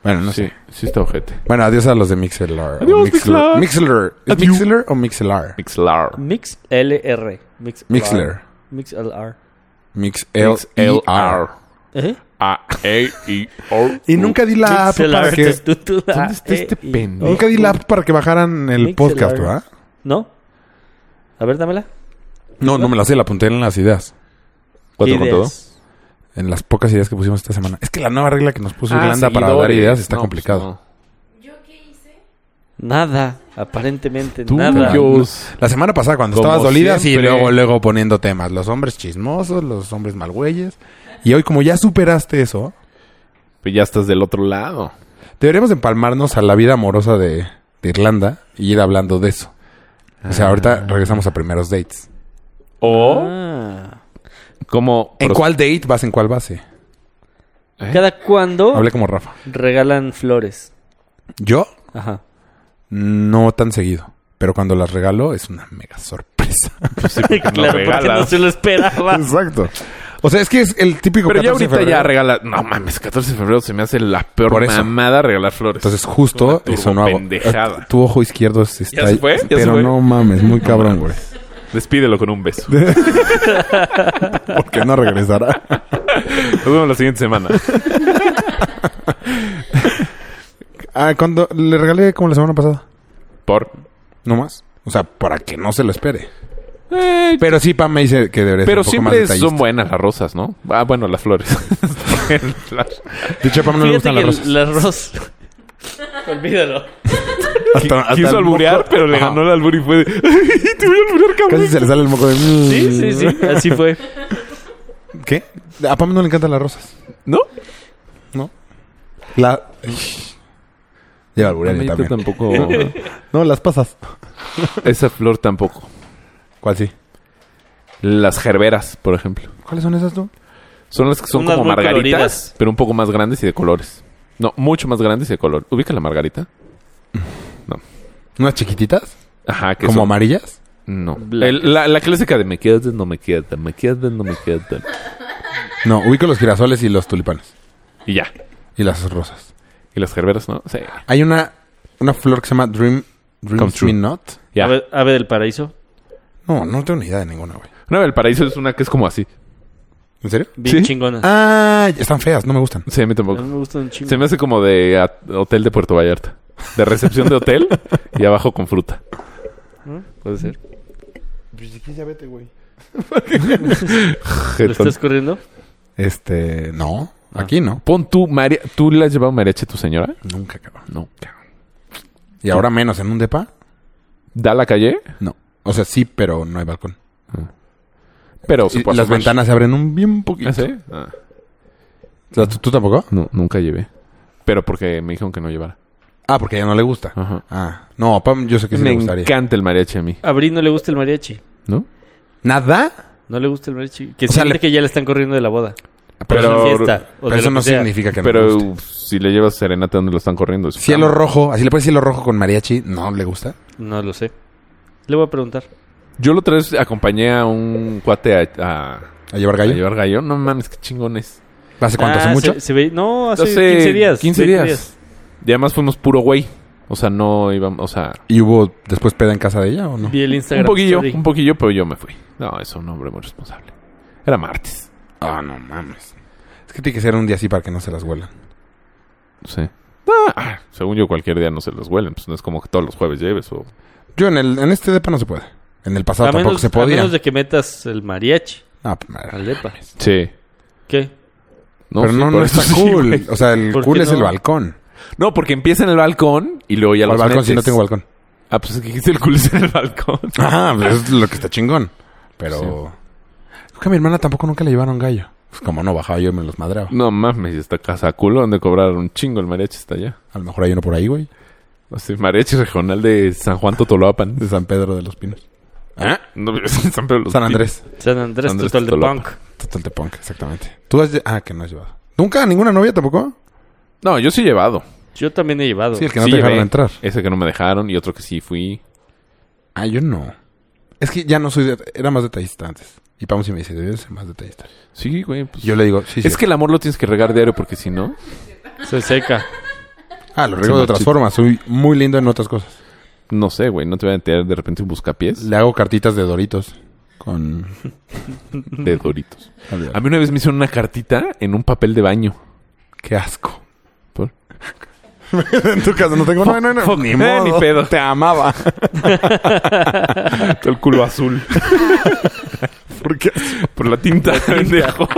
Speaker 1: Bueno, no
Speaker 3: Sí,
Speaker 1: sé.
Speaker 3: sí está ojete.
Speaker 1: Bueno, adiós a los de Mixelar.
Speaker 3: Adiós, Mixlar.
Speaker 1: Mixler. ¿Es
Speaker 3: Adiós.
Speaker 1: Mixler o Mixelar?
Speaker 3: Mixlar.
Speaker 5: Mix LR. Mix
Speaker 1: Mixler.
Speaker 5: Mix LR.
Speaker 1: Mix E
Speaker 3: L-R.
Speaker 1: L-R.
Speaker 5: ¿Eh?
Speaker 3: A, E, I, O.
Speaker 1: Y nunca di la app para
Speaker 5: Mixelar,
Speaker 1: que...
Speaker 5: tú, tú, la
Speaker 3: ¿Dónde está
Speaker 5: E,
Speaker 3: este
Speaker 5: I,
Speaker 3: pendejo?
Speaker 1: Nunca di la app para que bajaran el
Speaker 5: Mixelar.
Speaker 1: podcast, ¿verdad?
Speaker 5: ¿No? A ver, dámela.
Speaker 1: No, no me la sé, la apunté en las ideas.
Speaker 3: ¿Cuatro con todo?
Speaker 5: Ideas.
Speaker 1: En las pocas ideas que pusimos esta semana. Es que la nueva regla que nos
Speaker 3: Pues Ah,
Speaker 1: puso Irlanda para dar ideas está complicado.
Speaker 6: ¿Yo qué hice?
Speaker 5: Nada, aparentemente
Speaker 3: Tú,
Speaker 5: nada.
Speaker 3: yo-
Speaker 1: No.
Speaker 3: Dios.
Speaker 1: La semana pasada cuando
Speaker 3: Como
Speaker 1: estabas dolida sí,
Speaker 3: siempre.
Speaker 1: luego luego poniendo temas, los hombres chismosos, los hombres malgüeyes. Y hoy como ya superaste eso,
Speaker 3: Pero Pues ya estás del otro lado.
Speaker 1: deberíamos empalmarnos a la vida amorosa de, de Irlanda y ir hablando de eso. O sea, ahorita regresamos a primeros dates.
Speaker 3: O
Speaker 5: Ah.
Speaker 3: como...
Speaker 1: ¿En
Speaker 3: pros-
Speaker 1: cuál date vas en cuál base?
Speaker 3: ¿Eh?
Speaker 5: Cada cuando
Speaker 1: Hablé como Rafa.
Speaker 5: regalan flores.
Speaker 1: Yo
Speaker 5: Ajá.
Speaker 1: no tan seguido, pero cuando las regalo es una mega sorpresa.
Speaker 3: Pues sí, porque no
Speaker 5: claro, porque no
Speaker 3: regalas.
Speaker 5: se lo esperaba.
Speaker 1: Exacto. O sea, es que es el típico
Speaker 3: Pero ya
Speaker 1: 14 de
Speaker 3: ahorita ya
Speaker 1: febrero.
Speaker 3: regala... No mames, 14 de febrero se me hace la peor
Speaker 1: Por eso.
Speaker 3: mamada regalar flores.
Speaker 1: Entonces, justo
Speaker 3: Una
Speaker 1: eso no hago.
Speaker 3: turbopendejada.
Speaker 1: Eh, Tu ojo izquierdo es- está
Speaker 3: se
Speaker 1: ahí.
Speaker 3: fue? ¿Ya se
Speaker 1: pero
Speaker 3: fue?
Speaker 1: no mames, muy cabrón, güey.
Speaker 3: Despídelo con un beso.
Speaker 1: Porque no regresará.
Speaker 3: Nos vemos la siguiente semana.
Speaker 1: ah, cuando le regalé como la semana pasada.
Speaker 3: Por...
Speaker 1: No más. O sea, para que no se lo espere.
Speaker 3: Eh,
Speaker 1: Pero sí, Pam me dice que debería
Speaker 3: Pero
Speaker 1: ser un poco más
Speaker 3: siempre
Speaker 1: detallista.
Speaker 3: son buenas las rosas, ¿no? Ah, bueno, las flores. Las-
Speaker 1: De hecho, a Pam no le gustan
Speaker 5: Fíjate que
Speaker 1: las rosas.
Speaker 5: las rosas. Olvídalo.
Speaker 1: Hasta- hasta
Speaker 3: Quiso
Speaker 1: el moco-
Speaker 3: alburear, pero le
Speaker 1: Ajá.
Speaker 3: ganó el albur y fue de... "Ay, Te voy a alburear, cabrón.
Speaker 1: Casi se le sale el moco de...
Speaker 5: Sí, sí, sí. Así fue.
Speaker 1: ¿Qué? A Pam no le encantan las rosas.
Speaker 3: ¿No?
Speaker 1: ¿No? La... Lleva
Speaker 3: A mí
Speaker 1: alburear también.
Speaker 3: tampoco...
Speaker 1: No, las pasas.
Speaker 3: Esa flor tampoco.
Speaker 1: ¿Cuál sí?
Speaker 3: Las gerberas, por ejemplo.
Speaker 1: ¿Cuáles son esas tú?
Speaker 3: Son las que son
Speaker 5: Unas
Speaker 3: como
Speaker 5: muy
Speaker 3: margaritas,
Speaker 5: coloridas.
Speaker 3: pero un poco más grandes y de colores. No, mucho más grandes y de color. ¿Ubica la margarita?
Speaker 1: ¿Unas chiquititas?
Speaker 3: Ajá, que
Speaker 1: ¿Como
Speaker 3: son-
Speaker 1: amarillas?
Speaker 3: No.
Speaker 5: Blancas.
Speaker 3: El- la, la clásica de me quedas, no me quedas, me quedas, no me quedas.
Speaker 1: No, ubico los girasoles y los tulipanes.
Speaker 3: Y ya.
Speaker 1: Y las rosas.
Speaker 3: Y las gerberas, ¿no? Sí.
Speaker 1: Hay una, una flor que se llama Dream...
Speaker 3: Come
Speaker 1: Dreams
Speaker 3: true.
Speaker 1: Me Not.
Speaker 3: Ya.
Speaker 5: Ave, ave del paraíso.
Speaker 1: No, no tengo ni idea de ninguna, güey.
Speaker 3: No, el paraíso es una que es como así.
Speaker 1: ¿En serio?
Speaker 5: Bien
Speaker 3: ¿Sí?
Speaker 5: chingona.
Speaker 1: Ah, están feas, no me gustan.
Speaker 3: Sí, a mí
Speaker 5: A
Speaker 3: tampoco.
Speaker 5: mí me gustan un chingo.
Speaker 3: Se me hace como de a- hotel de Puerto Vallarta. De recepción de hotel y abajo con fruta.
Speaker 5: ¿Mm? Puede ser.
Speaker 1: Pues ya vete, güey.
Speaker 5: ¿Lo
Speaker 3: Jetón.
Speaker 5: estás corriendo?
Speaker 1: Este, no. Aquí no.
Speaker 3: Pon tú, María. ¿Tú le has llevado mariachi a tu señora?
Speaker 1: Nunca, cabrón.
Speaker 3: No.
Speaker 1: Y ahora menos en un depa.
Speaker 3: ¿Da la calle?
Speaker 1: No. O sea, sí, pero no hay balcón.
Speaker 3: Pero
Speaker 1: Y
Speaker 3: se puede
Speaker 1: las
Speaker 3: asomar.
Speaker 1: ventanas se abren un bien poquito.
Speaker 3: ¿Ah, sí? Ah.
Speaker 1: O sea, ¿tú, tú tampoco?
Speaker 3: No, nunca llevé. Pero porque me dijeron que no llevara.
Speaker 1: Ah, porque a ella no le gusta.
Speaker 3: Ajá.
Speaker 1: Ah, no, a Pam, yo sé que sí
Speaker 3: me
Speaker 1: le gustaría.
Speaker 3: encanta el mariachi a mí,
Speaker 5: A Bri no le gusta el mariachi.
Speaker 3: ¿no?
Speaker 1: ¿Nada?
Speaker 5: No le gusta el mariachi. Que
Speaker 1: O sea,
Speaker 5: siente
Speaker 1: le-
Speaker 5: que ya le están corriendo de la boda.
Speaker 1: Pero,
Speaker 5: Pero- fiesta, o
Speaker 1: pero
Speaker 5: de lo
Speaker 1: eso
Speaker 5: que
Speaker 1: no
Speaker 5: sea.
Speaker 1: significa que no le
Speaker 3: Pero
Speaker 1: guste.
Speaker 3: uf, si le llevas serenata donde lo están corriendo. es-
Speaker 1: Cielo rojo, así le pones cielo rojo con mariachi, no le gusta.
Speaker 5: No lo sé. Le voy a preguntar.
Speaker 3: Yo lo otra vez acompañé a un cuate a, a-
Speaker 1: A llevar
Speaker 3: a
Speaker 1: gallo.
Speaker 3: llevar gallo. No mames, qué chingones.
Speaker 1: ¿Hace cuánto?
Speaker 5: Ah,
Speaker 1: ¿Hace mucho?
Speaker 5: Se, se ve- No, hace
Speaker 3: Hace
Speaker 5: 15 días.
Speaker 3: 15 días. Y además fuimos puro güey. O sea, no íbamos, o sea,
Speaker 1: ¿Y hubo después peda en casa de ella o no?
Speaker 5: Vi el Instagram.
Speaker 3: un poquillo,
Speaker 5: story.
Speaker 3: un poquillo, pero yo me fui. No, es un hombre muy responsable. Era martes.
Speaker 1: Ah, no mames. Es que tiene que ser un día así para que no se las huelan.
Speaker 3: Sí. Ah, según yo, cualquier día no se los huelen. Pues no es como que todos los jueves lleves o...
Speaker 1: Yo en el en este depa no se puede. En el pasado
Speaker 5: a
Speaker 1: tampoco
Speaker 5: menos,
Speaker 1: se podía.
Speaker 5: a menos de que metas el mariachi
Speaker 1: Ah, pues, madre.
Speaker 5: al depa.
Speaker 3: Sí.
Speaker 5: ¿Qué?
Speaker 1: pero
Speaker 3: sí,
Speaker 1: no,
Speaker 3: por
Speaker 1: no
Speaker 3: eso
Speaker 1: está
Speaker 3: sí,
Speaker 1: cool.
Speaker 3: güey.
Speaker 1: o sea, el
Speaker 5: ¿Por
Speaker 1: cool
Speaker 5: qué
Speaker 1: es el
Speaker 5: no?
Speaker 1: balcón.
Speaker 3: No, porque empieza en el balcón y luego ya
Speaker 1: O
Speaker 3: los
Speaker 1: el balcón si no
Speaker 3: metes.
Speaker 1: tengo balcón.
Speaker 3: Ah, pues es que dijiste el culo es en el balcón.
Speaker 1: Ah, pues es lo que está chingón. Pero... Es que a mi hermana tampoco nunca le llevaron gallo. Pues como no bajaba yo me los madreaba.
Speaker 3: No mames, esta casa culo donde cobraron un chingo el mariachi está allá.
Speaker 1: A lo mejor hay uno por ahí, güey.
Speaker 3: No sé, mariachi regional de San Juan Totolapan.
Speaker 1: De San Pedro de los Pinos. ¿Ah?
Speaker 3: No, San Pedro de los
Speaker 1: San
Speaker 3: Pinos.
Speaker 1: Andrés.
Speaker 5: San Andrés,
Speaker 3: Andrés
Speaker 5: total de
Speaker 3: Totolapa.
Speaker 5: punk.
Speaker 1: Total de punk, exactamente. Tú has... lle- Ah, que no has llevado. ¿Nunca? ¿Ninguna novia tampoco?
Speaker 3: No, yo sí he llevado.
Speaker 5: Yo también he llevado.
Speaker 1: Sí, el que no
Speaker 3: Sí
Speaker 1: te dejaron
Speaker 3: llevé.
Speaker 1: entrar.
Speaker 3: Ese que no me dejaron y otro que sí fui.
Speaker 1: Ah, yo no. Es que ya no soy... de- Era más detallista antes. Y Pam sí me dice, debes ser más detallista.
Speaker 3: Sí, güey. Pues.
Speaker 1: Yo le digo, sí, sí.
Speaker 3: es que el amor lo tienes que regar diario porque si no...
Speaker 5: Se seca.
Speaker 1: Ah, lo riego de otras
Speaker 3: marchita.
Speaker 1: formas. Soy muy lindo en otras cosas.
Speaker 3: No sé, güey. No te voy a meter de repente un buscapiés
Speaker 1: Le hago cartitas de doritos con...
Speaker 3: de Doritos. A mí una vez me hicieron una cartita en un papel de baño.
Speaker 1: Qué asco.
Speaker 3: ¿Por?
Speaker 1: en tu casa no tengo... No, no, no.
Speaker 3: Fuck, eh, ni pedo.
Speaker 1: Te amaba.
Speaker 3: Todo el culo azul. ¿Por qué? Por la tinta, pendejo.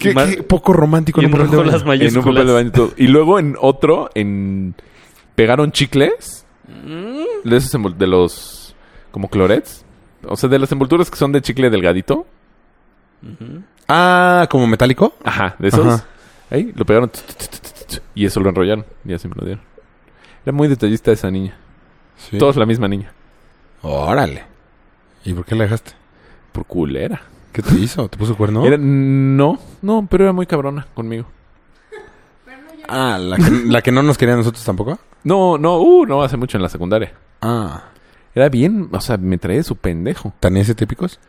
Speaker 1: Qué,
Speaker 5: Mar-
Speaker 1: qué poco romántico.
Speaker 5: y
Speaker 1: en un papel de
Speaker 5: enrojo
Speaker 1: baño.
Speaker 5: las
Speaker 3: en un papel de
Speaker 5: mayúsculas.
Speaker 3: baño y todo. Y luego en otro, en... Pegaron chicles. De esos envol- de los... Como clorets. O sea, de las envolturas que son de chicle delgadito.
Speaker 1: Ah, ¿como metálico?
Speaker 3: Ajá, de esos.
Speaker 1: Ajá.
Speaker 3: Ahí, lo pegaron. tut, tut, tut, tut, tut, Y eso lo enrollaron. Y así me lo dieron. Era muy detallista esa niña.
Speaker 1: Sí.
Speaker 3: Todos la misma niña.
Speaker 1: Órale. ¿Y por qué la dejaste?
Speaker 3: Por culera.
Speaker 1: ¿Qué te hizo? ¿Te puso cuerno?
Speaker 3: Era- no, no, pero era muy cabrona conmigo.
Speaker 1: Ah, ¿la que, la que no nos quería a nosotros tampoco.
Speaker 3: No, no, uh, no, hace mucho en la secundaria.
Speaker 1: Ah.
Speaker 3: Era bien, o sea, me traía de su pendejo.
Speaker 1: ¿Tan ese típicos?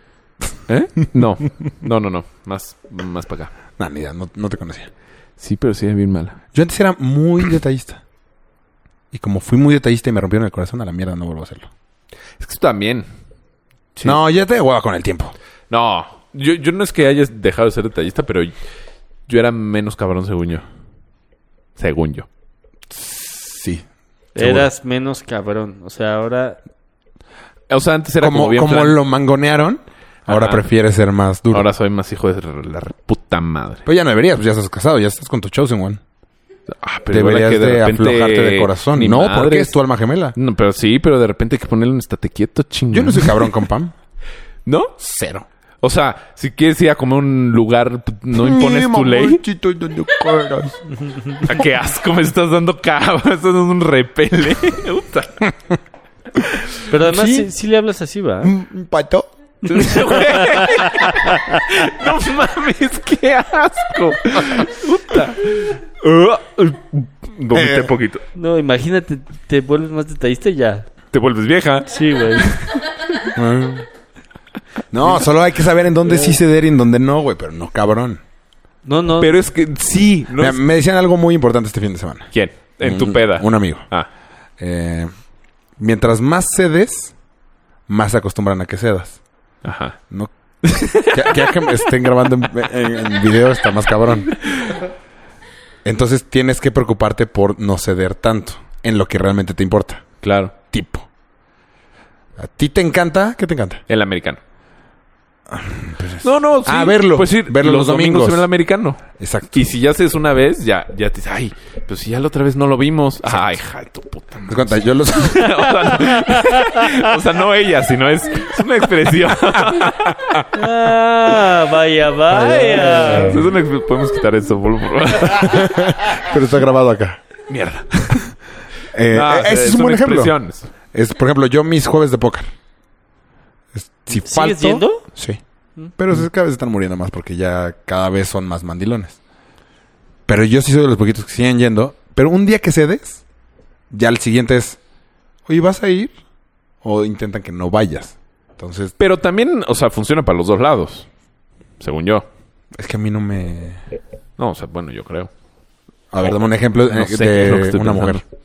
Speaker 3: ¿Eh? No, no, no, no. Más, más para acá.
Speaker 1: Nah, ni idea, no, no te conocía.
Speaker 3: Sí, pero sí era bien mala.
Speaker 1: Yo antes era muy detallista. Y como fui muy detallista y me rompieron el corazón, a la mierda no vuelvo a hacerlo.
Speaker 3: Es que tú también. Sí.
Speaker 1: No, ya te hueva con el tiempo.
Speaker 3: No, yo, yo no es que hayas dejado de ser detallista, pero yo era menos cabrón según yo. Según yo.
Speaker 1: Sí. Seguro.
Speaker 5: Eras menos cabrón. O sea, ahora
Speaker 3: O sea, antes era como,
Speaker 1: como
Speaker 3: bien
Speaker 1: como
Speaker 3: plan.
Speaker 1: lo mangonearon, ahora
Speaker 3: Ajá.
Speaker 1: prefiere ser más duro.
Speaker 3: Ahora soy más hijo de la re- puta madre.
Speaker 1: Pero ya no deberías, pues ya estás casado, ya estás con tu chosen one.
Speaker 3: Ah,
Speaker 1: deberías
Speaker 3: igual
Speaker 1: de,
Speaker 3: a que repente-
Speaker 1: aflojarte de corazón.
Speaker 3: Ni
Speaker 1: No, porque
Speaker 3: madres.
Speaker 1: es tu alma gemela.
Speaker 3: No, pero sí, pero de repente hay que ponerle un estate quieto, chingón.
Speaker 1: Yo no soy cabrón con Pam.
Speaker 3: ¿No?
Speaker 1: Cero.
Speaker 3: O sea, si quieres ir a comer a un lugar, no impones tu ley. ¿A qué asco me estás dando cava? Estás dando un repele. Puta.
Speaker 5: Pero además
Speaker 1: Sí.
Speaker 5: sí, sí le hablas así, ¿va?
Speaker 1: ¿Un pato?
Speaker 3: no mames, qué asco. Puta. Vomité
Speaker 1: Eh.
Speaker 3: poquito.
Speaker 5: No, imagínate, te vuelves más detallista y ya.
Speaker 3: Te vuelves vieja.
Speaker 5: Sí, güey.
Speaker 1: No, solo hay que saber en dónde sí ceder y en dónde no, güey, pero no cabrón.
Speaker 5: No, no.
Speaker 3: Pero es que sí. No
Speaker 1: Mira,
Speaker 3: es-
Speaker 1: Me decían algo muy importante este fin de semana.
Speaker 3: ¿Quién? En tu
Speaker 1: Un-
Speaker 3: peda.
Speaker 1: Un amigo.
Speaker 3: Ah.
Speaker 1: Eh, mientras más cedes, más se acostumbran a que cedas.
Speaker 3: Ajá.
Speaker 1: No. ya, ya que me estén grabando en, en- en video está más cabrón. Entonces tienes que preocuparte por no ceder tanto en lo que realmente te importa.
Speaker 3: Claro.
Speaker 1: Tipo. ¿A ti te encanta? ¿Qué te encanta?
Speaker 3: El americano. No, no, sí.
Speaker 1: Ah, verlo.
Speaker 3: Pues ir
Speaker 1: Verlo
Speaker 3: los
Speaker 1: los domingos.
Speaker 3: domingos en el americano.
Speaker 1: Exacto.
Speaker 3: Y si ya haces una vez, ya, ya te dices, ay, pero si ya la otra vez no lo vimos. Ay, hija de tu puta
Speaker 1: Haz
Speaker 3: madre.
Speaker 1: cuenta, yo los...
Speaker 3: o, sea, o sea, no ella, sino es, es una expresión.
Speaker 5: Ah, vaya, vaya.
Speaker 3: Es una exp- Podemos quitar eso, por favor.
Speaker 1: Pero está grabado acá.
Speaker 3: Mierda.
Speaker 1: Eh,
Speaker 3: Ah,
Speaker 1: eh,
Speaker 3: o sea,
Speaker 1: ese es un buen
Speaker 3: una
Speaker 1: ejemplo.
Speaker 3: expresión.
Speaker 1: Es, por ejemplo, yo mis jueves de póker. Es- Si
Speaker 5: ¿Sigues
Speaker 1: falto...
Speaker 5: yendo?
Speaker 1: Sí. Pero se- cada vez están muriendo más porque ya cada vez son más mandilones. Pero yo sí soy de los poquitos que siguen yendo. Pero un día que cedes, ya el siguiente es... Oye, ¿vas a ir? O intentan que no vayas. Entonces,
Speaker 3: Pero también, o sea, funciona para los dos lados. Según yo.
Speaker 1: es que a mí no me...
Speaker 3: No, o sea, bueno, yo creo.
Speaker 1: A ver, dame un ejemplo
Speaker 3: No
Speaker 1: eh,
Speaker 3: sé,
Speaker 1: de
Speaker 3: es lo que estoy
Speaker 1: una
Speaker 3: pensando.
Speaker 1: mujer.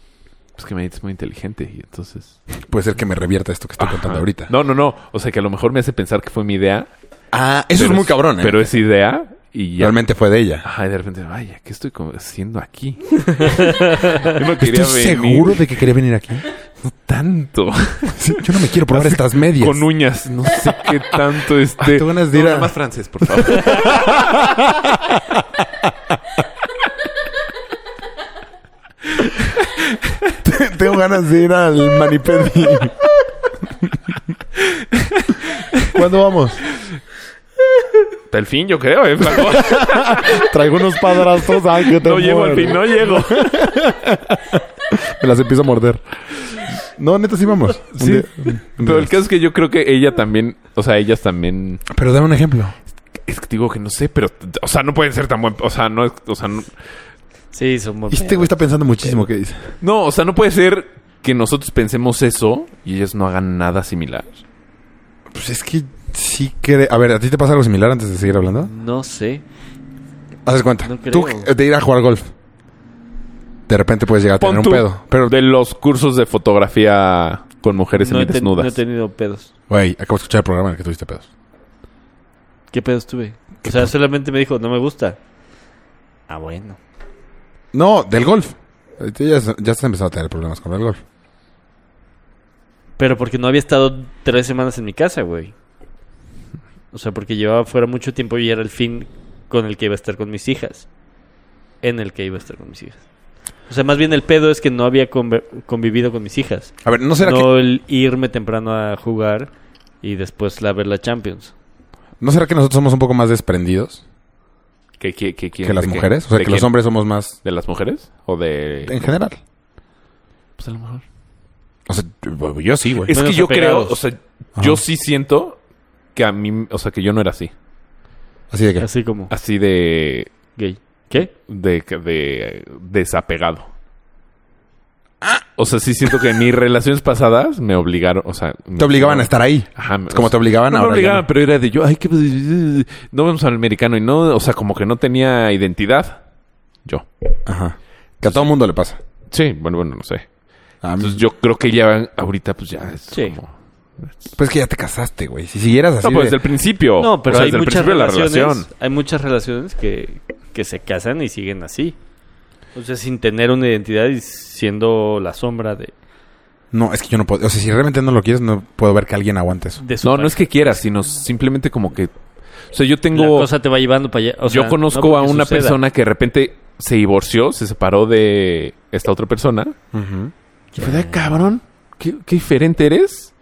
Speaker 3: Pues que me dices muy inteligente y entonces...
Speaker 1: Puede ser que me revierta esto que estoy contando
Speaker 3: Ajá.
Speaker 1: ahorita.
Speaker 3: No, no, no. O sea, que a lo mejor me hace pensar que fue mi idea.
Speaker 1: Ah, eso
Speaker 3: pero
Speaker 1: es muy cabrón, ¿eh?
Speaker 3: Pero es idea y ya...
Speaker 1: Realmente fue de ella.
Speaker 3: Ajá, y de repente, vaya, ¿qué estoy como haciendo aquí? Yo no quería
Speaker 1: ¿Estoy
Speaker 3: venir
Speaker 1: seguro de que quería venir aquí?
Speaker 3: tanto.
Speaker 1: Sí, Yo no me quiero probar estas medias.
Speaker 3: Con uñas. No sé qué tanto
Speaker 1: Ah,
Speaker 3: este...
Speaker 1: tengo ganas de ir
Speaker 3: No,
Speaker 1: a-
Speaker 3: nada más francés, por favor.
Speaker 1: tengo ganas de ir al manipedi. ¿Cuándo vamos?
Speaker 3: Al fin, yo creo, ¿eh? Flaco?
Speaker 1: Traigo unos padrastros. Ay, que te
Speaker 3: No llego al
Speaker 1: mueres.
Speaker 3: fin, no llego.
Speaker 1: Me las empiezo a morder. No, neta, sí vamos. Un
Speaker 3: Sí.
Speaker 1: día- un
Speaker 3: Pero
Speaker 1: día.
Speaker 3: el caso es que yo creo que ella también... O sea, ellas también...
Speaker 1: Pero dame un ejemplo.
Speaker 3: Es que te digo que no sé, pero... O sea, no pueden ser tan buen... O sea, no... es- O sea, no...
Speaker 5: Sí, son buen
Speaker 1: Y Este
Speaker 5: pedo.
Speaker 1: güey está pensando muchísimo qué dice.
Speaker 3: No, o sea, no puede ser que nosotros pensemos eso y ellas no hagan nada similar.
Speaker 1: Pues es que sí que... A ver, ¿a ti te pasa algo similar antes de seguir hablando?
Speaker 5: No sé.
Speaker 1: Haces cuenta.
Speaker 5: No
Speaker 1: Tú eh,
Speaker 5: creo.
Speaker 1: de ir a jugar golf. De repente puedes llegar a
Speaker 3: Pon
Speaker 1: tener
Speaker 3: tú,
Speaker 1: un pedo. Pero,
Speaker 3: De los cursos de fotografía con mujeres
Speaker 5: No he, ten- no he
Speaker 3: desnudas.
Speaker 5: tenido pedos.
Speaker 1: güey, acabo de escuchar el programa en el que tuviste pedos.
Speaker 5: ¿Qué pedos tuve? O sea, solamente me dijo, no me gusta. Ah, bueno.
Speaker 1: No, del golf. Ahorita Ya, es- ya estás empezando a tener problemas con el golf.
Speaker 5: Pero porque no había estado tres semanas en mi casa, güey. O sea, porque llevaba fuera mucho tiempo y era el fin con el que iba a estar con mis hijas. En el que iba a estar con mis hijas. O sea, más bien el pedo es que no había conve- convivido con mis hijas.
Speaker 1: A ver, ¿no será,
Speaker 5: no
Speaker 1: que,
Speaker 5: el irme temprano a jugar y después la ver la Champions.
Speaker 1: ¿no será que nosotros somos un poco más desprendidos
Speaker 3: ¿Qué- qué- qué- quién?
Speaker 1: que las
Speaker 3: ¿De qué?
Speaker 1: mujeres? O sea,
Speaker 3: ¿De
Speaker 1: que los
Speaker 3: quién?
Speaker 1: hombres somos más...
Speaker 3: ¿De las mujeres? ¿O de...?
Speaker 1: En general.
Speaker 3: Pues a lo mejor.
Speaker 1: O sea, yo- yo sí, güey.
Speaker 3: Es que
Speaker 5: Menos
Speaker 3: yo creo...
Speaker 5: apegados.
Speaker 3: O sea,
Speaker 1: Ajá.
Speaker 3: yo sí siento que a mí... O sea, que yo no era así.
Speaker 1: Así de que...
Speaker 5: Así como
Speaker 3: Así de...
Speaker 5: gay. ¿Qué?
Speaker 3: De... de desapegado. O sea, sí siento que en mis relaciones pasadas me obligaron... O sea...
Speaker 1: Te obligaban a estar ahí.
Speaker 3: Ajá.
Speaker 1: Es como te obligaban
Speaker 3: No me
Speaker 1: ahora. ya
Speaker 3: obligaban,
Speaker 1: no.
Speaker 3: pero era de yo, ay, que no vamos al americano y no, o sea, como que no tenía identidad. Yo.
Speaker 1: Ajá. Que a todo mundo le pasa.
Speaker 3: Sí, bueno, bueno, no sé.
Speaker 1: A mí-
Speaker 3: Entonces yo creo que ya ahorita pues ya es
Speaker 5: Sí.
Speaker 3: como...
Speaker 1: Pues que ya te casaste, güey. Si siguieras así.
Speaker 3: No,
Speaker 1: de-
Speaker 3: pues desde el principio.
Speaker 5: No, pero
Speaker 3: O sea,
Speaker 5: hay
Speaker 3: desde el
Speaker 5: muchas
Speaker 3: principio de
Speaker 5: relaciones. Hay muchas relaciones que, que se casan y siguen así. O sea, sin tener una identidad y siendo la sombra de,
Speaker 1: No, es que yo no puedo. O sea, si realmente no lo quieres, no puedo ver que alguien aguante eso.
Speaker 5: de su
Speaker 3: No, no
Speaker 5: pareja.
Speaker 3: es que quieras, sino simplemente como que... O sea, yo
Speaker 5: la
Speaker 3: tengo...
Speaker 5: cosa te va llevando para allá. O sea,
Speaker 3: yo conozco
Speaker 5: no
Speaker 3: a
Speaker 5: porque
Speaker 3: una
Speaker 5: suceda.
Speaker 3: persona que de repente se divorció, se separó de esta otra persona. Y fue de cabrón, ¿qué, qué diferente eres.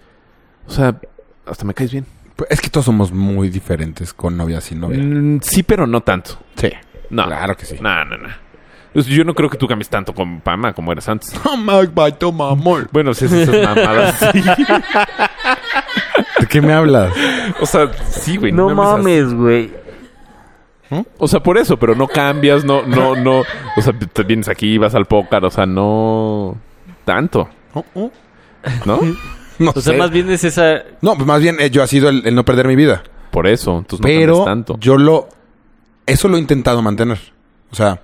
Speaker 3: O sea, hasta me caes bien.
Speaker 1: Pues Es que todos somos muy diferentes con novia sin novia.
Speaker 3: Mm, sí, pero no tanto.
Speaker 1: Sí.
Speaker 3: No.
Speaker 1: Claro que sí.
Speaker 3: No, no, no. Pues Yo no creo que tú cambies tanto con Pama como eras antes.
Speaker 1: amor.
Speaker 3: Bueno, si es esas mamadas. sí.
Speaker 1: ¿De qué me hablas?
Speaker 3: O sea, sí, güey. No, mames, güey. O sea, por eso, pero no cambias, no, no, no. O sea, te vienes aquí, vas al pócar, o sea, no tanto, oh. ¿no?
Speaker 1: No,
Speaker 3: Pues
Speaker 5: O sea,
Speaker 1: sé.
Speaker 5: más bien es esa.
Speaker 1: no, pues más bien eh, yo ha sido el, el no perder mi vida.
Speaker 3: Por eso, entonces Pues no
Speaker 1: pero
Speaker 3: cambias tanto.
Speaker 1: yo lo. Eso lo he intentado mantener. O sea,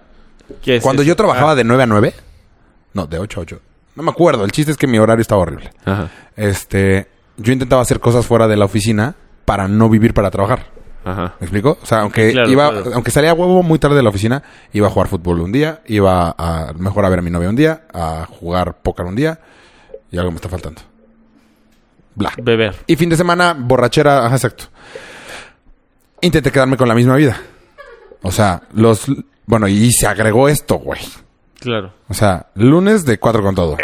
Speaker 5: que es
Speaker 1: cuando
Speaker 5: eso.
Speaker 1: yo trabajaba de 9 a 9. No, de 8 a 8. No me acuerdo. El chiste es que mi horario estaba horrible.
Speaker 3: Ajá,
Speaker 1: Este. Yo intentaba hacer cosas fuera de la oficina para no vivir para trabajar.
Speaker 3: ajá.
Speaker 1: ¿Me explico? O sea, aunque
Speaker 5: Claro,
Speaker 1: iba,
Speaker 5: claro.
Speaker 1: aunque salía a huevo muy tarde de la oficina, iba a jugar fútbol un día, iba a a lo mejor a ver a mi novia un día, a jugar póker un día, y algo me está faltando. Bla.
Speaker 5: Beber.
Speaker 1: Y fin de semana, borrachera, ajá, exacto. Intenté quedarme con la misma vida. O sea, los bueno, y se agregó esto, güey.
Speaker 5: Claro.
Speaker 1: O sea, lunes de cuatro con todo.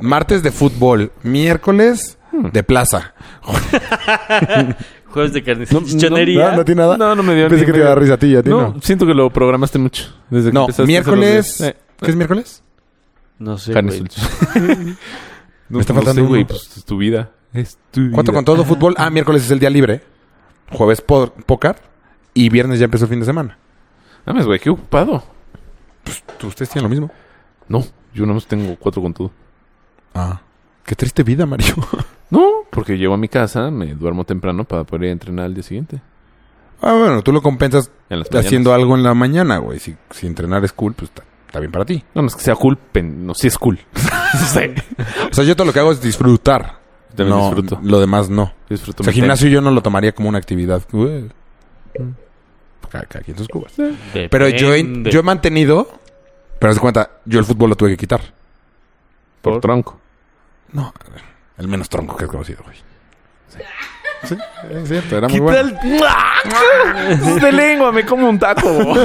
Speaker 1: Martes de fútbol, miércoles
Speaker 3: Hmm.
Speaker 1: de plaza.
Speaker 5: Jueves de carnicería.
Speaker 1: no tiene nada.
Speaker 3: No, no me dio
Speaker 1: Pensé
Speaker 3: ni-
Speaker 1: que te iba a dar risa a ti y a ti
Speaker 3: No,
Speaker 1: no.
Speaker 3: siento que lo programaste mucho. Desde que
Speaker 1: No,
Speaker 3: empezaste a hacer los
Speaker 1: miércoles.
Speaker 3: videos. Eh,
Speaker 1: ¿Qué es miércoles?
Speaker 5: No sé.
Speaker 3: carnes
Speaker 5: güey.
Speaker 3: dulces. No,
Speaker 1: Me está
Speaker 3: no
Speaker 1: faltando
Speaker 3: sé, güey,
Speaker 1: uno.
Speaker 3: pues eh. es tu vida. Es tu
Speaker 1: Cuatro
Speaker 3: vida.
Speaker 1: con todo fútbol. Ah, miércoles es el día libre. Jueves po- póker. Y viernes ya empezó el fin de semana.
Speaker 3: Mames, güey, qué ocupado.
Speaker 1: ¿Tú- ¿Ustedes tienen lo mismo?
Speaker 3: No, yo no más tengo cuatro con todo.
Speaker 1: Ah. Qué triste vida, Mario.
Speaker 3: No, porque llego a mi casa, me duermo temprano para poder ir a entrenar al día siguiente.
Speaker 1: ah, bueno, tú lo compensas
Speaker 3: En las
Speaker 1: haciendo algo en la mañana, güey. Si, si entrenar es cool, pues está está bien para ti.
Speaker 3: No, no es que sea cool, pen- no, sí es cool. sí.
Speaker 1: O sea, yo todo lo que hago es disfrutar.
Speaker 3: También
Speaker 1: No,
Speaker 3: disfruto.
Speaker 1: Lo demás no. O
Speaker 3: Disfruto
Speaker 1: sea,
Speaker 3: mi
Speaker 1: gimnasio yo no lo tomaría como una actividad. Ué. Cada, cada quien sus cubas. Pero yo he,
Speaker 5: Depende.
Speaker 1: yo he mantenido, pero haz de cuenta, yo el fútbol lo tuve que quitar.
Speaker 3: tiempo. Por tronco.
Speaker 1: No, el menos tronco que he conocido, güey. Sí. Sí, es cierto, era muy
Speaker 3: Quita
Speaker 1: bueno.
Speaker 3: el-
Speaker 1: ¡Ah!
Speaker 3: Es de lengua, me como un taco.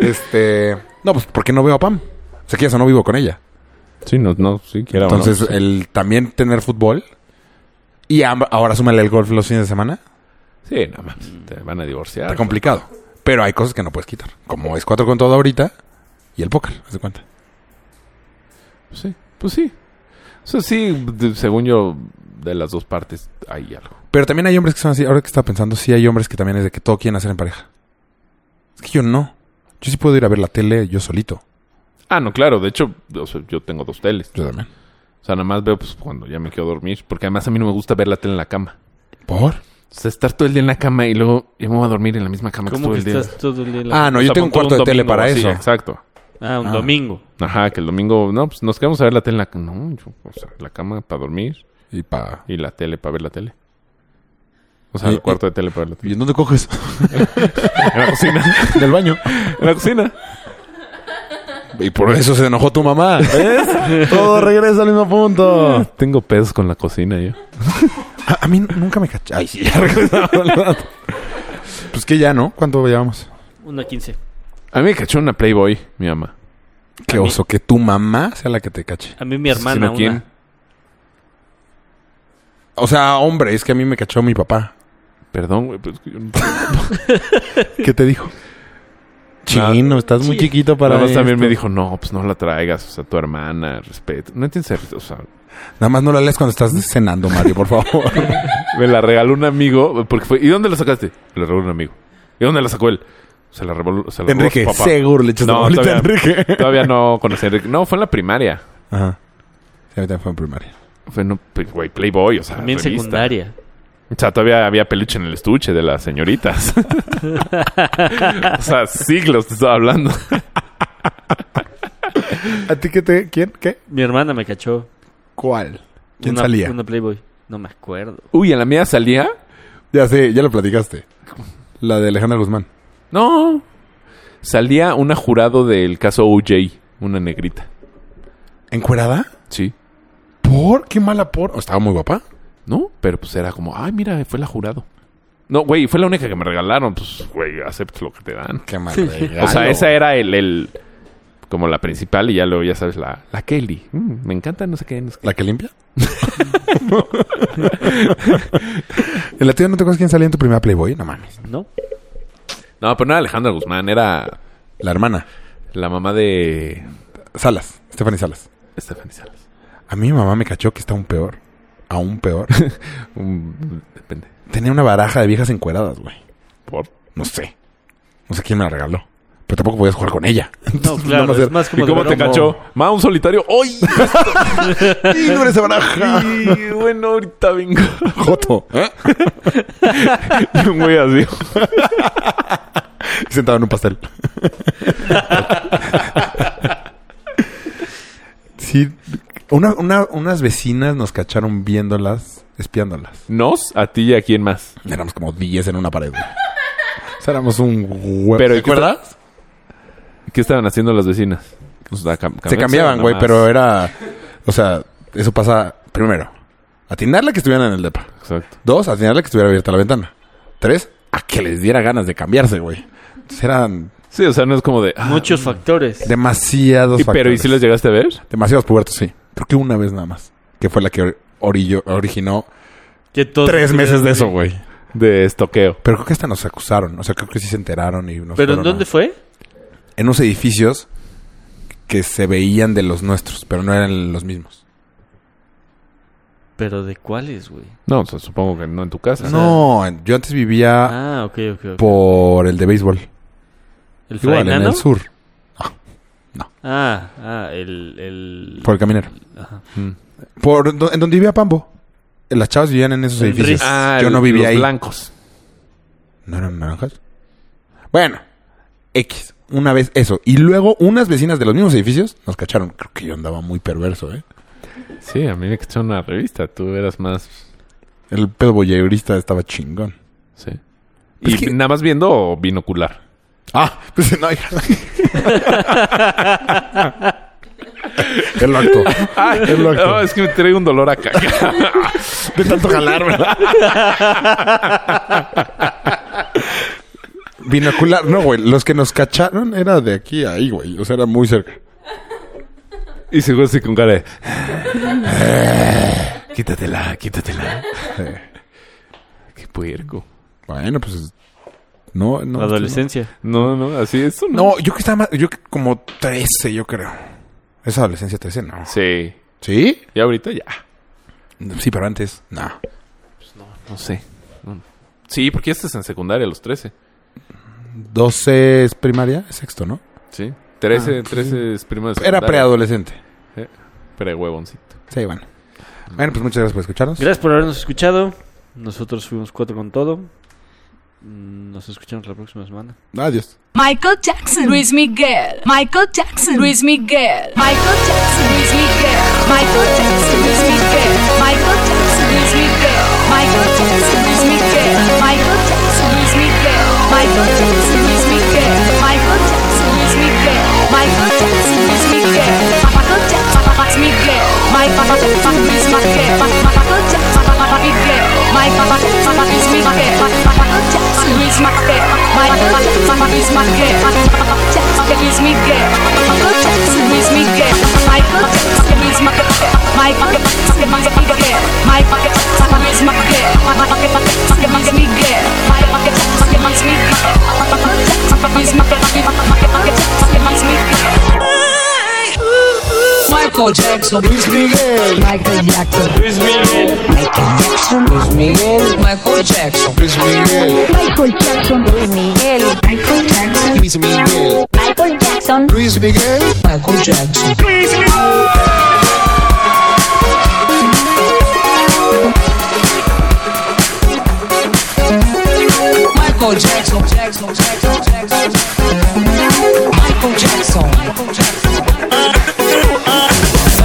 Speaker 1: Este. No, pues porque no veo a Pam. O sea, que ya eso no vivo con ella.
Speaker 3: sí, no, no, Ah, sí, quiero.
Speaker 1: Entonces, el también tener fútbol. Y amb- ahora súmale el golf los fines de semana.
Speaker 3: Sí, nada más. Te van a divorciar.
Speaker 1: Está complicado. Pero hay cosas que no puedes quitar. Como es cuatro con todo ahorita. Y el póker, haz de cuenta.
Speaker 3: Sí, pues sí. O sea, sí, de- según yo, de las dos partes hay algo.
Speaker 1: Pero también hay hombres que son así. Ahora que estaba pensando, sí hay hombres que también es de que todo quieren hacer en pareja. Es que yo no. Yo sí puedo ir a ver la tele yo solito.
Speaker 3: Ah, no, claro. De hecho, o sea, yo tengo dos teles.
Speaker 1: Yo también.
Speaker 3: O sea, nada más veo pues, cuando ya me quiero dormir. Porque además a mí no me gusta ver la tele en la cama.
Speaker 1: ¿Por?
Speaker 3: O sea, estar todo el día en la cama y luego yo me voy a dormir en la misma cama que
Speaker 5: ¿Cómo
Speaker 3: estuve
Speaker 5: que
Speaker 3: el día.
Speaker 5: estás todo el día? en la-
Speaker 1: Ah, no,
Speaker 3: O
Speaker 1: yo
Speaker 3: sea,
Speaker 1: tengo un
Speaker 3: pon todo
Speaker 1: cuarto de tele
Speaker 3: domingo
Speaker 1: para
Speaker 3: así,
Speaker 1: eso.
Speaker 3: exacto.
Speaker 5: Ah, un
Speaker 1: Ah.
Speaker 5: domingo.
Speaker 3: Ajá, que el domingo, no, pues nos quedamos a ver la tele en la cama. No, yo, o sea, la cama para dormir
Speaker 1: Y pa.
Speaker 3: y la tele para ver la tele. O sea,
Speaker 1: Y-
Speaker 3: el cuarto de tele para ver la tele.
Speaker 1: ¿Y en dónde coges?
Speaker 3: En la cocina.
Speaker 1: Del baño.
Speaker 3: En la cocina.
Speaker 1: Y por eso se enojó tu mamá. ¿eh? ¿Ves? Todo regresa al mismo punto.
Speaker 3: Ah, Tengo pedos con la cocina yo.
Speaker 1: A, a mí nunca me caché. Ay, sí, ya regresamos al rato. Pues que ya, ¿no? ¿Cuánto llevamos?
Speaker 5: 1 a 15.
Speaker 3: A mí me cachó una Playboy, mi mamá.
Speaker 1: Qué oso, que tu mamá sea la que te cache.
Speaker 5: A mí mi hermana,
Speaker 3: Sino
Speaker 5: una.
Speaker 3: quién.
Speaker 1: O sea, hombre, es que a mí me cachó mi papá.
Speaker 3: Perdón, güey. Pues, que yo no-
Speaker 1: ¿Qué te dijo? Chino, estás muy chiquito para
Speaker 3: Nada más también
Speaker 1: esto.
Speaker 3: me dijo, no, pues no la traigas. O sea, tu hermana, respeto. No entiendes, o sea,
Speaker 1: Nada más no la leas cuando estás cenando, Mario, por favor.
Speaker 3: me la regaló un amigo. porque fue, ¿Y dónde la sacaste? La regaló un amigo. ¿Y dónde la sacó él? Se la regaló, se la regaló
Speaker 1: Enrique,
Speaker 3: su papá.
Speaker 1: seguro le echaste
Speaker 3: No,
Speaker 1: la bolita a
Speaker 3: todavía-
Speaker 1: Enrique.
Speaker 3: Todavía no conocí a Enrique. No, fue en la primaria.
Speaker 1: Ajá. Sí, a mí también fue en primaria.
Speaker 3: Fue en, un- pues, güey, Playboy, o sea,
Speaker 5: También
Speaker 3: revista.
Speaker 5: secundaria.
Speaker 3: O sea, todavía había peluche en el estuche de las señoritas. o sea, siglos te estaba hablando.
Speaker 1: ¿A ti qué te...? ¿Quién? ¿Qué?
Speaker 5: Mi hermana me cachó.
Speaker 1: ¿Cuál? ¿Quién
Speaker 5: Una-
Speaker 1: salía?
Speaker 5: Una Playboy. No me acuerdo.
Speaker 3: Uy, en la mía salía.
Speaker 1: Ya sé, ya lo platicaste. La de Alejandra Guzmán.
Speaker 3: No. Salía una jurado del caso OJ, una negrita.
Speaker 1: ¿Encuerada?
Speaker 3: Sí.
Speaker 1: ¿Por? ¿Qué mala por? Oh, estaba muy guapa.
Speaker 3: ¿No? Pero pues era como, ay, mira, fue la jurado. No, güey, fue la única que me regalaron. Pues, güey, acepto lo que te dan.
Speaker 1: Qué mal
Speaker 3: O sea, esa era el, el- como la principal y ya luego, ya sabes, la, la Kelly. Mm, me encanta, no sé qué, no sé qué.
Speaker 1: ¿La que limpia? ¿En la tía no te acuerdas quién salía en tu primera Playboy? No mames.
Speaker 5: ¿No?
Speaker 3: No, pero no era Alejandra Guzmán, era
Speaker 1: La hermana.
Speaker 3: la mamá de
Speaker 1: Salas. Stephanie Salas.
Speaker 3: Stephanie Salas.
Speaker 1: A mí mi mamá me cachó que está aún peor. Aún peor.
Speaker 3: Mm, depende.
Speaker 1: Tenía una baraja de viejas encueradas, güey.
Speaker 3: ¿Por?
Speaker 1: No sé. No sé quién me la regaló. Pero tampoco podías jugar con ella.
Speaker 5: No, claro.
Speaker 1: más
Speaker 5: es
Speaker 1: era-
Speaker 5: más
Speaker 3: ¿Y
Speaker 5: como de
Speaker 3: cómo te
Speaker 5: broma.
Speaker 3: cachó? Ma, un solitario. ¡Ay!
Speaker 1: ¡Y no eres baraja!
Speaker 3: Y, bueno, ahorita vengo.
Speaker 1: ¡Joto! ¿eh?
Speaker 3: Y un güey así.
Speaker 1: Sentado en un pastel. sí. Una, una- unas vecinas nos cacharon viéndolas, espiándolas.
Speaker 3: Nos, a ti y a quién más.
Speaker 1: Éramos como 10 en una pared. güey. O sea, éramos un huevo.
Speaker 3: Pero,
Speaker 1: ¿Te
Speaker 3: ¿y qué
Speaker 1: acuerdas?
Speaker 3: ¿Qué estaban haciendo las vecinas? O sea, cam-
Speaker 1: Se Pues, cambiaban,
Speaker 3: nada
Speaker 1: güey,
Speaker 3: más.
Speaker 1: pero era... O sea, eso pasa primero. Atinarle que estuvieran en el depa.
Speaker 3: Exacto.
Speaker 1: Dos, atinarle que estuviera abierta la ventana. Tres, a que les diera ganas de cambiarse, güey. Entonces eran
Speaker 3: Sí, o sea, no es como de. ah,
Speaker 5: Muchos factores.
Speaker 1: demasiados
Speaker 3: y- pero ¿y
Speaker 1: factores.
Speaker 3: si las llegaste a ver?
Speaker 1: Demasiados pubertos, sí. Creo que una vez nada más. Que fue la que or- orillo, originó
Speaker 5: Que todos
Speaker 1: tres
Speaker 5: estuvieran
Speaker 1: meses de eso,
Speaker 5: ahí.
Speaker 1: güey.
Speaker 3: De estoqueo.
Speaker 1: Pero creo que hasta nos acusaron. O sea, creo que sí se enteraron y nos
Speaker 5: ¿Pero en
Speaker 1: fueron
Speaker 5: dónde
Speaker 1: a-
Speaker 5: fue?
Speaker 1: En unos edificios que se veían de los nuestros, pero no eran los mismos.
Speaker 5: ¿Pero de cuáles, güey?
Speaker 3: No, o sea, supongo que no en tu casa.
Speaker 1: No, en- yo antes vivía
Speaker 5: Ah, ok, ok. ok.
Speaker 1: por el de béisbol.
Speaker 5: ¿El Fray
Speaker 1: Igual, en
Speaker 5: Nano?
Speaker 1: el sur.
Speaker 5: Ah, ah, el... el...
Speaker 1: Por el caminero.
Speaker 5: Ajá.
Speaker 1: Por do- en donde vivía Pambo. Las chavas vivían en esos
Speaker 5: El
Speaker 1: edificios.
Speaker 5: Ritz.
Speaker 3: Ah,
Speaker 1: pues, yo no
Speaker 3: el-
Speaker 1: vivía
Speaker 3: los
Speaker 1: ahí.
Speaker 3: blancos.
Speaker 1: ¿No eran naranjas? Bueno, X. una vez eso. Y luego unas vecinas de los mismos edificios nos cacharon. Creo que yo andaba muy perverso, ¿eh?
Speaker 3: Sí, a mí me cacharon una revista. Tú eras más.
Speaker 1: El pedo voyeurista estaba chingón.
Speaker 3: Sí.
Speaker 1: Pues
Speaker 3: ¿Y
Speaker 1: que-
Speaker 3: nada más viendo o binocular?
Speaker 1: Ah, pues no, hija. el acto. el acto.
Speaker 3: No, Oh, es que me traigo un dolor acá.
Speaker 1: De tanto jalar, ¿verdad? Binocular, no, güey. Los que nos cacharon era de aquí a ahí, güey. O sea, era muy cerca.
Speaker 3: y seguro así con cara de. "Ah, quítatela, quítatela. Qué puerco.
Speaker 1: Bueno, pues. No, no.
Speaker 5: La adolescencia.
Speaker 3: No, no, así es. ¿o
Speaker 1: No, yo que estaba más. Yo que como 13, yo creo. Es adolescencia 13, no.
Speaker 3: Sí.
Speaker 1: ¿Sí?
Speaker 3: Y ahorita ya.
Speaker 1: Sí, pero antes. No.
Speaker 3: No sé. No. Sí, porque este es en secundaria, a los 13.
Speaker 1: 12 es primaria, es sexto, ¿no?
Speaker 3: Sí. Ah, 13, 13 es primo de
Speaker 1: Era
Speaker 3: secundaria.
Speaker 1: preadolescente.
Speaker 3: Prehuevoncito.
Speaker 1: Sí, bueno. Bueno, pues muchas gracias por escucharnos.
Speaker 5: Gracias por habernos escuchado. Nosotros fuimos cuatro con todo. Mm, Nos escuchamos la próxima semana.
Speaker 1: Adiós.
Speaker 7: Michael Jackson, Luis Miguel, Michael Jackson, Luis Miguel, Michael Jackson, Luis Miguel, Michael Jackson, Luis Miguel, Michael Jackson, Luis Miguel, Michael Jackson, Luis Miguel, Michael Jackson, Luis Miguel, Michael Jackson, Luis Miguel, Michael Jackson, Luis Miguel, Michael Jackson, Luis Miguel, Michael Jackson, Luis Miguel, Michael Jackson, Luis Miguel, Michael Jackson, Luis Miguel, Michael Jackson, Luis Miguel, Michael Jackson, Luis Miguel, Michael Jackson, Luis Miguel, Michael Jackson, Luis Miguel, Michael Jackson, Luis Miguel, Michael Jackson, Luis Miguel, Michael Jackson, Luis Miguel, Michael Jackson, Luis Miguel, Michael Jackson, Luis Miguel, Michael Jackson, Luis Miguel, Michael Jackson, Luis Miguel, Michael Jackson, Luis Miguel.
Speaker 8: Michael Jackson, Luis Miguel, Michael Jackson, Luis Miguel, Michael Jackson, Luis Miguel, Michael Jackson, Luis Miguel,
Speaker 4: Michael Jackson, Luis Miguel, Michael Jackson,
Speaker 8: Luis Miguel,
Speaker 4: Michael Jackson.
Speaker 8: Luis Miguel, Michael Jackson. Michael Jackson, Jackson, Jackson, Jackson, Michael Jackson, Michael Jackson, Michael Jackson.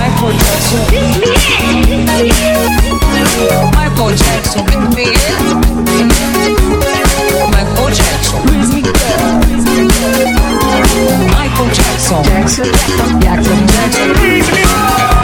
Speaker 8: Michael Jackson, Luis Miguel. Michael Jackson, Luis Miguel. Michael Jackson, Jackson, Jackson, Jackson, Jackson.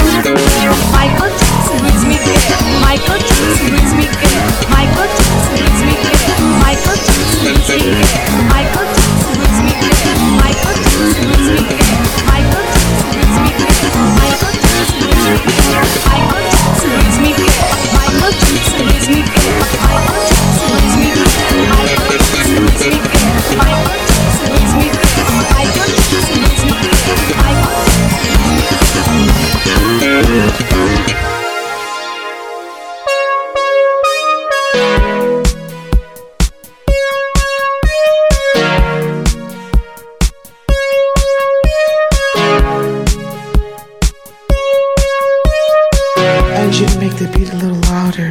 Speaker 7: Michael Jackson, Luis Miguel. Michael Jackson, Luis Miguel. Michael Jackson, Luis Miguel. Michael Jackson, Luis Miguel. Michael Jackson, Luis Miguel. Michael Jackson, Luis Miguel. Michael Jackson, Luis Miguel. Michael Jackson, Luis Miguel. Michael Jackson, Luis Miguel. Michael Jackson, Luis Miguel. Michael Jackson, Luis Miguel. Michael Jackson, Luis Miguel. Michael Jackson, Luis Miguel. Michael Jackson, Luis Miguel. Michael
Speaker 9: I need you to make the beat a little louder.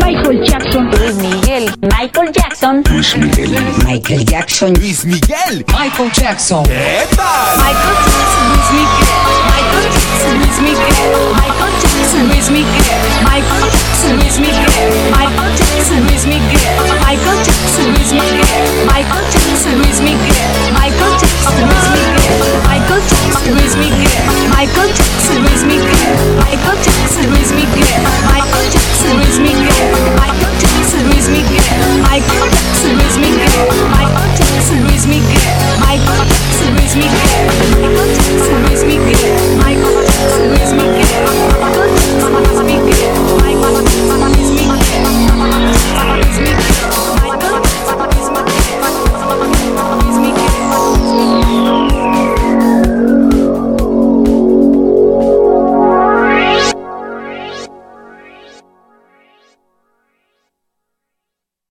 Speaker 4: Michael Jackson, Luis Miguel, Michael Jackson,
Speaker 8: Michael Jackson, Luis Miguel, Michael Jackson.
Speaker 7: Michael Jackson, Luis Miguel. Michael Jackson, Luis Miguel. Michael Jackson, Luis Miguel.